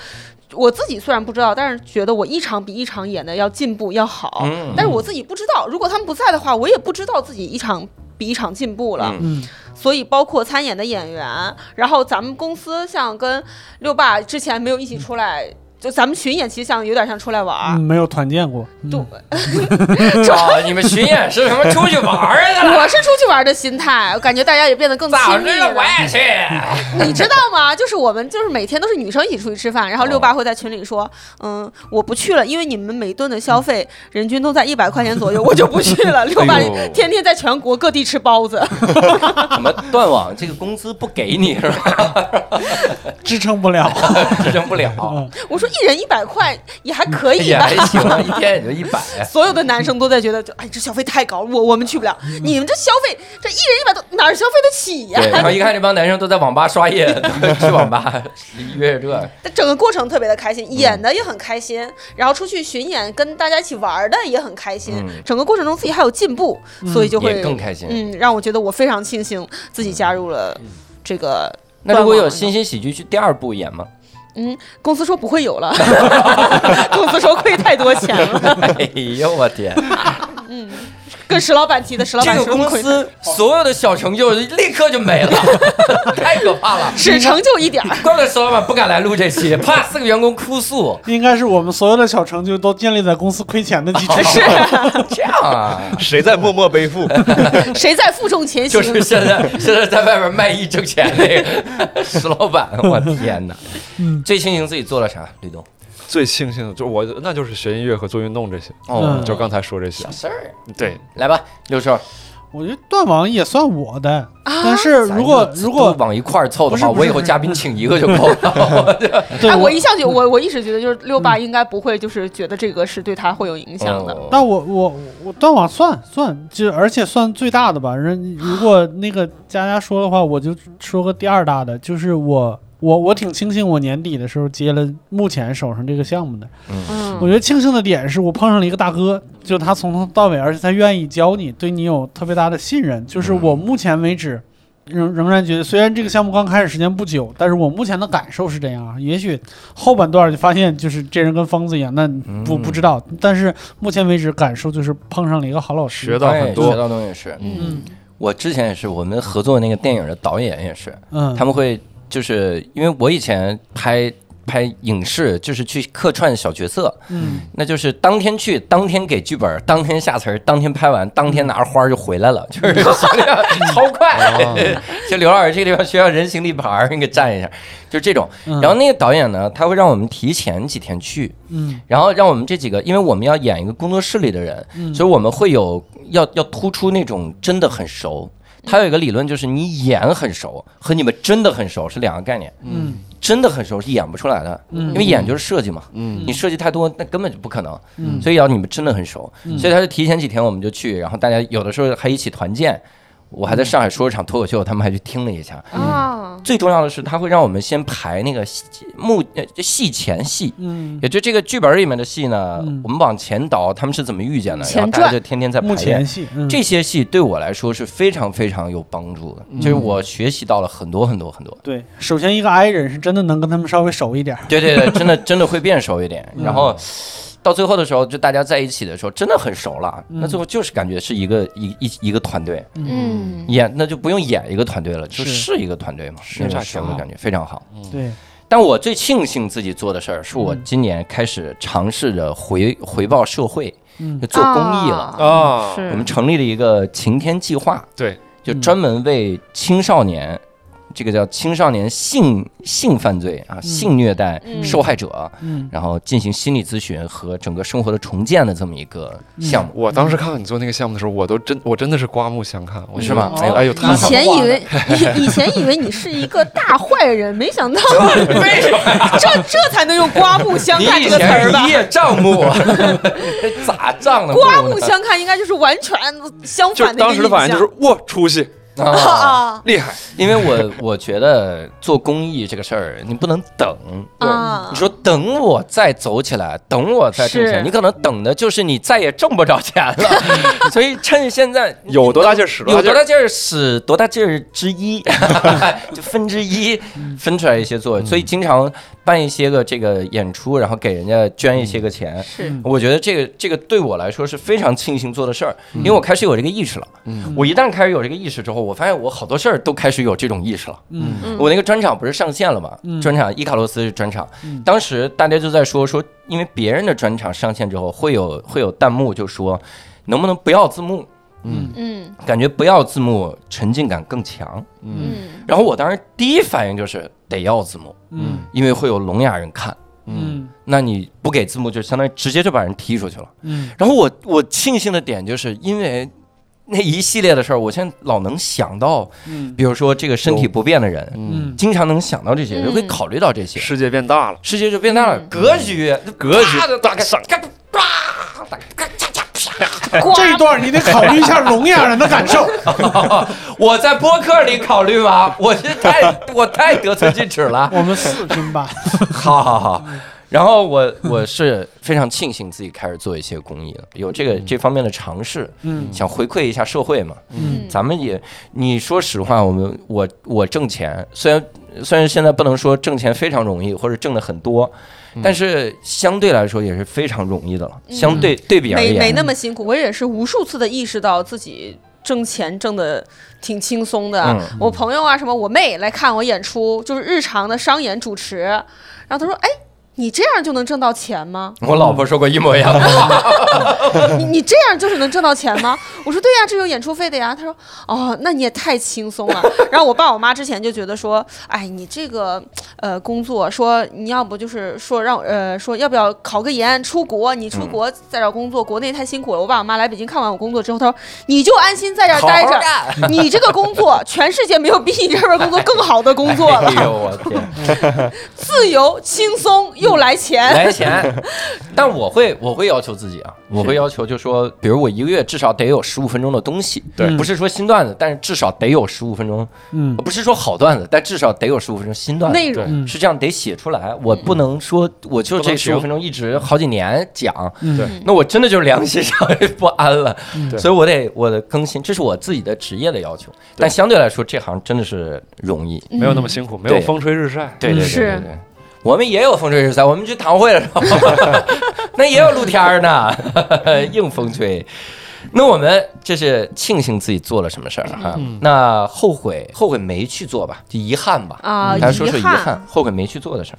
Speaker 5: 我自己虽然不知道，但是觉得我一场比一场演的要进步要好， *laughs*
Speaker 1: 嗯
Speaker 5: 但是我自己不知道，如果他们不在的话，我也不知道自己一场比一场进步了。
Speaker 1: 嗯
Speaker 2: 嗯
Speaker 5: 所以包括参演的演员，然后咱们公司像跟六爸之前没有一起出来就咱们巡演其实像有点像出来玩儿，
Speaker 2: 嗯没有团建过。嗯
Speaker 5: 对
Speaker 1: 哦，你们巡演是什么出去玩儿去了？
Speaker 5: *laughs* 我是出去玩的心态，我感觉大家也变得更
Speaker 1: 早
Speaker 5: 亲密
Speaker 1: 知道我
Speaker 5: 了。
Speaker 1: 也去。
Speaker 5: 你知道吗？就是我们就是每天都是女生一起出去吃饭，然
Speaker 1: 哦
Speaker 5: 后六八会在群里说，嗯，我不去了，因为你们每顿的消费人均都在一百块
Speaker 1: *laughs*
Speaker 5: 钱左右，我就不去了。六八
Speaker 1: 哎呦
Speaker 5: 天天在全国各地吃包子，
Speaker 1: 怎么断网？这个工资不给你是吧？ *laughs*
Speaker 2: 支撑不了。
Speaker 1: 支撑不了，
Speaker 2: 嗯
Speaker 5: 我说一人一百块也还可以
Speaker 1: 也
Speaker 5: 吧
Speaker 1: 还。行，啊一天也就一百。 *laughs* 啊
Speaker 5: 所有的男生都在觉得，就哎，这消费太高，我我们去不了。你们这消费，这一人一百多，哪儿消费得起呀、
Speaker 1: 嗯对，然后一看这帮男生都在网吧刷
Speaker 5: *laughs*
Speaker 1: 夜，都去网吧约着这，
Speaker 5: 但整个过程特别的开
Speaker 1: 嗯
Speaker 5: 心，演的也很开心，然后出去巡演跟大家一起玩的也很开心，
Speaker 1: 嗯
Speaker 5: 整个过程中自己还有进步，所以就会
Speaker 1: 也更开心嗯
Speaker 5: 嗯，让我觉得我非常庆幸自己加入了这个。
Speaker 1: 那如果有新新喜剧去第二部演
Speaker 5: *laughs*
Speaker 1: 吗？
Speaker 5: 嗯，公司说不会有了， *laughs* 公司说亏太多钱了。
Speaker 1: 哎呦我天！
Speaker 5: 跟石老板提的，石老
Speaker 1: 这
Speaker 5: 板
Speaker 1: 个
Speaker 5: 说哦
Speaker 1: 公
Speaker 5: 亏，
Speaker 1: 司所有的小成就立刻就没了， *laughs* 太可怕了。
Speaker 5: 只成就一点
Speaker 1: *laughs*
Speaker 5: 儿。
Speaker 1: 怪不得石老板不敢来录这期，怕四个员工哭诉。
Speaker 2: 应该是我们所有的小成就都建立在公司亏钱的基础上。
Speaker 1: 这样
Speaker 5: 哎
Speaker 1: 啊，
Speaker 4: 谁在默默背负？
Speaker 5: 谁在负重前行？
Speaker 1: 就是现在，现在在外边卖艺挣钱那
Speaker 5: *laughs*
Speaker 1: 个石老板，我天哪！
Speaker 5: 嗯
Speaker 1: 最庆幸自己做了啥，吕东？
Speaker 6: 最庆幸的就是我，那就是学音乐和做运动这些，
Speaker 2: 哦嗯
Speaker 6: 就刚才说这些
Speaker 1: 小。事儿。
Speaker 6: 对，
Speaker 1: 来吧，刘叔，
Speaker 2: 我觉得断网也算我的，但是如果
Speaker 1: 咱就
Speaker 2: 如果
Speaker 1: 都往一块儿凑的话，
Speaker 2: 不是不
Speaker 1: 我
Speaker 2: 是
Speaker 1: 以后嘉宾请一个就够了。
Speaker 2: 对
Speaker 5: 哎， *laughs* 我
Speaker 2: 我，
Speaker 5: 一向就我我一直觉得就是六爸应该不会就是觉得这个是对他会有影响
Speaker 1: 哦
Speaker 5: 的。
Speaker 2: 那我我我断网算算，就而且算最大的吧。人如果那个佳佳说的话，我就说个第二大的，就是我我我挺庆幸我年底的时候接了目前手上这个项目的。我觉
Speaker 5: 嗯，
Speaker 2: 得庆幸的点是我碰上了一个大哥，就他从头到尾，而且他愿意教你，对你有特别大的信任。就是
Speaker 1: 嗯
Speaker 2: 我目前为止，仍仍然觉得，虽然这个项目刚开始时间不久，但是我目前的感受是这样啊。也许后半段就发现，就是这人跟疯子一样，那不
Speaker 1: 嗯
Speaker 2: 不知道。但是目前为止，感受就是碰上了一个好老师，
Speaker 6: 学到很
Speaker 2: 哎
Speaker 6: 多
Speaker 1: 学到东西是。嗯，
Speaker 2: 嗯
Speaker 1: 我之前也是，我们合作那个电影的导演也是，
Speaker 2: 嗯，
Speaker 1: 他们会就是因为我以前拍拍影视，就是去客串小角色，
Speaker 2: 嗯
Speaker 1: 那就是当天去，当天给剧本，当天下词儿，当天拍完，当天拿着花儿就回来
Speaker 2: *laughs*
Speaker 1: 了，就是超快。
Speaker 2: 哦
Speaker 1: *laughs* 就刘老师这个地方需要人行立牌儿，你给站一下，就这种。
Speaker 2: 嗯
Speaker 1: 然后那个导演呢，他会让我们提前几天去，
Speaker 2: 嗯
Speaker 1: 然后让我们这几个，因为我们要演一个工作室里的人，
Speaker 2: 嗯
Speaker 1: 所以我们会有要要突出那种真的很熟。
Speaker 2: 嗯
Speaker 1: 他有一个理论，就是你演很熟和你们真的很熟是两个概念。
Speaker 2: 嗯
Speaker 1: 真的很熟是演不出来的，
Speaker 2: 嗯
Speaker 1: 因为演就是设计嘛，
Speaker 6: 嗯
Speaker 1: 你设计太多那根本就不可能，
Speaker 2: 嗯
Speaker 1: 所以要你们真的很熟，
Speaker 2: 嗯
Speaker 1: 所以他就提前几天我们就去，然后大家有的时候还一起团建，我还在上海说了场脱口秀，他们还去听了一下。
Speaker 5: 啊，
Speaker 1: 最重要的是，他会让我们先排那个戏幕呃戏前戏，
Speaker 2: 嗯，
Speaker 1: 也就这个剧本里面的戏呢，
Speaker 2: 嗯
Speaker 1: 我们往前倒，他们是怎么遇见的，然后
Speaker 5: 前
Speaker 1: 大家
Speaker 5: 传
Speaker 1: 就天天在排
Speaker 2: 目前
Speaker 1: 练。
Speaker 2: 戏，嗯
Speaker 1: 这些戏对我来说是非常非常有帮助的，
Speaker 2: 嗯
Speaker 1: 就是我学习到了很多很多很多。
Speaker 2: 对，首先一个 I 人是真的能跟他们稍微熟一点儿，
Speaker 1: 对对对，真的真的会变熟一点。
Speaker 2: 嗯
Speaker 1: 然后到最后的时候，就大家在一起的时候，真的很熟了。
Speaker 2: 嗯
Speaker 1: 那最后就是感觉是一个一一一个团队
Speaker 5: 嗯，
Speaker 1: 演，那就不用演一个团队了，就是是一个团队嘛，
Speaker 6: 是
Speaker 1: 那
Speaker 6: 这
Speaker 1: 种
Speaker 6: 样
Speaker 1: 时
Speaker 6: 挺
Speaker 1: 候
Speaker 6: 好
Speaker 1: 感觉非常好。
Speaker 2: 对，
Speaker 1: 但我最庆幸自己做的事儿，是
Speaker 2: 嗯
Speaker 1: 我今年开始尝试着回回报社会，
Speaker 2: 嗯
Speaker 1: 就做公益了。
Speaker 6: 啊，
Speaker 5: 是
Speaker 1: 我们成立了一个晴天计划，
Speaker 6: 对，
Speaker 1: 就专门为青少年，这个叫青少年性性犯罪啊、性虐待
Speaker 5: 嗯
Speaker 1: 受害者，
Speaker 2: 嗯
Speaker 1: 然后进行心理咨询和整个生活的重建的这么一个
Speaker 5: 嗯
Speaker 1: 项目，
Speaker 6: 我当时看到你做那个项目的时候，我都真我真的是刮目相看，我
Speaker 1: 嗯是吗？
Speaker 2: 嗯
Speaker 1: 哎呦，
Speaker 6: 哎呦，
Speaker 5: 以
Speaker 6: 太
Speaker 5: 前以为以以前以为你是一个大坏人，没想到
Speaker 1: 为什么
Speaker 5: *laughs* 这这才能用“刮目相
Speaker 1: 你
Speaker 5: 看”
Speaker 1: 以
Speaker 5: 这个词
Speaker 1: 前
Speaker 5: 儿
Speaker 1: 是
Speaker 5: 吧
Speaker 1: 一？叶障目，啊
Speaker 5: *laughs*
Speaker 1: 咋障的目呢？
Speaker 5: 刮目相看应该就是完全相
Speaker 6: 就是
Speaker 5: 反的一个
Speaker 6: 当
Speaker 5: 印
Speaker 6: 时
Speaker 5: 象。
Speaker 6: 的反应就是哇，出息
Speaker 1: 啊！
Speaker 5: 啊
Speaker 6: 厉害，
Speaker 1: 因为我我觉得做公益这个事儿，你不能等。
Speaker 5: 啊
Speaker 1: 你！说等我再走起来，等我再挣
Speaker 5: 是
Speaker 1: 钱，你可能等的就是你再也挣不着钱了。所以趁现在
Speaker 6: 有多大劲儿使
Speaker 1: 有
Speaker 6: 劲
Speaker 1: 多
Speaker 6: 儿
Speaker 1: 大劲儿使多大劲儿之一，就分之一分出来一些作用。所以经常办一些个这个演出，然后给人家捐一些个钱。
Speaker 5: 是
Speaker 2: 嗯
Speaker 1: 我觉得这个这个对我来说是非常庆幸做的事儿，因为我开始有这个意识了。
Speaker 6: 嗯
Speaker 1: 我一旦开始有这个意识之后，我发现我好多事儿都开始有这种意识了。
Speaker 2: 嗯
Speaker 5: 嗯
Speaker 1: 我那个专场不是上线了吗？
Speaker 2: 嗯
Speaker 1: 专场伊卡洛斯是专场，
Speaker 2: 嗯
Speaker 1: 当时大家就在说说，因为别人的专场上线之后会有会有弹幕，就说能不能不要字幕，
Speaker 2: 嗯
Speaker 5: 嗯
Speaker 1: 感觉不要字幕沉浸感更强。
Speaker 6: 嗯
Speaker 5: 嗯
Speaker 1: 然后我当时第一反应就是得要字幕，
Speaker 2: 嗯
Speaker 1: 因为会有聋哑人看。
Speaker 6: 嗯
Speaker 1: 那你不给字幕，就相当于直接就把人踢出去了。
Speaker 2: 嗯
Speaker 1: 然后我我庆幸的点就是因为那一系列的事儿，我现在老能想到，
Speaker 2: 嗯
Speaker 1: 比如说这个身体不便的人，
Speaker 2: 嗯
Speaker 1: 经常能想到这些，就会考虑到这些，
Speaker 6: 世界变大了，
Speaker 1: 世界就变大了，
Speaker 5: 嗯
Speaker 1: 格局
Speaker 6: 格局
Speaker 1: 大开
Speaker 6: 上，
Speaker 2: 这一段你得考虑一下聋哑人的感受。
Speaker 1: 我在播客里考虑
Speaker 5: *laughs*
Speaker 1: 吧，我这太我太得寸进尺了。
Speaker 2: 我们四分吧。
Speaker 1: 好好好，然后我我是非常庆幸自己开始做一些公益了，有这个
Speaker 5: 嗯
Speaker 1: 这方面的尝试，
Speaker 2: 嗯
Speaker 1: 想回馈一下社会嘛。
Speaker 2: 嗯
Speaker 1: 咱们也，你说实话，我们我我挣钱，虽然虽然现在不能说挣钱非常容易或者挣的很多，
Speaker 5: 嗯
Speaker 1: 但是相对来说也是非常容易的了。相对对比而
Speaker 5: 没没
Speaker 1: 言，
Speaker 5: 那么辛苦，我也是无数次的意识到自己挣钱挣的挺轻松的。
Speaker 1: 嗯
Speaker 5: 我朋友啊，什么我妹来看我演出，就是日常的商演主持，然后她说：“哎，你这样就能挣到钱吗？
Speaker 1: 我老婆说过一模一样的话。嗯
Speaker 5: 你你这样就是能挣到钱吗？”我说：“对呀、这有演出费的呀。”她说：“哦，那你也太轻松了。”然后我爸我妈之前就觉得说：“哎，你这个呃工作，说你要不就是说让呃说要不要考个研出国？你
Speaker 1: 嗯
Speaker 5: 出国再找工作，国内太辛苦了。”我爸我妈来北京看完我工作之后，他说：“你就安心在这儿
Speaker 1: 好
Speaker 5: 待着。
Speaker 1: 好干。
Speaker 5: 你这个工作，全世界没有比你这份工作更好的工作
Speaker 1: *laughs*
Speaker 5: 了，
Speaker 1: 哎呦我天，
Speaker 5: 自由、轻松又来钱。
Speaker 1: 来钱！ *laughs* 但我会我会要求自己啊，我会要求就说，比如我一个月至少得有十五分钟的东西，
Speaker 2: 对
Speaker 1: 不是说新段子，但是至少得有十五分钟，
Speaker 2: *laughs* 嗯
Speaker 1: 不是说好段子，但至少得有十五分钟新段子。
Speaker 5: 内容，
Speaker 2: 嗯
Speaker 1: 是这样，得写出来。我不能说我就
Speaker 6: 不
Speaker 1: 这
Speaker 6: 能
Speaker 1: 十五
Speaker 6: 停
Speaker 1: 分钟一直好几年讲，
Speaker 2: 嗯
Speaker 1: 那我真的就是良心上 *laughs* 不安了
Speaker 2: 嗯。
Speaker 6: 对
Speaker 1: 所以我得我得更新，这是我自己的职业的要求。但相对来说，这行真的是容易。
Speaker 5: 嗯
Speaker 6: 没有那么辛苦，没有风吹日晒，
Speaker 1: 对对对
Speaker 5: 是
Speaker 1: 对对。我们也有风吹日晒，我们去堂会的时 *laughs* 候，那也有露天儿呢， *laughs* 硬风吹。那我们这是庆幸自己做了什么事儿哈，那后悔后悔没去做吧，就遗憾吧。
Speaker 5: 啊，
Speaker 1: 来嗯说说
Speaker 5: 遗
Speaker 1: 呃遗憾，后悔没去做的事儿。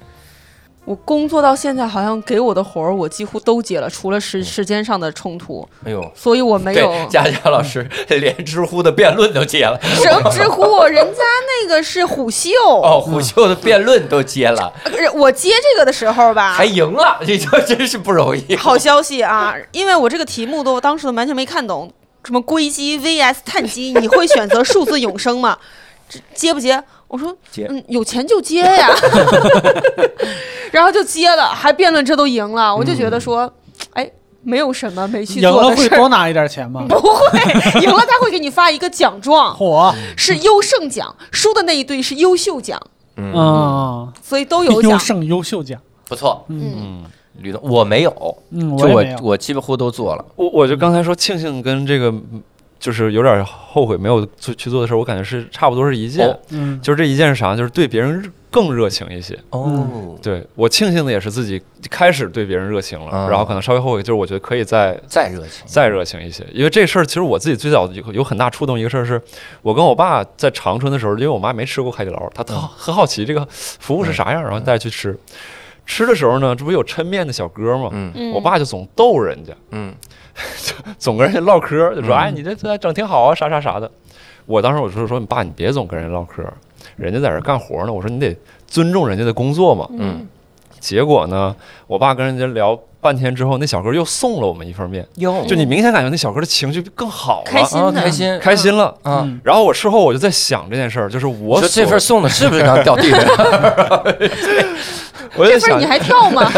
Speaker 5: 我工作到现在，好像给我的活儿我几乎都接了，除了时时间上的冲突，
Speaker 1: 哎呦，
Speaker 5: 所以我没
Speaker 1: 嗯对，
Speaker 5: 有
Speaker 1: 佳佳老师 *laughs* 连知乎的辩论都接了，
Speaker 5: 什么知乎，人家那个是虎嗅，
Speaker 1: 哦，虎嗅的辩论都接了，
Speaker 5: 呃我接这个的时候吧
Speaker 1: 还。赢了，这就 *laughs* 真是不容易。
Speaker 5: 好消息啊，因为我这个题目都当时都完全没看懂，什么硅基 VS 碳基，你会选择数字永生吗？这接不接？我说
Speaker 1: 接
Speaker 5: 嗯，有钱就接
Speaker 1: *laughs*
Speaker 5: 呀，然后就接了，还辩论这都赢了，我就
Speaker 1: 嗯
Speaker 5: 觉得说，哎，没有什么没去
Speaker 2: 赢
Speaker 5: 做
Speaker 2: 了
Speaker 5: 的
Speaker 2: 会
Speaker 5: 事
Speaker 2: 多
Speaker 5: 儿。
Speaker 2: 拿一点钱
Speaker 5: *laughs*
Speaker 2: 吗？
Speaker 5: 不会，赢了他会给你发一个奖状，
Speaker 2: 火，
Speaker 5: 是优胜奖；输的那一队是优秀奖，
Speaker 2: 嗯，
Speaker 5: 所以都有
Speaker 2: 优
Speaker 5: 奖。
Speaker 2: 胜优秀奖。
Speaker 1: 不错，
Speaker 2: 嗯
Speaker 6: 嗯。
Speaker 1: 吕东，我没有，
Speaker 2: 嗯，
Speaker 1: 就
Speaker 2: 也
Speaker 1: 我
Speaker 2: 没有。
Speaker 1: 我几乎都做了。
Speaker 6: 我我就刚才说庆幸跟这个嗯就是有点后悔没有做去做的事儿，我感觉是差不多是一件
Speaker 1: 哦，
Speaker 2: 嗯
Speaker 6: 就是这一件是啥，就是对别人更热情一些。
Speaker 1: 哦，
Speaker 6: 对我庆幸的也是自己开始对别人热情
Speaker 1: 啊
Speaker 6: 了，然后可能稍微后悔，就是我觉得可以再
Speaker 1: 再热情，
Speaker 6: 再热情一些，因为这事儿其实我自己最早有有很大触动一个事儿是，我跟我爸在长春的时候，因为我妈没吃过海底捞，她特很好奇这个服务是啥样，然后带去吃。吃的时候呢，这不有抻面的小哥吗？
Speaker 1: 嗯
Speaker 5: 嗯
Speaker 6: 我爸就总逗人家，
Speaker 1: 嗯
Speaker 6: 总跟人家唠嗑儿，就说：“
Speaker 1: 嗯
Speaker 6: 哎，你这这整挺好啊，啥啥啥的。”我当时我就说：“你爸，你别总跟人唠嗑儿，人家在这儿干活呢。”我说：“你得尊重人家的工作嘛。
Speaker 1: 嗯，”
Speaker 6: 结果呢，我爸跟人家聊半天之后，那小哥又送了我们一份面，
Speaker 1: 哟
Speaker 6: 就你明显感觉那小哥的情绪更好了，
Speaker 5: 开心
Speaker 1: 啊，
Speaker 5: 的
Speaker 1: 开心
Speaker 6: 开心了。
Speaker 1: 啊！
Speaker 2: 嗯
Speaker 6: 然后我事后我就在想这件事儿，就是我
Speaker 1: 我说这
Speaker 6: 所
Speaker 1: 份送的是不是刚掉地
Speaker 6: *laughs*
Speaker 1: 上？
Speaker 6: 我就
Speaker 5: 这
Speaker 6: 在
Speaker 5: 份儿
Speaker 6: 想
Speaker 5: 你，还跳吗？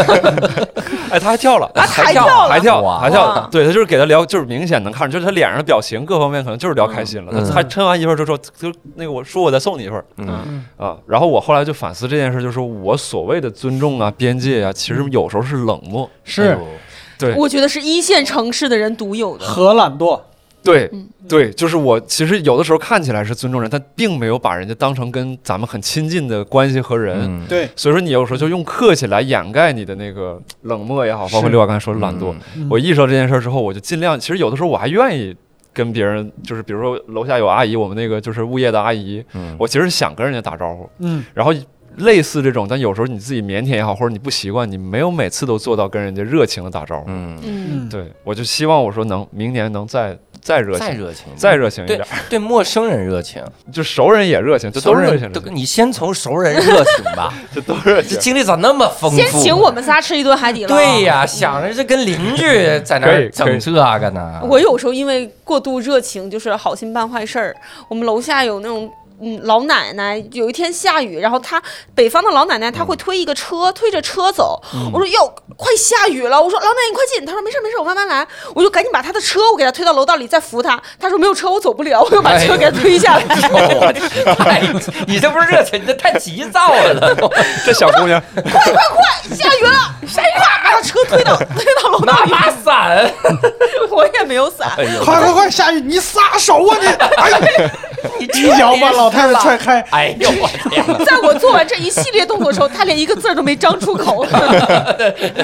Speaker 6: 哎，他还跳了，
Speaker 5: 还
Speaker 1: 跳
Speaker 5: 跳了
Speaker 6: 还跳，
Speaker 1: 哇
Speaker 6: 还跳
Speaker 5: 哇，
Speaker 6: 对他就是给他聊，就是明显能看出，就是他脸上的表情各方面可能就是聊开心了。
Speaker 1: 嗯
Speaker 6: 他还抻完一份儿就说，就那个我说我再送你一份儿
Speaker 1: *laughs* 嗯
Speaker 6: 啊。然后我后来就反思这件事，就是我所谓的尊重啊、边界啊，其实有时候
Speaker 5: 嗯
Speaker 6: 是冷漠。
Speaker 2: 是
Speaker 1: 哎呦
Speaker 6: 对
Speaker 5: 我觉得是一线城市的人独有的。
Speaker 2: 和懒惰，
Speaker 6: 对
Speaker 5: 嗯
Speaker 6: 对，就是我其实有的时候看起来是尊重人，但并没有把人家当成跟咱们很亲近的关系和人。
Speaker 1: 嗯，
Speaker 2: 对，
Speaker 6: 所以说，你有时候就用客气来掩盖你的那个冷漠也好，包括
Speaker 2: 是
Speaker 6: 六娃刚才说的懒惰。
Speaker 1: 嗯，
Speaker 2: 嗯
Speaker 6: 我意识到这件事儿之后，我就尽量，其实有的时候我还愿意跟别人，就是比如说楼下有阿姨，我们那个就是物业的阿姨，
Speaker 1: 嗯，
Speaker 6: 我其实想跟人家打招呼，
Speaker 2: 嗯
Speaker 6: 然后。类似这种，但有时候你自己腼腆也好，或者你不习惯，你没有每次都做到跟人家热情的打招呼。
Speaker 1: 嗯，
Speaker 5: 嗯
Speaker 2: 嗯，
Speaker 6: 对，我就希望我说能明年能再再热
Speaker 1: 再
Speaker 6: 情，
Speaker 1: 热情，
Speaker 6: 再热情一
Speaker 1: 对
Speaker 6: 点， *laughs*
Speaker 1: 对陌生人热情，
Speaker 6: 就熟人也热情，就
Speaker 1: 熟
Speaker 6: 都热
Speaker 1: 人
Speaker 6: 情
Speaker 1: 都
Speaker 6: 了，
Speaker 1: 你先从熟人热情
Speaker 6: *laughs*
Speaker 1: 吧，
Speaker 6: 就都热
Speaker 1: 这
Speaker 6: 情。
Speaker 1: 经历咋那么丰富？
Speaker 5: 先请我们仨吃一顿海底捞。
Speaker 1: 对呀、想着这跟邻居 *laughs* 在那
Speaker 6: 嗯可以
Speaker 1: 儿
Speaker 6: 可
Speaker 1: 整
Speaker 6: 以
Speaker 1: 这个呢。
Speaker 5: 我有时候因为过度热情，就是好心办坏事儿。我们楼下有那种。嗯，老奶奶有一天下雨，然后她北方的老奶奶她会推一个车，推着车走。我说哟，快下雨了！我说老奶奶你快进，她说没事没事，我慢慢来。我就赶紧把她的车我给她推到楼道里，再扶她。她说没有车我走不了，我又把车给她推下来。
Speaker 1: 哦我太，你这不是热情，你这太急躁了。 *laughs*
Speaker 6: 这小姑娘，
Speaker 5: 快快快，下雨了！下雨了，把她车推到推到楼道
Speaker 1: 那
Speaker 5: 里。
Speaker 1: 把伞， *laughs*
Speaker 5: 我也没有伞，
Speaker 1: 哎呦
Speaker 2: 快快快，下雨！你撒手啊你！哎，
Speaker 1: 你
Speaker 2: 一脚把老太太踹开。
Speaker 1: 哎呦我天哪！
Speaker 5: 在我做完这一系列动作之后，她连一个字儿都没张出口。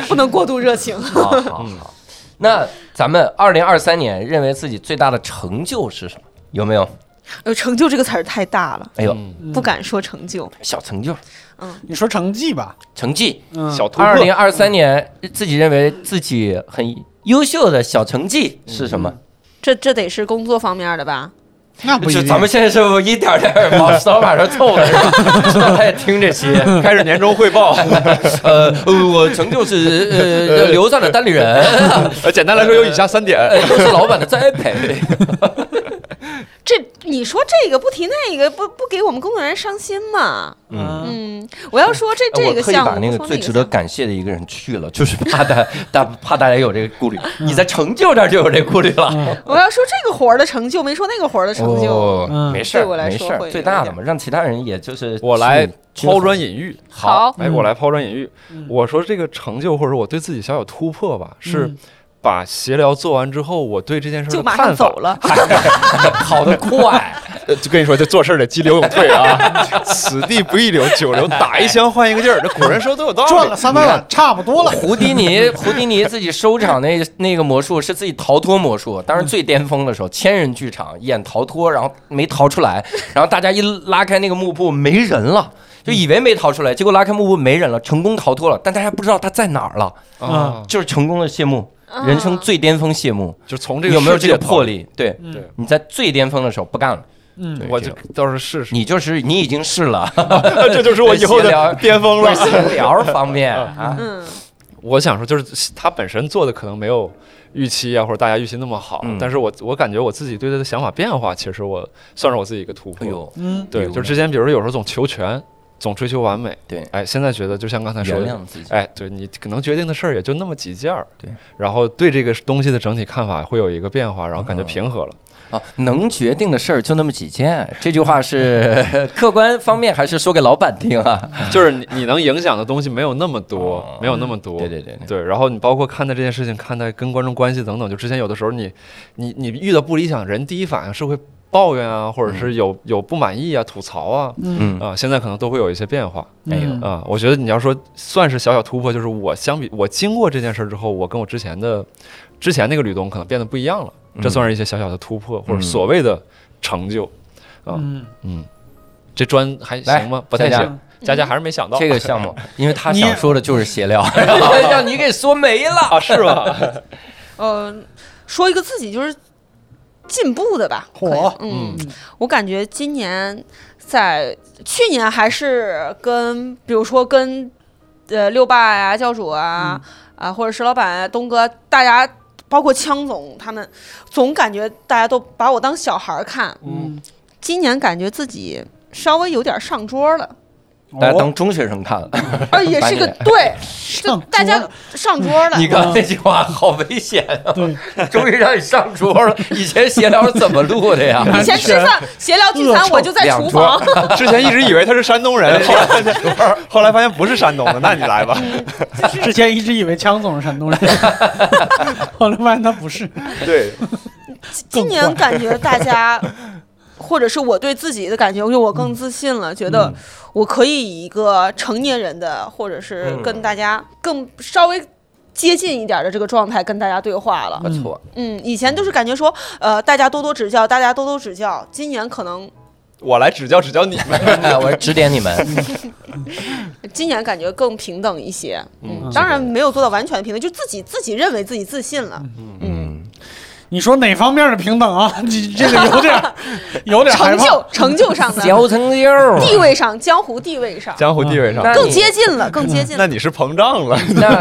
Speaker 5: 不能过度热情。
Speaker 1: 好好
Speaker 2: 嗯
Speaker 1: 好，那咱们二零二三年认为自己最大的成就是什么？有没有？
Speaker 5: 呃，成就这个词儿太大了，
Speaker 1: *laughs* 哎呦，
Speaker 6: 嗯
Speaker 5: 不敢说成就。
Speaker 1: 小成就、
Speaker 2: 你说成绩吧，
Speaker 1: 成绩。
Speaker 2: 嗯，
Speaker 6: 小突
Speaker 1: 二
Speaker 6: 破，
Speaker 1: 零二三年自己认为自己很优秀的小成绩
Speaker 2: 嗯
Speaker 1: 是什么？
Speaker 5: 这这得是工作方面的吧？
Speaker 2: 那不一
Speaker 1: 就
Speaker 2: 定。
Speaker 1: 咱们现在是不是一点点往手板上凑
Speaker 2: *laughs*
Speaker 1: 了？是吧？是吧他也听这期。
Speaker 6: 开始年终汇报。
Speaker 1: *laughs* 呃，呃我成就是呃留在了单立人， *laughs*
Speaker 6: 呃简单来说有以下三点，
Speaker 1: 呃都是老板的栽培。
Speaker 5: 这你说这个不提那个，不不给我们工作人员伤心嘛？
Speaker 2: 嗯，
Speaker 5: 嗯，我要说这这
Speaker 1: 哎我
Speaker 5: 个
Speaker 1: 特意
Speaker 5: 项目，
Speaker 1: 把那个
Speaker 5: 不说
Speaker 1: 最值得
Speaker 5: 项目
Speaker 1: 感谢的一个人去了，就是怕大大怕大家有这个顾虑。
Speaker 6: 嗯
Speaker 1: 你在成就这儿就有这顾虑了。
Speaker 5: 我要说这个活儿的成就，没说那个活儿的成就。
Speaker 1: 哦
Speaker 2: 嗯
Speaker 1: 没事儿，
Speaker 5: 对我来
Speaker 1: 没
Speaker 5: 说
Speaker 1: 事儿，
Speaker 5: 会
Speaker 1: 最大
Speaker 5: 有
Speaker 1: 的
Speaker 5: 点
Speaker 1: 嘛，让其他人也就是
Speaker 6: 我来
Speaker 1: 去
Speaker 6: 抛砖引玉。
Speaker 5: 好
Speaker 6: 哎，
Speaker 2: 嗯
Speaker 6: 我来抛砖引玉
Speaker 2: 嗯。
Speaker 6: 我说这个成就或者我对自己小小突破吧，是
Speaker 2: 嗯
Speaker 6: 把闲聊做完之后，我对这件事儿
Speaker 5: 就
Speaker 6: 的
Speaker 5: 马上
Speaker 6: 看法
Speaker 5: 走。了，
Speaker 1: *laughs* 跑得快，
Speaker 6: 呃就跟你说，这做事儿得急流勇退啊， *laughs* 此地不宜留久留，打一枪换一个地儿。这古人说都有道理。
Speaker 2: 赚了三百万，差不多了。
Speaker 1: 胡迪
Speaker 6: *laughs*
Speaker 1: 尼，胡迪尼自己收场那那个魔术是自己逃脱魔术，当时最巅峰的时候，千人剧场演逃脱，然后没逃出来，然后大家一拉开那个幕布没人了，就以为没逃出来，结果拉开幕布没人了，成功逃脱了，但大家不知道他在哪儿了，
Speaker 6: 啊，
Speaker 1: 就是成功的谢幕，
Speaker 5: 啊
Speaker 1: 人生最巅峰谢幕，
Speaker 6: 就从这个
Speaker 1: 有没有
Speaker 6: 世
Speaker 1: 这
Speaker 6: 界
Speaker 1: 个
Speaker 6: 讨
Speaker 1: 魄
Speaker 6: 论？
Speaker 1: 力？对，
Speaker 6: 对
Speaker 1: 你在最巅峰的时候不干了，
Speaker 2: 嗯，
Speaker 1: 对
Speaker 6: 我
Speaker 1: 这
Speaker 6: 就
Speaker 1: 个
Speaker 6: 到时候试试。
Speaker 1: 你就是你已经是 *laughs* 了，
Speaker 6: *laughs* 这就是我以后的巅峰 *laughs* 了。
Speaker 1: *laughs* 闲聊方面啊， *laughs*
Speaker 5: 嗯，
Speaker 6: 我想说，就是他本身做的可能没有预期啊，或者大家预期那么好，
Speaker 1: 嗯
Speaker 6: 但是我我感觉我自己对他的想法变化，其实我算是我自己一个突
Speaker 1: 哎
Speaker 6: 破。
Speaker 1: 呦，
Speaker 2: 嗯，
Speaker 6: 对，
Speaker 1: 有
Speaker 6: 就之前比如说有时候总求全，总追求完美，
Speaker 1: 对
Speaker 6: 哎，现在觉得就像刚才说
Speaker 1: 原
Speaker 6: 的。
Speaker 1: 谅自己，
Speaker 6: 哎，对你可能决定的事儿也就那么几件儿，
Speaker 1: 对，
Speaker 6: 然后对这个东西的整体看法会有一个变化，然后感
Speaker 1: 嗯
Speaker 6: 觉平和了。 *laughs*
Speaker 1: 啊，能决定的事儿就那么几件，这句话是 *laughs* 客观方面还是说给老板听啊？
Speaker 6: 就是你你能影响的东西没有那么多，
Speaker 1: 哦
Speaker 6: 没有那么多。
Speaker 1: 对对对对
Speaker 6: 对，然后你包括看待这件事情，看待跟观众关系等等，就之前有的时候你你你遇到不理想，人第一反应是会抱怨啊，或者
Speaker 1: 嗯
Speaker 6: 是有有不满意啊、吐槽啊。
Speaker 2: 嗯，
Speaker 6: 啊、现在可能都会有一些变化
Speaker 1: 哎呦
Speaker 2: 嗯，
Speaker 6: 啊、我觉得你要说算是小小突破，就是我相比我经过这件事之后，我跟我之前的之前那个吕东可能变得不一样了，这算是一些小小的突破、或者
Speaker 1: 嗯
Speaker 6: 所谓的成就。
Speaker 2: 嗯，
Speaker 6: 嗯，这砖还
Speaker 1: 来
Speaker 6: 行吗？不太
Speaker 1: 再见
Speaker 6: 行，佳佳还是没想到
Speaker 1: 这个项目，因为他
Speaker 2: 你
Speaker 1: 想说的就是闲 *laughs* 聊，让哎你给说没了。
Speaker 6: 啊，是吧？
Speaker 5: 呃，说一个自己就是进步的吧。可以
Speaker 2: 火
Speaker 5: 嗯，我感觉今年在去年还是跟比如说跟呃六爸呀、教主啊、啊或者石老板啊、东哥，大家包括枪总他们，总感觉大家都把我当小孩儿看。
Speaker 2: 嗯，
Speaker 5: 今年感觉自己稍微有点上桌了，
Speaker 1: *laughs* 大家
Speaker 2: 哦
Speaker 1: 当中学生看了，
Speaker 5: 啊，也是个对，就
Speaker 2: 上
Speaker 5: 大家
Speaker 2: 桌
Speaker 5: 上桌了。
Speaker 1: 你刚才那句 *laughs* 话 *laughs* 好危险啊！
Speaker 2: 对，
Speaker 1: 终于让你上桌了。以前闲聊是怎么录的呀？
Speaker 5: 以前吃饭闲聊聚餐，我就在
Speaker 1: 两
Speaker 5: 厨
Speaker 1: 桌
Speaker 5: 房，
Speaker 6: *laughs* 之前一直以为他是山东人，后来发现 *laughs* 后来发现不是山东的，那你来吧。
Speaker 2: *laughs* 之前一直以为枪总是山东人，后来发现他不是。
Speaker 6: 对，
Speaker 2: 更
Speaker 5: 今今年
Speaker 2: 快
Speaker 5: 感觉大家，或者是我对自己的感觉，就我更自信了，觉得我可以以一个成年人的，或者是
Speaker 6: 嗯
Speaker 5: 跟大家更稍微。接近一点的这个状态跟大家对话了，
Speaker 1: 不错，
Speaker 5: 嗯，以前就是感觉说，呃，大家多多指教，大家多多指教。今年可能，
Speaker 6: 我来指教指教你们。
Speaker 1: 哎， *laughs* 我指点你们，
Speaker 5: 今年感觉更平等一些，
Speaker 6: 嗯
Speaker 5: 当然没有做到完全平等，就自己自己认为自己自信了，
Speaker 7: 嗯，
Speaker 2: 你说哪方面的平等啊？ *laughs* 你这个有点儿有点儿害
Speaker 5: 成
Speaker 2: 怕
Speaker 5: 就成就上的
Speaker 1: 小成就，
Speaker 5: 地位上，江湖地位上
Speaker 6: 江湖地位
Speaker 5: *laughs*
Speaker 6: 上，
Speaker 1: 那
Speaker 5: 更
Speaker 1: 你
Speaker 5: 接近了，更接近了
Speaker 6: 那。你是膨胀了。
Speaker 1: 那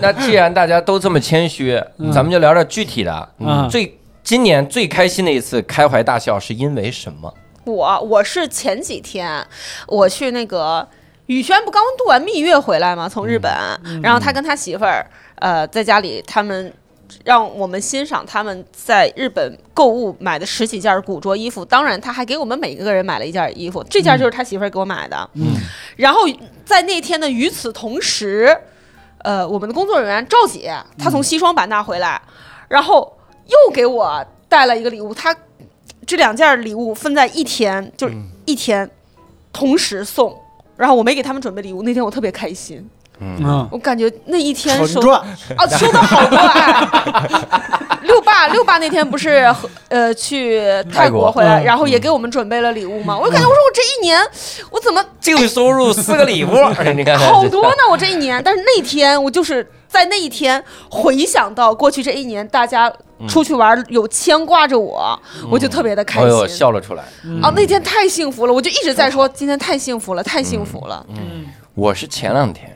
Speaker 1: 那既然大家都这么谦虚，
Speaker 2: 嗯
Speaker 1: 咱们就聊聊具体的。
Speaker 2: 嗯
Speaker 1: 最今年最开心的一次开怀大笑是因为什么？
Speaker 5: 我我是前几天我去那个宇轩不刚度完蜜月回来嘛，从日本，然后他跟他媳妇儿呃在家里他们。让我们欣赏他们在日本购物买的十几件古着衣服，当然他还给我们每个人买了一件衣服，这件就是他媳妇儿给我买的。
Speaker 2: 嗯
Speaker 5: 然后在那天的与此同时，呃，我们的工作人员赵姐，她从西双版纳回来，然后又给我带了一个礼物，她这两件礼物分在一天，就是一天同时送。然后我没给他们准备礼物，那天我特别开心，
Speaker 2: 嗯，
Speaker 5: 我感觉那一天收
Speaker 2: 纯赚，
Speaker 5: 啊收到好多爱。 *laughs* 六爸六爸那天不是和呃去泰
Speaker 1: 泰国嗯
Speaker 5: 国回来，
Speaker 2: 嗯
Speaker 5: 然后也给我们准备了礼物嘛，我就感觉我说我这一年我怎么
Speaker 1: 净收入四个
Speaker 2: *laughs*
Speaker 1: 礼物，你看看
Speaker 5: 好多呢，我这一年。但是那天我就是在那一天回想到过去这一年，大家
Speaker 1: 嗯
Speaker 5: 出去玩儿有牵挂着我，我就特别的开
Speaker 1: 哎呦，
Speaker 5: 心。
Speaker 1: 笑了出来。
Speaker 2: 嗯
Speaker 5: 啊，那天太幸福了，我就一直在说今天太幸福了，太幸福了。
Speaker 2: 嗯
Speaker 1: 我是前两天，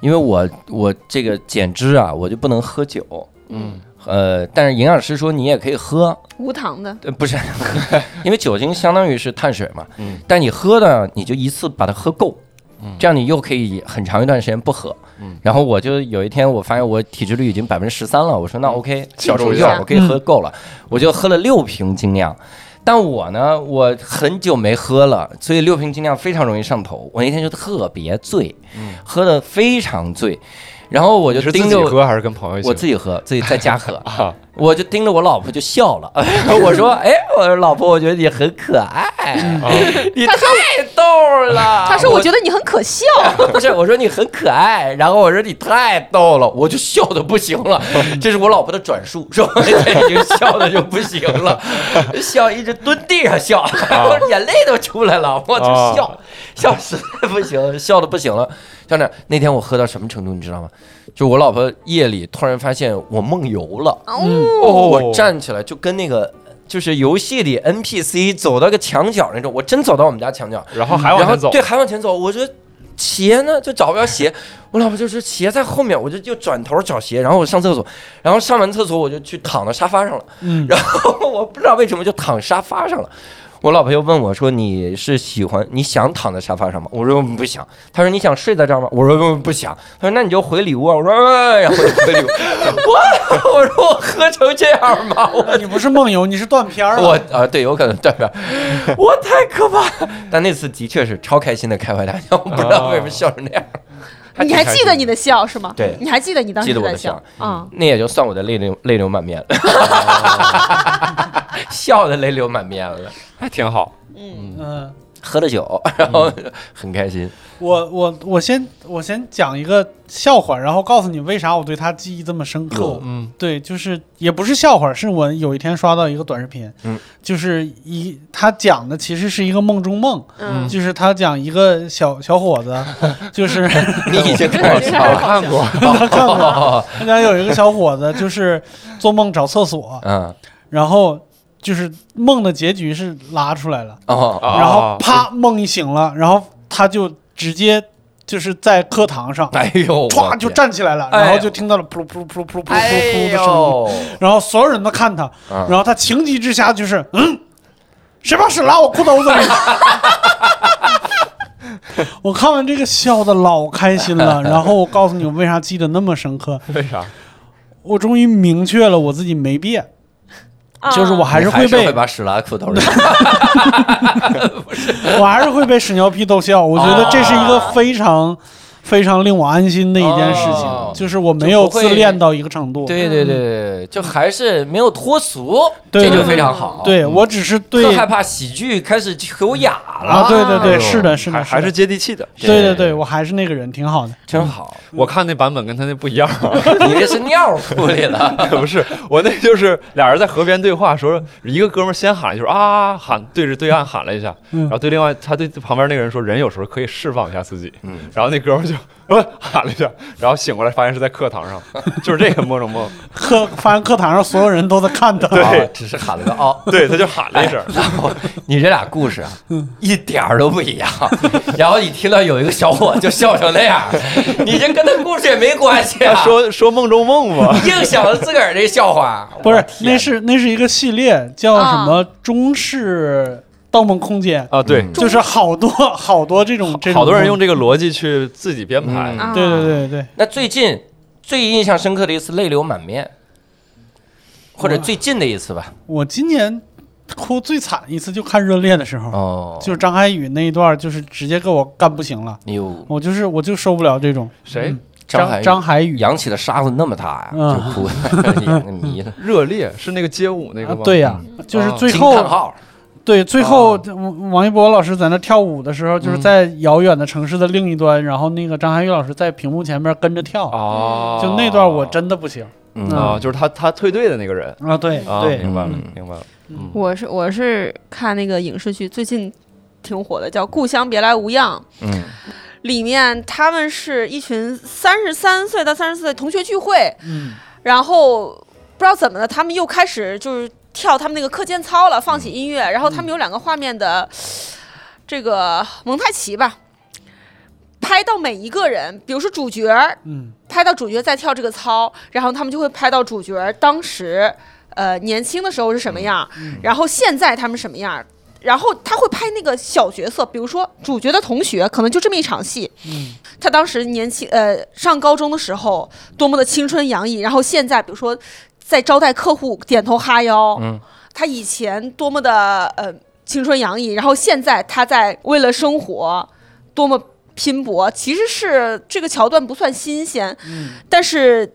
Speaker 1: 因为我我这个减脂啊，我就不能喝酒。
Speaker 5: 嗯，
Speaker 1: 呃，但是营养师说你也可以喝，
Speaker 5: 无糖的，
Speaker 1: 呃，不是， *laughs* 因为酒精相当于是碳水嘛。
Speaker 6: 嗯。
Speaker 1: 但你喝呢，你就一次把它喝够，这样你又可以很长一段时间不喝。
Speaker 6: 嗯。
Speaker 1: 然后我就有一天，我发现我体脂率已经百分之十三了，我
Speaker 6: 嗯
Speaker 1: 说那 OK，小
Speaker 5: 庆祝
Speaker 1: 酌
Speaker 5: 一
Speaker 1: 一会
Speaker 5: 下
Speaker 1: 儿，我可以喝够了，我就喝了六瓶精酿。但我呢，我很久没喝了，所以六瓶精酿非常容易上头。我那天就特别醉，喝的非常醉，然后我
Speaker 6: *laughs* 嗯你
Speaker 1: 就是
Speaker 6: 自
Speaker 1: 盯
Speaker 6: 己
Speaker 1: 着
Speaker 6: 喝还是跟朋友一起？
Speaker 1: 我自己
Speaker 6: *laughs*
Speaker 1: 喝，自己在家喝
Speaker 6: 啊，
Speaker 1: 我就盯着我老婆就笑了。 *laughs* 我说：“哎，我说老婆，我觉得你很可
Speaker 6: 嗯
Speaker 1: 爱，你太逗了。”
Speaker 5: 他说我觉得你很可笑，
Speaker 1: 得 *laughs* 不是，我说你很可爱，然后我说你太逗了，我就笑的不行了。这是我老婆的转述，说 *laughs* 我已经笑的就不行了，笑一直蹲地上笑，我眼泪都出来了，我就笑，笑实在不行，笑的不行了。校长，那天我喝到什么程度，你知道吗？就我老婆夜里突然发现我梦游了。
Speaker 5: 哦，
Speaker 6: 哦
Speaker 1: 我站起来就跟那个就是游戏里 NPC 走到个墙角那种，我真走到我们家墙角，
Speaker 6: 然后还往
Speaker 1: 然后
Speaker 6: 前走，
Speaker 1: 对，还往前走，我说鞋呢就找不着鞋，我老婆就说鞋在后面，我就就转头找鞋，然后我上厕所，然后上完厕所我就去躺到沙发上了，
Speaker 2: 嗯
Speaker 1: 然后我不知道为什么就躺沙发上了。我老婆又问我说：“你是喜欢你想躺在沙发上吗？”我说：“嗯不想。”她说：“你想睡在这儿吗？”我说：“嗯不不想。”她说：“那你就回礼物啊。”我说：“哎、然后我就回礼物。 *laughs* 我 *laughs* 我说我喝成这样吗？我
Speaker 2: 你不是梦游，你是断片儿了。
Speaker 1: 我啊，对，有可能对 *laughs* 吧？我太可怕了。但那次的确是超开心的开怀大笑，我不知道为什么笑成那样。
Speaker 5: 你还记得你的笑是吗？
Speaker 1: 对
Speaker 5: 你还记得你当
Speaker 1: 记
Speaker 5: 时
Speaker 1: 得我
Speaker 5: 在
Speaker 1: 的
Speaker 5: 笑啊？
Speaker 1: 那也就算我的泪流泪流满 *laughs* 面了，笑的泪流满面了。
Speaker 6: 还哎挺好。
Speaker 5: 嗯，
Speaker 2: 嗯，
Speaker 1: 喝了酒，然后 *laughs* 很开心。
Speaker 2: 我我我先我先讲一个笑话，然后告诉你为啥我对他记忆这么深刻。
Speaker 6: 嗯
Speaker 2: 对，就是也不是笑话，是我有一天刷到一个短视频，
Speaker 1: 嗯
Speaker 2: 就是一他讲的其实是一个梦中梦，
Speaker 5: 嗯
Speaker 2: 就是他讲一个小小伙子， *laughs*
Speaker 1: *laughs*
Speaker 2: 就是
Speaker 1: 你已经开始笑
Speaker 6: 我
Speaker 1: 了，
Speaker 6: 看
Speaker 1: *laughs*
Speaker 6: 过，
Speaker 1: 哦
Speaker 2: 他讲有一个小伙子就是做梦找厕所，
Speaker 1: 嗯
Speaker 2: 然后就是梦的结局是拉出来了。
Speaker 1: 哦，
Speaker 6: 嗯
Speaker 2: 然后啪，梦一醒了，然后他就直接就是在课堂上，
Speaker 1: 哎呦，
Speaker 2: 歘就站起来了，
Speaker 1: 哎呦
Speaker 2: 然后就听到了噗噜噗噜噗噜噗噜噗噜
Speaker 1: 哎
Speaker 2: 噗噜的声音，
Speaker 1: 呦，
Speaker 2: 然后所有人都看他，
Speaker 1: 嗯
Speaker 2: 然后他情急之下就是嗯，谁把屎拉我裤兜子里？ *laughs* 我看完这个笑的老开心了，然后我告诉你我为啥记得那么深刻，
Speaker 6: *laughs* 为啥？
Speaker 2: 我终于明确了我自己没变，嗯就是我
Speaker 5: 啊
Speaker 2: 还是
Speaker 1: 你
Speaker 2: 会
Speaker 1: 会
Speaker 2: 被 *laughs*
Speaker 1: 把屎拉裤兜里。
Speaker 2: 我还是会被屎尿屁逗笑。我觉得这是一个非常。非常令我安心的一件事情，
Speaker 1: 哦
Speaker 2: 就是我没有自恋到一个程度。
Speaker 1: *laughs* 对对对对，就还是没有脱俗，
Speaker 2: 对
Speaker 1: 这就
Speaker 2: 对
Speaker 1: 非常好。
Speaker 2: 对我只是对
Speaker 1: 特害怕喜剧开始口哑了
Speaker 2: 啊，对对
Speaker 6: 哎
Speaker 2: 对，
Speaker 6: 呦
Speaker 2: 是的，是
Speaker 6: 还
Speaker 2: 的，
Speaker 6: 还是
Speaker 2: 的
Speaker 6: 接地气的。
Speaker 2: 对对对，我还是那个人，挺好的。
Speaker 1: 真好，
Speaker 6: 我看那版本跟他那不一样，
Speaker 1: 你这是尿出来
Speaker 2: *laughs*
Speaker 1: 了，
Speaker 6: *laughs* 不是我那就是俩人在河边对话，说一个哥们儿先喊就是啊喊对着对岸喊了一下，
Speaker 2: 嗯
Speaker 6: 然后对另外他对旁边那个人说人有时候可以释放一下自己，
Speaker 1: 嗯
Speaker 6: 然后那哥们儿就呃喊了一下，然后醒过来发现是在课堂
Speaker 1: *laughs*
Speaker 6: 上，就是这个某种梦，
Speaker 2: 课发现课堂上所有人都在看他，
Speaker 6: 对
Speaker 1: 哦只是喊了个哦。
Speaker 6: 对他就喊了一声，
Speaker 1: 然后你这俩故事啊，一点儿都不一样。 *laughs* 然后你听到有一个小伙就笑成那样，
Speaker 2: *laughs*
Speaker 1: 你这跟他故事也没关系
Speaker 6: 他
Speaker 1: 啊。
Speaker 6: 哎说说梦中梦嘛，
Speaker 1: *laughs* 硬想着自个儿这笑话，
Speaker 2: 不
Speaker 1: 我
Speaker 2: 是，
Speaker 1: 天
Speaker 2: 那是那是一个系列，叫什么中式《盗梦空间》，
Speaker 6: 啊对，
Speaker 1: 嗯
Speaker 5: 中
Speaker 2: 就是好多好多这种这种，
Speaker 6: 好多人用这个逻辑去自己编排，
Speaker 5: 啊
Speaker 1: 嗯
Speaker 2: 对对对对，
Speaker 1: 那最近最印象深刻的一次泪流满面，或者最近的一次吧。
Speaker 2: 我今年哭最惨一次就看《热恋》的时候，
Speaker 1: 哦，
Speaker 2: 就是张涵予那一段，就是直接给我干不行了，
Speaker 1: 有
Speaker 2: 我就是我就受不了这种
Speaker 6: 谁
Speaker 2: 嗯
Speaker 1: 张
Speaker 2: 张
Speaker 1: 涵
Speaker 2: 张涵予
Speaker 1: 扬起的沙子那么大呀，
Speaker 2: 嗯
Speaker 1: 就哭你迷了。 *laughs*
Speaker 6: 热烈是那个街舞那个
Speaker 2: 啊
Speaker 6: 吗？，
Speaker 2: 对呀、就是最
Speaker 1: 哦惊叹
Speaker 2: 后
Speaker 1: 号，
Speaker 2: 对，最后
Speaker 1: 哦
Speaker 2: 王王一博老师在那跳舞的时候，就是
Speaker 1: 嗯
Speaker 2: 在遥远的城市的另一端，然后那个张涵予老师在屏幕前面跟着跳，
Speaker 1: 啊
Speaker 6: 哦，
Speaker 2: 就那段我真的不行
Speaker 1: 嗯
Speaker 6: 啊，就是他他退队的那个人
Speaker 2: 啊！对
Speaker 6: 啊，
Speaker 2: 对，
Speaker 6: 明白了
Speaker 1: 嗯，
Speaker 6: 明白了，嗯
Speaker 5: 我是我是看那个影视剧，最近挺火的，叫《故乡别来无恙》。
Speaker 1: 嗯，
Speaker 5: 里面他们是一群三十三岁到三十四岁同学聚会，
Speaker 2: 嗯，
Speaker 5: 然后不知道怎么的，他们又开始就是跳他们那个课间操了，放起音乐，然后他们有两个画面的这个蒙太奇吧，拍到每一个人，比如说主角，
Speaker 2: 嗯，
Speaker 5: 拍到主角在跳这个操，然后他们就会拍到主角当时呃年轻的时候是什么样，然后现在他们什么样。然后他会拍那个小角色，比如说主角的同学，可能就这么一场戏，
Speaker 2: 嗯
Speaker 5: 他当时年轻，呃，上高中的时候多么的青春洋溢，然后现在比如说在招待客户点头哈腰，
Speaker 1: 嗯
Speaker 5: 他以前多么的呃青春洋溢，然后现在他在为了生活多么拼搏，其实是这个桥段不算新鲜，
Speaker 2: 嗯
Speaker 5: 但是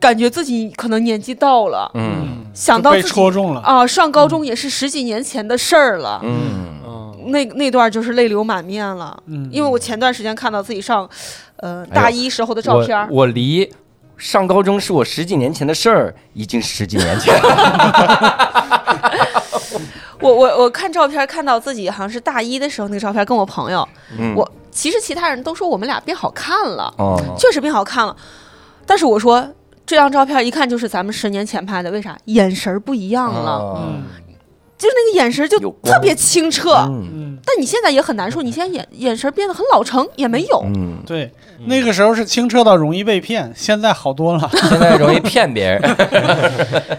Speaker 5: 感觉自己可能年纪到了，
Speaker 1: 嗯
Speaker 5: 想
Speaker 2: 就
Speaker 5: 到
Speaker 2: 被
Speaker 5: 自己
Speaker 2: 戳中了，嗯
Speaker 5: 啊、上高中也是十几年前的事儿了，
Speaker 1: 嗯，
Speaker 6: 嗯，
Speaker 5: 那那段就是泪流满面了。
Speaker 2: 嗯，
Speaker 5: 因为我前段时间看到自己上，呃，
Speaker 1: 哎呦
Speaker 5: 大一时候的照片儿
Speaker 1: 我，我离上高中是我十几年前的事儿，已经十几年
Speaker 5: *laughs*
Speaker 1: 前了。
Speaker 5: 我我我看照片儿看到自己好像是大一的时候那个照片儿，跟我朋友，
Speaker 1: 嗯
Speaker 5: 我其实其他人都说我们俩变好看了，
Speaker 1: 哦，
Speaker 5: 确实变好看了，但是我说这张照片儿一看就是咱们十年前拍的，为啥？眼神儿不一样了，
Speaker 2: 嗯
Speaker 1: 哦
Speaker 5: 就是那个眼神儿就
Speaker 1: 有光
Speaker 5: 特别清澈。
Speaker 1: 嗯
Speaker 2: 嗯
Speaker 5: 但你现在也很难说，你现在眼眼神儿变得很老成，也没有。
Speaker 1: 嗯，
Speaker 2: 对，那个时候是清澈到容易被骗，现在好
Speaker 1: *laughs*
Speaker 2: 多了。
Speaker 1: 现在容易骗别人。*laughs*
Speaker 5: *laughs*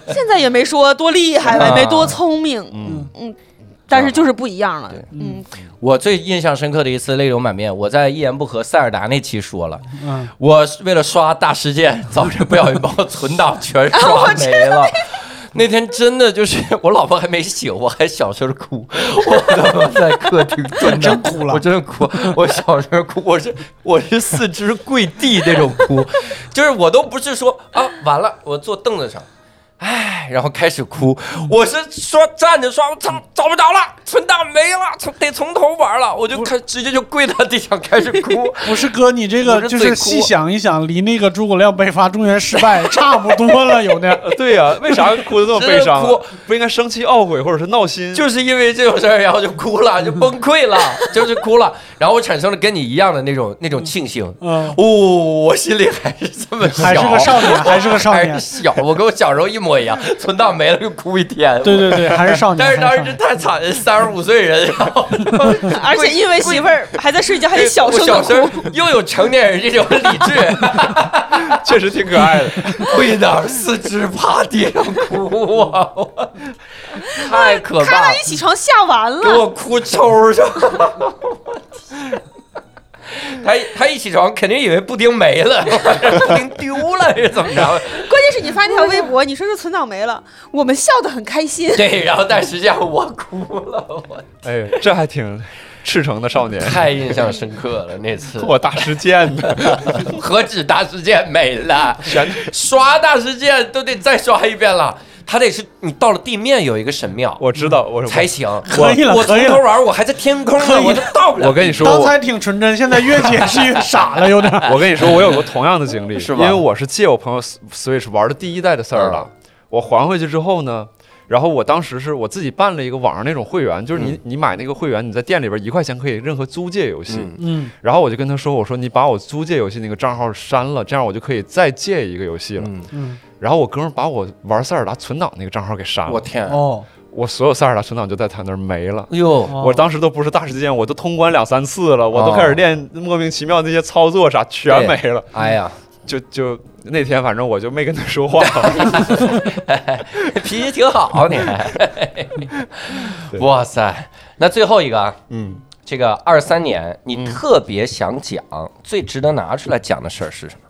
Speaker 5: 现在也没说多厉害了，也没多聪明，
Speaker 1: 啊嗯
Speaker 2: 嗯，
Speaker 5: 但是就是不一样了
Speaker 1: 对。
Speaker 5: 嗯，
Speaker 1: 我最印象深刻的一次泪流满面，我在一言不合塞尔达那期说了，
Speaker 2: 嗯，
Speaker 1: 我为了刷大事件，早晨不小心把我存档全刷没了。那天真的就是我老婆还没醒，我还小声哭，我他妈在客厅蹲着
Speaker 2: 真哭了
Speaker 1: 我真的哭，我小声哭，我是我是四肢跪地那种哭，就是我都不是说啊完了，我坐凳子上，唉，然后开始哭，我是说站着刷，我操找不着了，存档没了，从得从头玩了，我就开直接就跪到地上开始哭，
Speaker 2: 不是哥，你这
Speaker 1: 我
Speaker 2: 个
Speaker 1: 是
Speaker 2: 就
Speaker 1: 最哭
Speaker 2: 是细想一想，离那个诸葛亮北伐中原失
Speaker 1: *laughs*
Speaker 2: 败差不多了，有点儿。
Speaker 6: *laughs* 对呀，为啥哭 *laughs* 的这么悲伤
Speaker 1: 真的
Speaker 6: 啊？不应该生气、懊悔或者是闹
Speaker 1: *laughs*
Speaker 6: 心？*laughs*
Speaker 1: 就是因为这种事儿，然后就哭了，就崩溃了， *laughs* 就是哭了，然后我产生了跟你一样的那种那种庆幸。
Speaker 2: 嗯，
Speaker 1: *laughs* 哦，我心里还是这么小，
Speaker 2: 还是个少年，还是个少
Speaker 1: 还是
Speaker 2: 年。
Speaker 1: 小，我跟我小时候一模一
Speaker 2: *laughs*
Speaker 1: 样，存档没了就哭一天。
Speaker 2: 对对对，还是少年。
Speaker 1: 但是当
Speaker 2: 还
Speaker 1: 时
Speaker 2: 少
Speaker 1: 这
Speaker 2: 年
Speaker 1: 太惨了，三十五岁人，然后
Speaker 2: *laughs*
Speaker 5: *laughs* 而且因为媳妇儿还在睡觉，还得小
Speaker 1: 我
Speaker 5: 声
Speaker 1: 小
Speaker 5: 的
Speaker 1: 时候又有成年人这种理智，
Speaker 2: *laughs*
Speaker 6: 确实挺可爱 *laughs* 的。
Speaker 1: 跪那儿四肢趴地上哭啊，我太可
Speaker 5: 咔
Speaker 1: 怕
Speaker 5: 啦
Speaker 1: 了
Speaker 5: 一，起床吓完
Speaker 1: 给
Speaker 5: 了。
Speaker 1: 我哭抽上。 *laughs* 他他一起床，肯定以为布丁没了， *laughs* 布丁丢了是怎么着？
Speaker 5: 关键是你发那条微博，你说这存档没了，我们笑得很开心。
Speaker 1: 对，然后但实际上我哭了，我
Speaker 6: 哎，这还挺赤诚的 *laughs* 少年，
Speaker 1: 太印象深刻了那次，
Speaker 6: 做大事件的， *laughs*
Speaker 1: 何止大事件没了，刷大事件都得再刷一遍了。他得是你到了地面有一个神庙
Speaker 6: 我知道，我是
Speaker 1: 才行。
Speaker 2: 可以了
Speaker 1: 我
Speaker 2: 可以
Speaker 1: 从
Speaker 2: 了
Speaker 1: 头玩，我还在天空
Speaker 2: 可
Speaker 1: 呢，
Speaker 2: 以了
Speaker 1: 我都到不了。
Speaker 6: 我跟你说，
Speaker 2: 刚
Speaker 6: 我
Speaker 2: 才挺纯真，现在越解释越傻了，有点。
Speaker 6: 我跟你说，我有过同样的经历，
Speaker 1: 是
Speaker 6: 因
Speaker 1: 吧
Speaker 6: 为我 *laughs* 是借我朋友 S- Switch 玩的第一代的塞尔达，我还回去之后呢，然后我当时是我自己办了一个网上那种会员，就是你、你买那个会员，你在店里边一块钱可以任何租借游戏，
Speaker 1: 嗯
Speaker 2: 嗯，
Speaker 6: 然后我就跟他说，我说你把我租借游戏那个账号删了，这样我就可以再借一个游戏了。
Speaker 1: 嗯，
Speaker 2: 嗯，
Speaker 6: 然后我哥们儿把我玩塞尔达存档那个账号给删了，
Speaker 1: 我
Speaker 6: 我
Speaker 1: 天，
Speaker 2: 哦，
Speaker 6: 所有塞尔达存档就在他那儿没了。
Speaker 1: 哎呦，
Speaker 2: 哦
Speaker 6: 我当时都不是大事件，我都通关两三次了，我都
Speaker 1: 哦
Speaker 6: 开始练莫名其妙那些操作啥，全
Speaker 1: 对
Speaker 6: 没了。
Speaker 1: 哎呀，
Speaker 6: 就就那天，反正我就没跟他
Speaker 1: *laughs*
Speaker 6: 说话。
Speaker 1: 脾气挺好，你 *laughs* 还。
Speaker 6: 对
Speaker 1: 哇塞，那最后一个啊，
Speaker 6: 嗯，
Speaker 1: 这个二三年，你特别想讲、最值得拿出来讲的事儿是什么？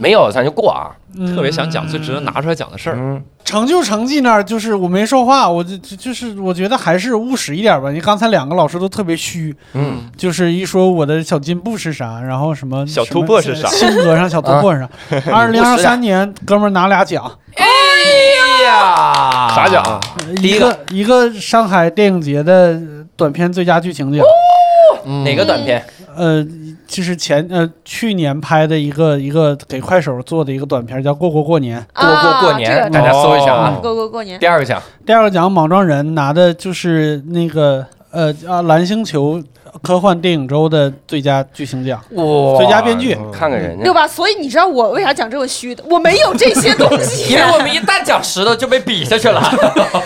Speaker 1: 没有，咱就过啊。
Speaker 6: 特别想讲最值得拿出来讲的事儿。
Speaker 1: 嗯，
Speaker 2: 成就成绩那儿，就是我没说话，我就就就是我觉得还是务实一点吧。你刚才两个老师都特别虚，
Speaker 1: 嗯，
Speaker 2: 就是一说我的小进步是啥，然后什么
Speaker 6: 小突破是啥啊
Speaker 2: 什么性格上小突破是
Speaker 6: *laughs*
Speaker 2: 啥。二零二三年，哥们儿拿俩奖，
Speaker 1: 哎呀，
Speaker 6: 啥奖啊？
Speaker 1: 第一
Speaker 2: 一个一个上海电影节的短片最佳剧情
Speaker 6: 哦
Speaker 2: 奖，
Speaker 1: 哪个短片？
Speaker 2: 呃，就是前呃去年拍的一个一个给快手做的一个短片叫《过过过年》。
Speaker 1: 过过过
Speaker 5: 啊这
Speaker 1: 年，
Speaker 5: 个
Speaker 1: 大家搜一下啊
Speaker 6: 哦。
Speaker 5: 过过过年，
Speaker 1: 第二个奖，
Speaker 2: 第二个奖莽撞人拿的就是那个呃啊蓝星球科幻电影周的最佳剧情奖。
Speaker 1: 哇
Speaker 2: 最佳编剧
Speaker 1: 哦看看人家
Speaker 5: 对。吧？所以你知道我为啥讲这么虚的？我没有这些东
Speaker 1: *laughs*
Speaker 5: 西
Speaker 1: 因，为我们一旦讲石头就被比下去了，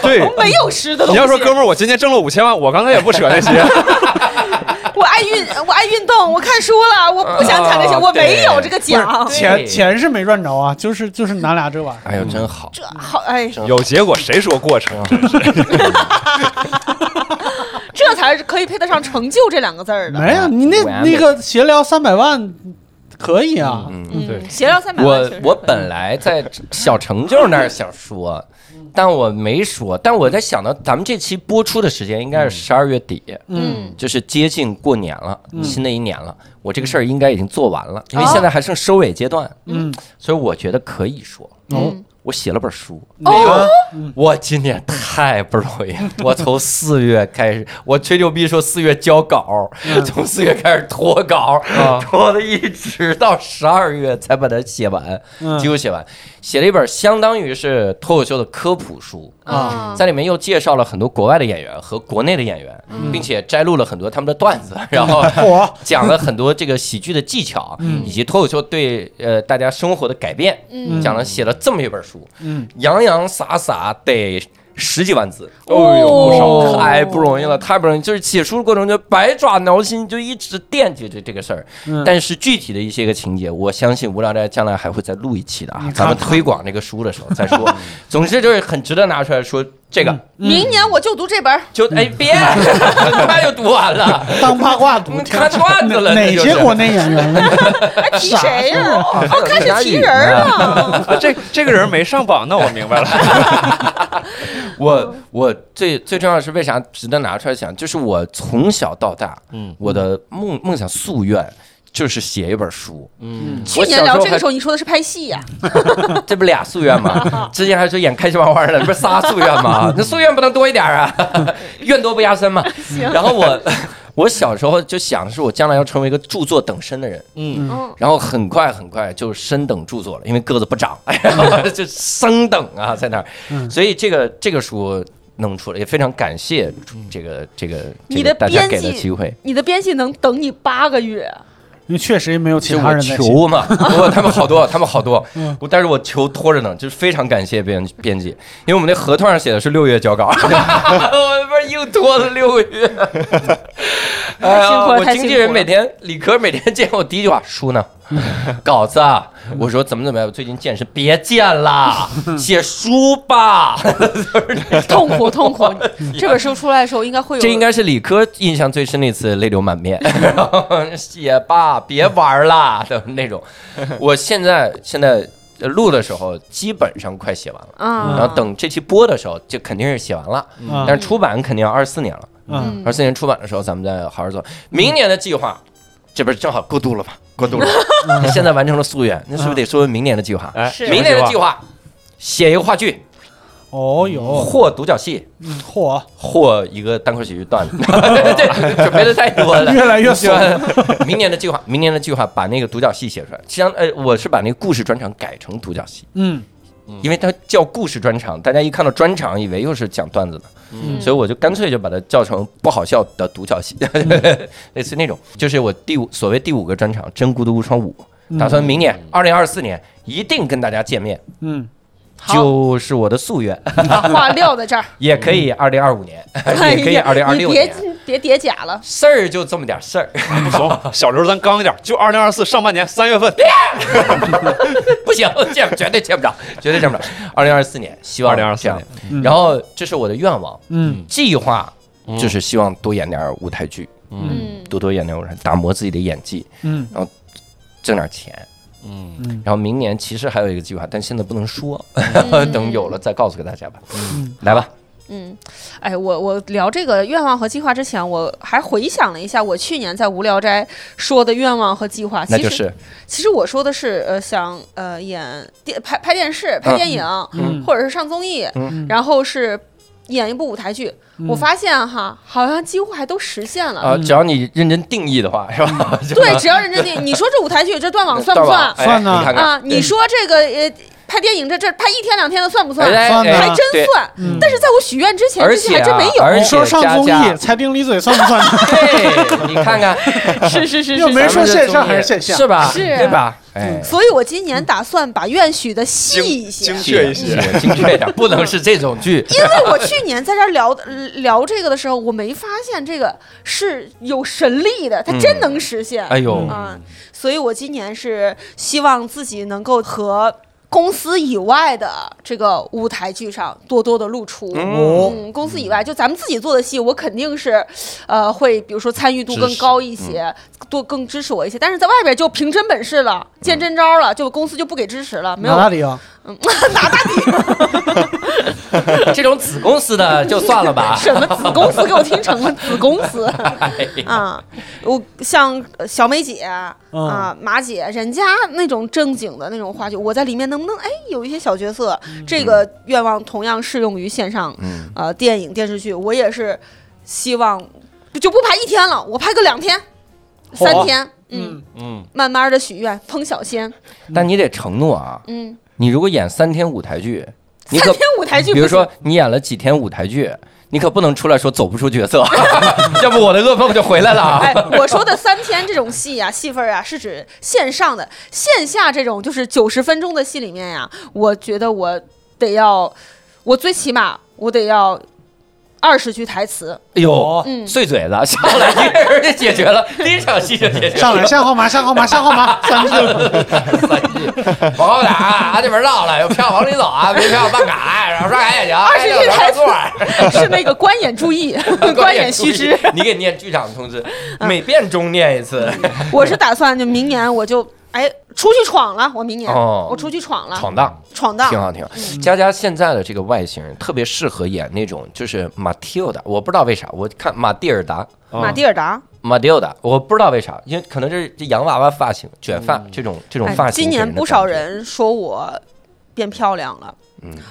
Speaker 6: 对，
Speaker 5: 没有湿的东
Speaker 6: 你
Speaker 5: 西。
Speaker 6: 要说哥们儿，我今年挣了五千万，我刚才也不扯那些。
Speaker 5: 我爱运，我爱运动，我看书了，我不想讲这些，
Speaker 1: 啊
Speaker 5: 我没有
Speaker 1: 对
Speaker 5: 这个奖
Speaker 2: 不是。钱
Speaker 1: 哦对
Speaker 2: 钱是没赚着啊，就是就是拿俩这玩意儿。
Speaker 1: *laughs* 哎呦，真好！
Speaker 5: 这好哎，
Speaker 6: 有结果谁说过程？
Speaker 5: 这才是可以配得上“成就”这两个字儿的。
Speaker 2: 没有，你那
Speaker 1: 完了
Speaker 2: 那个闲聊三百万可以啊，
Speaker 6: 对
Speaker 5: 嗯，闲聊三百万
Speaker 1: 我
Speaker 5: 确实
Speaker 1: 我本来在小成就那儿想说，
Speaker 5: 嗯
Speaker 1: 但我没说。但我在想到咱们这期播出的时间应该是十二月底，
Speaker 5: 嗯，
Speaker 1: 就是接近过年了，
Speaker 2: 嗯
Speaker 1: 新的一年了。我这个事儿应该已经做完了，因
Speaker 5: 哦
Speaker 1: 为现在还剩收尾阶段，
Speaker 2: 嗯，
Speaker 1: 所以我觉得可以说。
Speaker 2: 哦
Speaker 5: 嗯
Speaker 1: 我写了本书，
Speaker 2: 哦，
Speaker 1: 我今年太不容
Speaker 2: *laughs*
Speaker 1: 易了。我从四月开始，我吹牛逼说四月交稿，
Speaker 2: 嗯
Speaker 1: 从四月开始拖稿，
Speaker 2: 啊
Speaker 1: 拖的一直到十二月才把它写完，
Speaker 2: 嗯
Speaker 1: 几乎写完。写了一本相当于是脱口秀的科普书，
Speaker 2: 嗯
Speaker 5: 啊
Speaker 1: 在里面又介绍了很多国外的演员和国内的演员，
Speaker 2: 嗯
Speaker 1: 并且摘录了很多他们的段子，然后
Speaker 2: 我
Speaker 1: *laughs* 讲了很多这个喜剧的技巧，
Speaker 6: 嗯
Speaker 1: 以及脱口秀对呃大家生活的改变，
Speaker 5: 嗯
Speaker 1: 讲了写了这么一本书，
Speaker 2: 嗯，
Speaker 1: 洋洋洒洒得十几万字，
Speaker 6: 哦呦，不少。
Speaker 5: 哦
Speaker 1: 太不容易了，太不容易，就是写书的过程中就百爪挠心，就一直惦记着这个事儿。
Speaker 2: 嗯
Speaker 1: 但是具体的一些个情节，我相信无聊斋将来还会再录一期的
Speaker 6: 嗯
Speaker 1: 啊，咱们推广这个书的时候再说。 *laughs* 总之就是很值得拿出来说这
Speaker 6: 嗯
Speaker 1: 个，
Speaker 5: 明年我就读这本儿，
Speaker 1: 就哎
Speaker 6: *laughs*
Speaker 1: 别， *laughs* 他就读完了。
Speaker 2: 当八卦读
Speaker 1: 嗯，看段子了，
Speaker 2: 哪
Speaker 1: 这就是
Speaker 2: 些国内演员呢？
Speaker 5: 还提谁呀？哦，开
Speaker 1: 哪
Speaker 5: 始
Speaker 1: 里
Speaker 5: 提人儿了。
Speaker 6: 啊这这个人没上榜，那我明白了。
Speaker 1: *laughs* 我我最最重要的是为啥值得拿出来讲？就是我从小到大，
Speaker 6: 嗯
Speaker 1: 我的梦梦想夙愿就是写一本书。
Speaker 6: 嗯，
Speaker 5: 去年聊这个时
Speaker 1: 候
Speaker 5: 候，你说的是拍戏呀？
Speaker 1: 还，这不俩夙愿
Speaker 5: *laughs*
Speaker 1: 吗？之前还说演开心麻花的，这不是仨夙愿吗？那夙愿不能多一点啊， *laughs* 愿多不压身嘛。然后我 *laughs* 我小时候就想，是我将来要成为一个著作等身的人。
Speaker 5: 嗯，
Speaker 1: 然后很快很快就升等著作了，因为个子不长， *laughs* 然后就升等啊，在那儿。
Speaker 5: 嗯
Speaker 1: 所以这个这个书弄出来，也非常感谢这个这个这
Speaker 5: 你
Speaker 1: 个
Speaker 5: 的
Speaker 1: 大家
Speaker 5: 编
Speaker 1: 给的
Speaker 5: 辑
Speaker 1: 机会。
Speaker 5: 你的编辑能等你八个月，
Speaker 2: 因为确实也没有其
Speaker 1: 就
Speaker 2: 他
Speaker 1: 我
Speaker 2: 人在写。
Speaker 1: 求
Speaker 5: *laughs*
Speaker 1: 嘛，我他们好多，他们好多，
Speaker 5: 嗯
Speaker 1: 我但是我求拖着呢，就是非常感谢编编辑，因为我们那合同上写的是六月交稿， *laughs*
Speaker 5: *laughs*
Speaker 1: 我不是硬拖了六个月。哎
Speaker 5: 辛
Speaker 1: 呀，
Speaker 5: 苦了
Speaker 1: 我
Speaker 5: 太
Speaker 1: 经
Speaker 5: 辛
Speaker 1: 纪
Speaker 5: 苦
Speaker 1: 人
Speaker 5: 了
Speaker 1: 每天理科每天见我第一句话书
Speaker 5: *laughs*
Speaker 1: 呢，稿子啊，我说怎么怎么样，我最近健身，别健
Speaker 5: *laughs*
Speaker 1: 啦，写书吧。
Speaker 5: 痛苦痛苦。这本书出来的时候应该会有，
Speaker 1: 这应该是理科印象最深的一次泪流满
Speaker 2: *laughs*
Speaker 1: 面，然后写吧，别玩啦的那种。我现在现在呃录的时候基本上快写完了，
Speaker 5: 啊。
Speaker 1: 然后等这期播的时候就肯定是写完了，
Speaker 2: 嗯
Speaker 1: 但是出版肯定要二四年了。
Speaker 2: 嗯，
Speaker 5: 嗯
Speaker 1: 而四年出版的时候，咱们再好好做。明年的计划，这边正好过渡了吧？过
Speaker 6: *laughs*
Speaker 1: 渡了，你现在完成了夙愿，那是不是得说明年的计划？
Speaker 6: 哎，
Speaker 2: 嗯
Speaker 5: 是
Speaker 1: 明年的计划，写一个话剧，
Speaker 2: 哦哟，
Speaker 1: 或独角戏，
Speaker 2: 嗯嚯，
Speaker 1: 或一个单口喜剧段子， *laughs* 这准备的太多了。
Speaker 2: 越来越怂，
Speaker 1: *laughs* 明年的计划，明年的计划把那个独角戏写出来。实际上，呃，我是把那个故事专场改成独角戏，
Speaker 2: 嗯
Speaker 1: 因为它叫故事专场，大家一看到专场，以为又是讲段子的，
Speaker 5: 嗯
Speaker 1: 所以我就干脆就把它叫成不好笑的独角戏，
Speaker 5: 嗯
Speaker 1: *laughs* 类似那种。就是我第五所谓第五个专场《真孤独无双五》，
Speaker 2: 嗯
Speaker 1: 打算明年二零二四年一定跟大家见面，
Speaker 2: 嗯，
Speaker 5: 好，
Speaker 1: 就是我的夙愿。
Speaker 5: 话撂在这儿，也
Speaker 1: 也可以二零二五
Speaker 5: *laughs*
Speaker 1: 年， *laughs* 也可以二零二六
Speaker 5: 哎别
Speaker 1: 年。
Speaker 5: 别叠假了，
Speaker 1: 事儿就这么点事儿，
Speaker 6: 不怂，小刘咱刚一点，就二零二四上半年三月份，
Speaker 1: *laughs* 不行，见绝对见不着，绝对见不着。二零二四年，希望
Speaker 6: 2024
Speaker 1: 这样
Speaker 6: 年
Speaker 2: 嗯
Speaker 1: 然后这是我的愿望，
Speaker 2: 嗯
Speaker 1: 计划就是希望多演点舞台剧，
Speaker 6: 嗯
Speaker 5: 嗯，
Speaker 1: 多多演点舞台，打磨自己的演技，
Speaker 2: 嗯
Speaker 1: 挣点钱。
Speaker 6: 嗯
Speaker 2: 嗯
Speaker 1: 然后明年其实还有一个计划，但现在不能说，
Speaker 5: 嗯
Speaker 1: 等有了再告诉给大家吧。
Speaker 2: 嗯
Speaker 1: 来吧，
Speaker 5: 嗯，哎，我我聊这个愿望和计划之前，我还回想了一下我去年在无聊斋说的愿望和计划。
Speaker 1: 那
Speaker 5: 其
Speaker 1: 就
Speaker 5: 实
Speaker 1: 是
Speaker 5: 其实我说的是呃想呃演电拍拍电视、拍
Speaker 1: 嗯
Speaker 5: 电影，
Speaker 2: 嗯
Speaker 5: 或者是上综艺，
Speaker 2: 嗯
Speaker 5: 然后是演一部舞台剧。我发现哈，好像几乎还都实现了。
Speaker 2: 嗯
Speaker 1: 啊，只要你认真定义的话，是吧？就
Speaker 5: 对，只要认
Speaker 1: *laughs*
Speaker 5: 真定，你说这舞台剧这断网算不
Speaker 1: 到
Speaker 5: 算
Speaker 1: 吧哎
Speaker 2: 算呢
Speaker 1: 你看看
Speaker 5: 啊？你说这个呃拍电影这这拍一天两天的算不算？
Speaker 1: 哎
Speaker 2: 算呢
Speaker 1: 哎
Speaker 5: 还真
Speaker 1: 对
Speaker 5: 算。
Speaker 2: 嗯，
Speaker 5: 但是在我许愿之前，
Speaker 1: 而
Speaker 5: 这些
Speaker 1: 且
Speaker 5: 还真
Speaker 1: 啊
Speaker 5: 没有。
Speaker 1: 而
Speaker 2: 你
Speaker 1: 且
Speaker 2: 说上
Speaker 1: 佳
Speaker 2: 综
Speaker 1: 佳
Speaker 2: 艺，彩饼李嘴算不算？
Speaker 1: 对，哎你看看，
Speaker 5: *laughs* 是是是
Speaker 2: 又没说线上还是线下嗯
Speaker 1: 是吧？
Speaker 5: 是
Speaker 1: 对吧？哎，
Speaker 5: 所以我今年打算把愿许的细一些，
Speaker 6: 精确一些，
Speaker 1: 精确一点，不能是这种 *laughs* 剧。
Speaker 5: 因为我去年在这儿聊的聊这个的时候，我没发现这个是有神力的，它真能实现。
Speaker 1: 哎呦，
Speaker 5: 啊，所以我今年是希望自己能够和公司以外的这个舞台剧上多多的露出。
Speaker 2: 哦，
Speaker 5: 嗯，公司以外，就咱们自己做的戏，我肯定是，呃，会比如说参与度更高一些，多更支持我一些。但是在外边就凭真本事了，见真招了，就公司就不给支持了，没有
Speaker 2: 哪大理啊？
Speaker 1: 这种子公司的就算了吧。哎
Speaker 5: 什么子公司给我听成了子公司 *laughs* 啊！我像呃小美姐啊、
Speaker 2: 嗯
Speaker 5: 马姐，人家那种正经的那种话剧，我在里面能不能哎有一些小角色？这个愿望同样适用于线上
Speaker 1: 嗯
Speaker 5: 呃电影电视剧，我也是希望就不排一天了，我排个两天、
Speaker 2: 嚯
Speaker 1: 啊
Speaker 5: 三天，嗯，
Speaker 2: 嗯
Speaker 6: 嗯，
Speaker 5: 慢慢的许愿，烹小鲜，
Speaker 1: 但你得承诺啊，
Speaker 5: 嗯，
Speaker 1: 你如果演三天舞台剧，你
Speaker 5: 三
Speaker 1: 可
Speaker 5: 天舞台剧，
Speaker 1: 比如说。你演了几天舞台剧，你可不能出来说走不出角色， *laughs* 要不我的噩梦就回来了啊。
Speaker 5: 哎，我说的三天这种戏呀、戏份儿啊，是指线上的，线下这种就是九十分钟的戏里面呀、我觉得我得要，我最起码我得要二十句台词，
Speaker 1: 哎呦，
Speaker 5: 嗯
Speaker 1: 碎嘴子上来一个人就解决了，第一场戏就解决了。
Speaker 2: 上来下号码，下号码，下号
Speaker 1: *laughs*
Speaker 2: 码，三句。
Speaker 1: 广告打啊，这边绕了，有票往里走啊，没票办卡，然后刷卡也行，哎
Speaker 5: 二十一台词
Speaker 1: 座儿。
Speaker 5: 是那个观演注意， *laughs* 观演须
Speaker 1: *laughs*
Speaker 5: 知。，嗯
Speaker 1: 你给念剧场通知， *laughs* 每遍中念一次，
Speaker 5: 我是打算就明年我就哎出去闯了，我明年、
Speaker 1: 哦
Speaker 5: 我出去闯
Speaker 1: *laughs*
Speaker 5: 了，
Speaker 1: 闯荡。
Speaker 5: 嗯闯荡嗯
Speaker 1: 挺好，挺好。佳佳现在的这个外形特别适合演那种，就是马蒂尔达，我不知道为啥，我看马蒂尔达，
Speaker 5: 马蒂尔达，
Speaker 1: 马蒂尔达，我不知道为啥，因为可能这是这洋娃娃发型、卷发、这种这种
Speaker 5: 哎
Speaker 1: 发，型。
Speaker 5: 今年不少。人说我变漂亮了，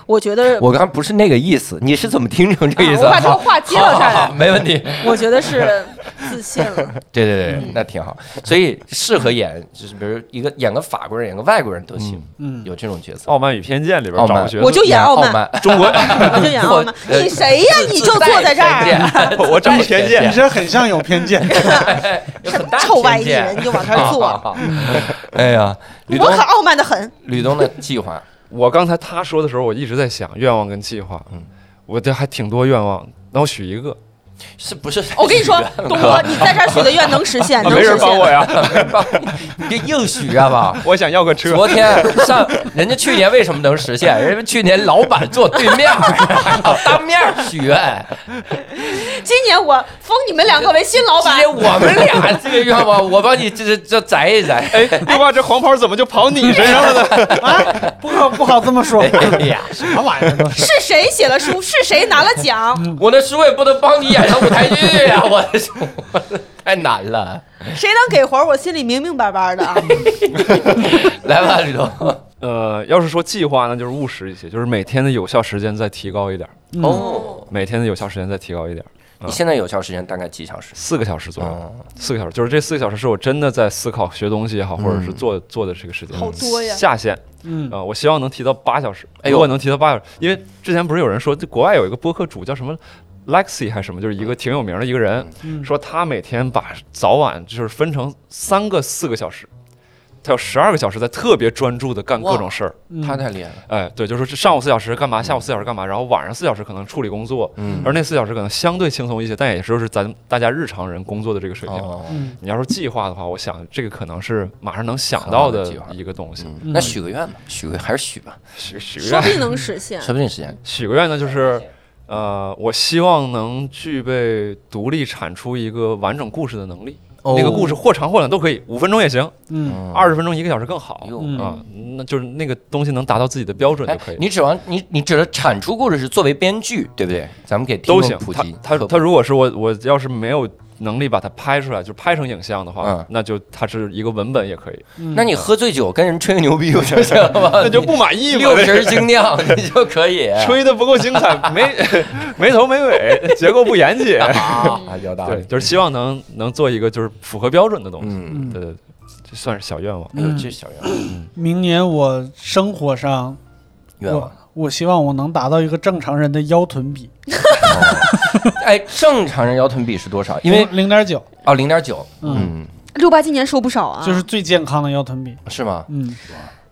Speaker 5: 我觉得
Speaker 1: 嗯我刚才不是那个意思，你是怎么听成这个意思？
Speaker 5: 啊
Speaker 1: *laughs*
Speaker 5: 我把这个
Speaker 1: 好
Speaker 5: 话接了下来
Speaker 1: 好好好没问题。 *laughs*
Speaker 5: 我觉得是自信了。
Speaker 1: 对对对，
Speaker 5: 嗯
Speaker 1: 那挺好。所以适合演，就是比如一个演个法国人，演个外国人都行，
Speaker 2: 嗯，
Speaker 1: 有这种角
Speaker 6: 《
Speaker 1: 色。
Speaker 6: 傲慢与偏见》里边
Speaker 1: 傲
Speaker 6: 找
Speaker 1: 慢
Speaker 6: 个角
Speaker 5: 我
Speaker 6: 色，
Speaker 5: 就演傲
Speaker 1: 傲
Speaker 5: 慢，，
Speaker 6: 中国，
Speaker 5: 我就演傲慢。
Speaker 1: 我呃
Speaker 5: 你谁呀？你就坐在这儿，
Speaker 1: 儿
Speaker 6: *laughs* 我这么偏见
Speaker 2: 你这很像有
Speaker 1: *laughs*
Speaker 2: 偏见。
Speaker 1: 有很大
Speaker 5: 臭外
Speaker 1: 偏
Speaker 5: 地
Speaker 1: 见
Speaker 5: 人，你就往这儿
Speaker 1: *laughs*
Speaker 5: 坐。
Speaker 1: 好。好哎呀，吕
Speaker 5: 我
Speaker 1: 东，
Speaker 5: 可傲慢的很。
Speaker 1: 吕东的计划，
Speaker 6: *laughs* 我刚才他说的时候，我一直在想愿望跟计划，
Speaker 1: 嗯
Speaker 6: 我这还挺多愿望，那我许一个，
Speaker 1: 是不是？
Speaker 5: *laughs* 我
Speaker 1: *laughs*
Speaker 5: 跟你说，东哥，你在这儿许的愿能实
Speaker 6: *laughs*
Speaker 5: 现，能
Speaker 6: 啊没
Speaker 5: 实
Speaker 6: 人帮我
Speaker 5: 现。
Speaker 6: 呀，
Speaker 1: 啊你这硬许啊 *laughs* 吧？
Speaker 6: *laughs* 我想要个车，
Speaker 1: 昨天上人家去年为什么能实 *laughs* 现？人家去年老板坐对面儿，当面儿许愿。
Speaker 5: 今年我封你们两个为新老
Speaker 1: 今
Speaker 5: 板，
Speaker 1: 天我们俩这个愿望，我帮你这这这摘一摘。
Speaker 6: 哎，六爸，这黄袍怎么就跑你身上了呢？
Speaker 2: 啊，不好不好这么说，
Speaker 1: *laughs* 哎呀，
Speaker 2: 啥玩意儿都是。
Speaker 5: *laughs* 是谁写了书，是谁拿了奖，
Speaker 6: 嗯
Speaker 1: 我的书也不能帮你演上舞台剧呀、我的书 *laughs* 太难了。
Speaker 5: 谁能给活儿，我心里明明白白
Speaker 1: *laughs*
Speaker 5: 的啊。
Speaker 1: 来吧，吕东。
Speaker 6: *laughs* 呃，要是说计划，那就是务实一些，就是每天的有效时间再提高一点儿，
Speaker 2: 嗯
Speaker 1: 哦，
Speaker 6: 每天的有效时间再提高一点儿，
Speaker 1: 你现在有效时间大概几小时？
Speaker 6: 四个小时左右。
Speaker 1: 哦，
Speaker 6: 四个小时，就是这四个小时是我真的在思考、学东西也好，
Speaker 1: 嗯
Speaker 6: 或者是做做的这个时间。
Speaker 5: 好多呀
Speaker 6: 下限
Speaker 2: 嗯
Speaker 1: 哦
Speaker 6: 啊、我希望能提到八小时。
Speaker 1: 哎呦
Speaker 6: 如果能提到八小时，因为之前不是有人说，这国外有一个播客主叫什么 Lexi 还是什么，就是一个挺有名的一个人，
Speaker 2: 嗯
Speaker 6: 说他每天把早晚就是分成三个四个小时，他有十二个小时在特别专注的干各种事儿。
Speaker 2: 嗯
Speaker 1: 他太厉害了。
Speaker 6: 哎，对，就是这上午四小时干嘛，下午四小时干嘛，然后晚上四小时可能处理工作，
Speaker 1: 嗯
Speaker 6: 而那四小时可能相对轻松一些，但也就是咱大家日常人工作的这个水平。
Speaker 1: 哦，
Speaker 2: 嗯
Speaker 6: 你要说计划的话，我想这个可能是马上能想到
Speaker 1: 很好的
Speaker 6: 的
Speaker 1: 计划
Speaker 6: 一个东西。
Speaker 1: 嗯那许个愿吧，许个还是许吧，
Speaker 6: 许许个
Speaker 5: 说不 *laughs*
Speaker 6: 愿，
Speaker 5: 定能实现。
Speaker 2: 嗯
Speaker 1: 说不定时间。
Speaker 6: 许个愿呢，就是呃，我希望能具备独立产出一个完整故事的能力。
Speaker 1: 哦
Speaker 6: 那个故事或长或短都可以，五分钟也行，
Speaker 2: 嗯
Speaker 6: 二十分钟、一个小时更好
Speaker 1: 哟
Speaker 2: 嗯
Speaker 6: 啊。那就是那个东西能达到自己的标准就
Speaker 1: 哎
Speaker 6: 可以，了。
Speaker 1: 你指望你你指的产出故事是作为编剧对不对？咱们给听
Speaker 6: 都
Speaker 1: 众
Speaker 6: 行
Speaker 1: 普。
Speaker 6: 他
Speaker 1: 及
Speaker 6: 他
Speaker 1: 科普
Speaker 6: 他如果是我我要是没有能力把它拍出来，就拍成影像的话
Speaker 1: 嗯，
Speaker 6: 那就它是一个文本也可以，
Speaker 2: 嗯
Speaker 1: 那你喝醉酒跟人吹个牛逼不就行了吗？
Speaker 6: *laughs* 那就不满意嘛
Speaker 1: 呃 *laughs* 六。瓶精酿你就可以啊
Speaker 6: 吹的不够精彩，没没头没尾，结构不严谨。
Speaker 1: 啊，有道
Speaker 6: 对，
Speaker 1: 理。
Speaker 6: 就是希望能能做一个就是符合标准的东西。
Speaker 1: 嗯，
Speaker 6: 对对，对这算是小愿望。
Speaker 1: 哎呦
Speaker 2: 嗯
Speaker 1: 这小愿望
Speaker 2: 明年我生活上，
Speaker 1: 愿望
Speaker 6: 嗯
Speaker 2: 我。我希望我能达到一个正常人的腰臀比，
Speaker 1: 哎，正常人腰臀比是多少？因为
Speaker 2: 零点九，
Speaker 1: 哦，零点九，
Speaker 2: 嗯，
Speaker 1: 嗯，
Speaker 5: 六八今年瘦不少啊，
Speaker 2: 就是最健康的腰臀比。
Speaker 1: 是吗？
Speaker 2: 嗯，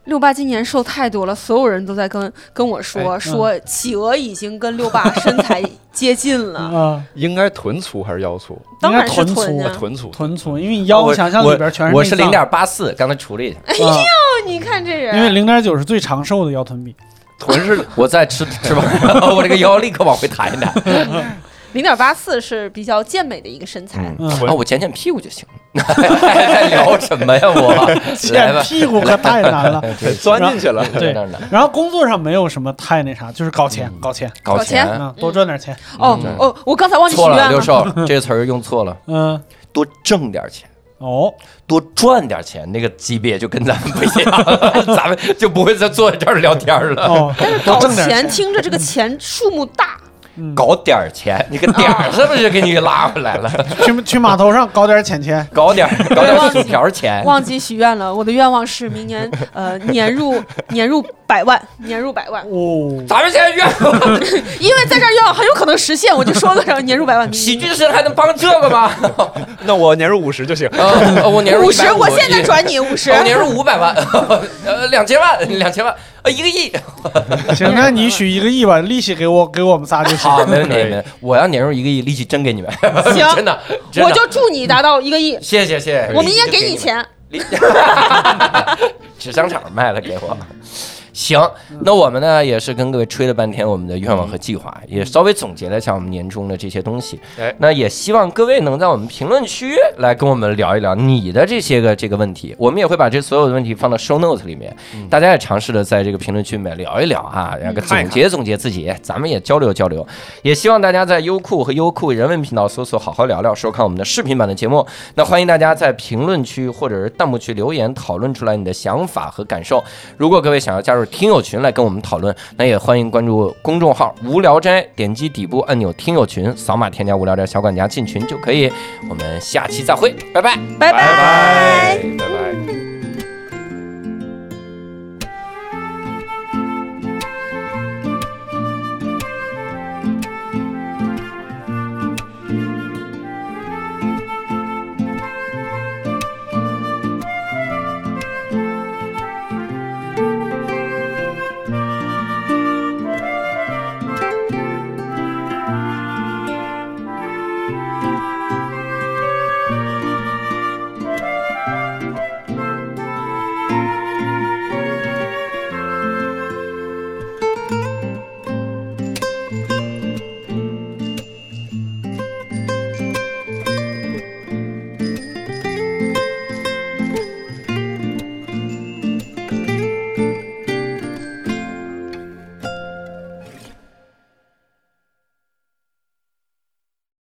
Speaker 5: 六八今年瘦太多了，所有人都在跟跟我说、
Speaker 6: 哎
Speaker 5: 说企鹅已经跟六八身材接近了，
Speaker 2: 啊，
Speaker 6: 应该臀粗还是腰粗？
Speaker 5: 当然是
Speaker 2: 应该臀粗
Speaker 5: 呀、
Speaker 6: 啊，臀粗。
Speaker 2: 臀粗，因为你腰
Speaker 1: 我
Speaker 2: 想象里边全是
Speaker 1: 我是
Speaker 2: 内
Speaker 1: 零
Speaker 2: 脏
Speaker 1: 点八四，刚才除了一下，
Speaker 2: 啊
Speaker 5: 哦，你看这人，
Speaker 2: 因为零点九是最长寿的腰臀比。
Speaker 1: 臀是我在吃吃完，我这个腰立刻往回抬一抬。
Speaker 5: 零点八四是比较健美的一个身材。
Speaker 2: 嗯，
Speaker 1: 啊，我剪剪屁股就行。 *laughs* 还在聊什么呀？
Speaker 5: *laughs*
Speaker 1: 我 *laughs* 来
Speaker 2: 减
Speaker 1: 吧，
Speaker 2: 屁股可太
Speaker 1: *laughs*
Speaker 2: 难了。
Speaker 6: 哎钻进去了，
Speaker 1: 在
Speaker 2: 对
Speaker 1: 那儿呢
Speaker 2: 然后工作上没有什么太那啥，就是搞钱，
Speaker 1: 嗯
Speaker 2: 搞钱，
Speaker 1: 搞
Speaker 5: 搞钱
Speaker 1: 钱。
Speaker 2: 嗯，多赚点钱。
Speaker 5: 哦
Speaker 1: 嗯
Speaker 5: 哦，我刚才忘记许
Speaker 1: 错了，
Speaker 5: 愿
Speaker 1: 六
Speaker 5: 了，
Speaker 1: 兽这个词儿用错了，
Speaker 2: 嗯，
Speaker 1: 多挣点钱。
Speaker 2: 哦，
Speaker 1: 多赚点钱，那个级别就跟咱们不一样， *laughs* 咱们就不会再坐在这儿聊天了。
Speaker 2: 哦，多
Speaker 5: 搞
Speaker 2: 挣点
Speaker 5: 钱听着这个钱数目大，
Speaker 2: 嗯
Speaker 1: 搞点儿钱，你个点儿是不是给你拉回来了？
Speaker 2: 去去码头上搞点钱钱。
Speaker 1: 搞点儿搞点儿薯条钱，
Speaker 5: 忘记许愿了。我的愿望是明年呃年入年入百万，年入百万，
Speaker 2: 哦，
Speaker 1: 咱们现在愿望
Speaker 5: 因为在这儿愿望很有可能实现，我就说了，然后年入百万。
Speaker 1: 喜剧社还能帮这个吗？
Speaker 6: 那我年入五十就行。
Speaker 1: *laughs* 啊我年入
Speaker 5: 五十，
Speaker 1: 150
Speaker 5: 我现在转你五十
Speaker 1: 我。哦年入五百万， *laughs* 呃，两千万，两千万，呃，一个亿。
Speaker 2: *laughs* 行，那你许一个亿吧，利息给我给我们仨就行。
Speaker 1: 好，没 *laughs* 问题，没问题。我要年入一个亿，利息真给你们，
Speaker 5: 行，
Speaker 1: *laughs* 真的，真的
Speaker 5: 我就祝你达到一个亿，
Speaker 1: 谢谢谢谢。
Speaker 5: 我明年给
Speaker 1: 利息
Speaker 5: 你
Speaker 1: 就们。 *laughs*
Speaker 5: 钱。
Speaker 1: 林纸商厂卖了给我。行，
Speaker 5: 嗯
Speaker 1: 那我们呢也是跟各位吹了半天我们的愿望和计划，也稍微总结了一下我们年终的这些东西
Speaker 6: 哎。
Speaker 1: 那也希望各位能在我们评论区来跟我们聊一聊你的这些个这个问题，我们也会把这所有的问题放到 show note 里面，大家也尝试着在这个评论区里面聊一聊啊，然后总结总结自己，咱们也交流交流。也希望大家在优酷和优酷人文频道搜索“好好聊聊”，收看我们的视频版的节目。那欢迎大家在评论区或者是弹幕区留言讨论出来你的想法和感受。如果各位想要加入听友群来跟我们讨论，那也欢迎关注公众号“无聊斋”，点击底部按钮“听友群”，扫码添加“无聊斋小管家”进群就可以。我们下期再会，拜拜。
Speaker 5: 拜拜。
Speaker 6: 拜拜。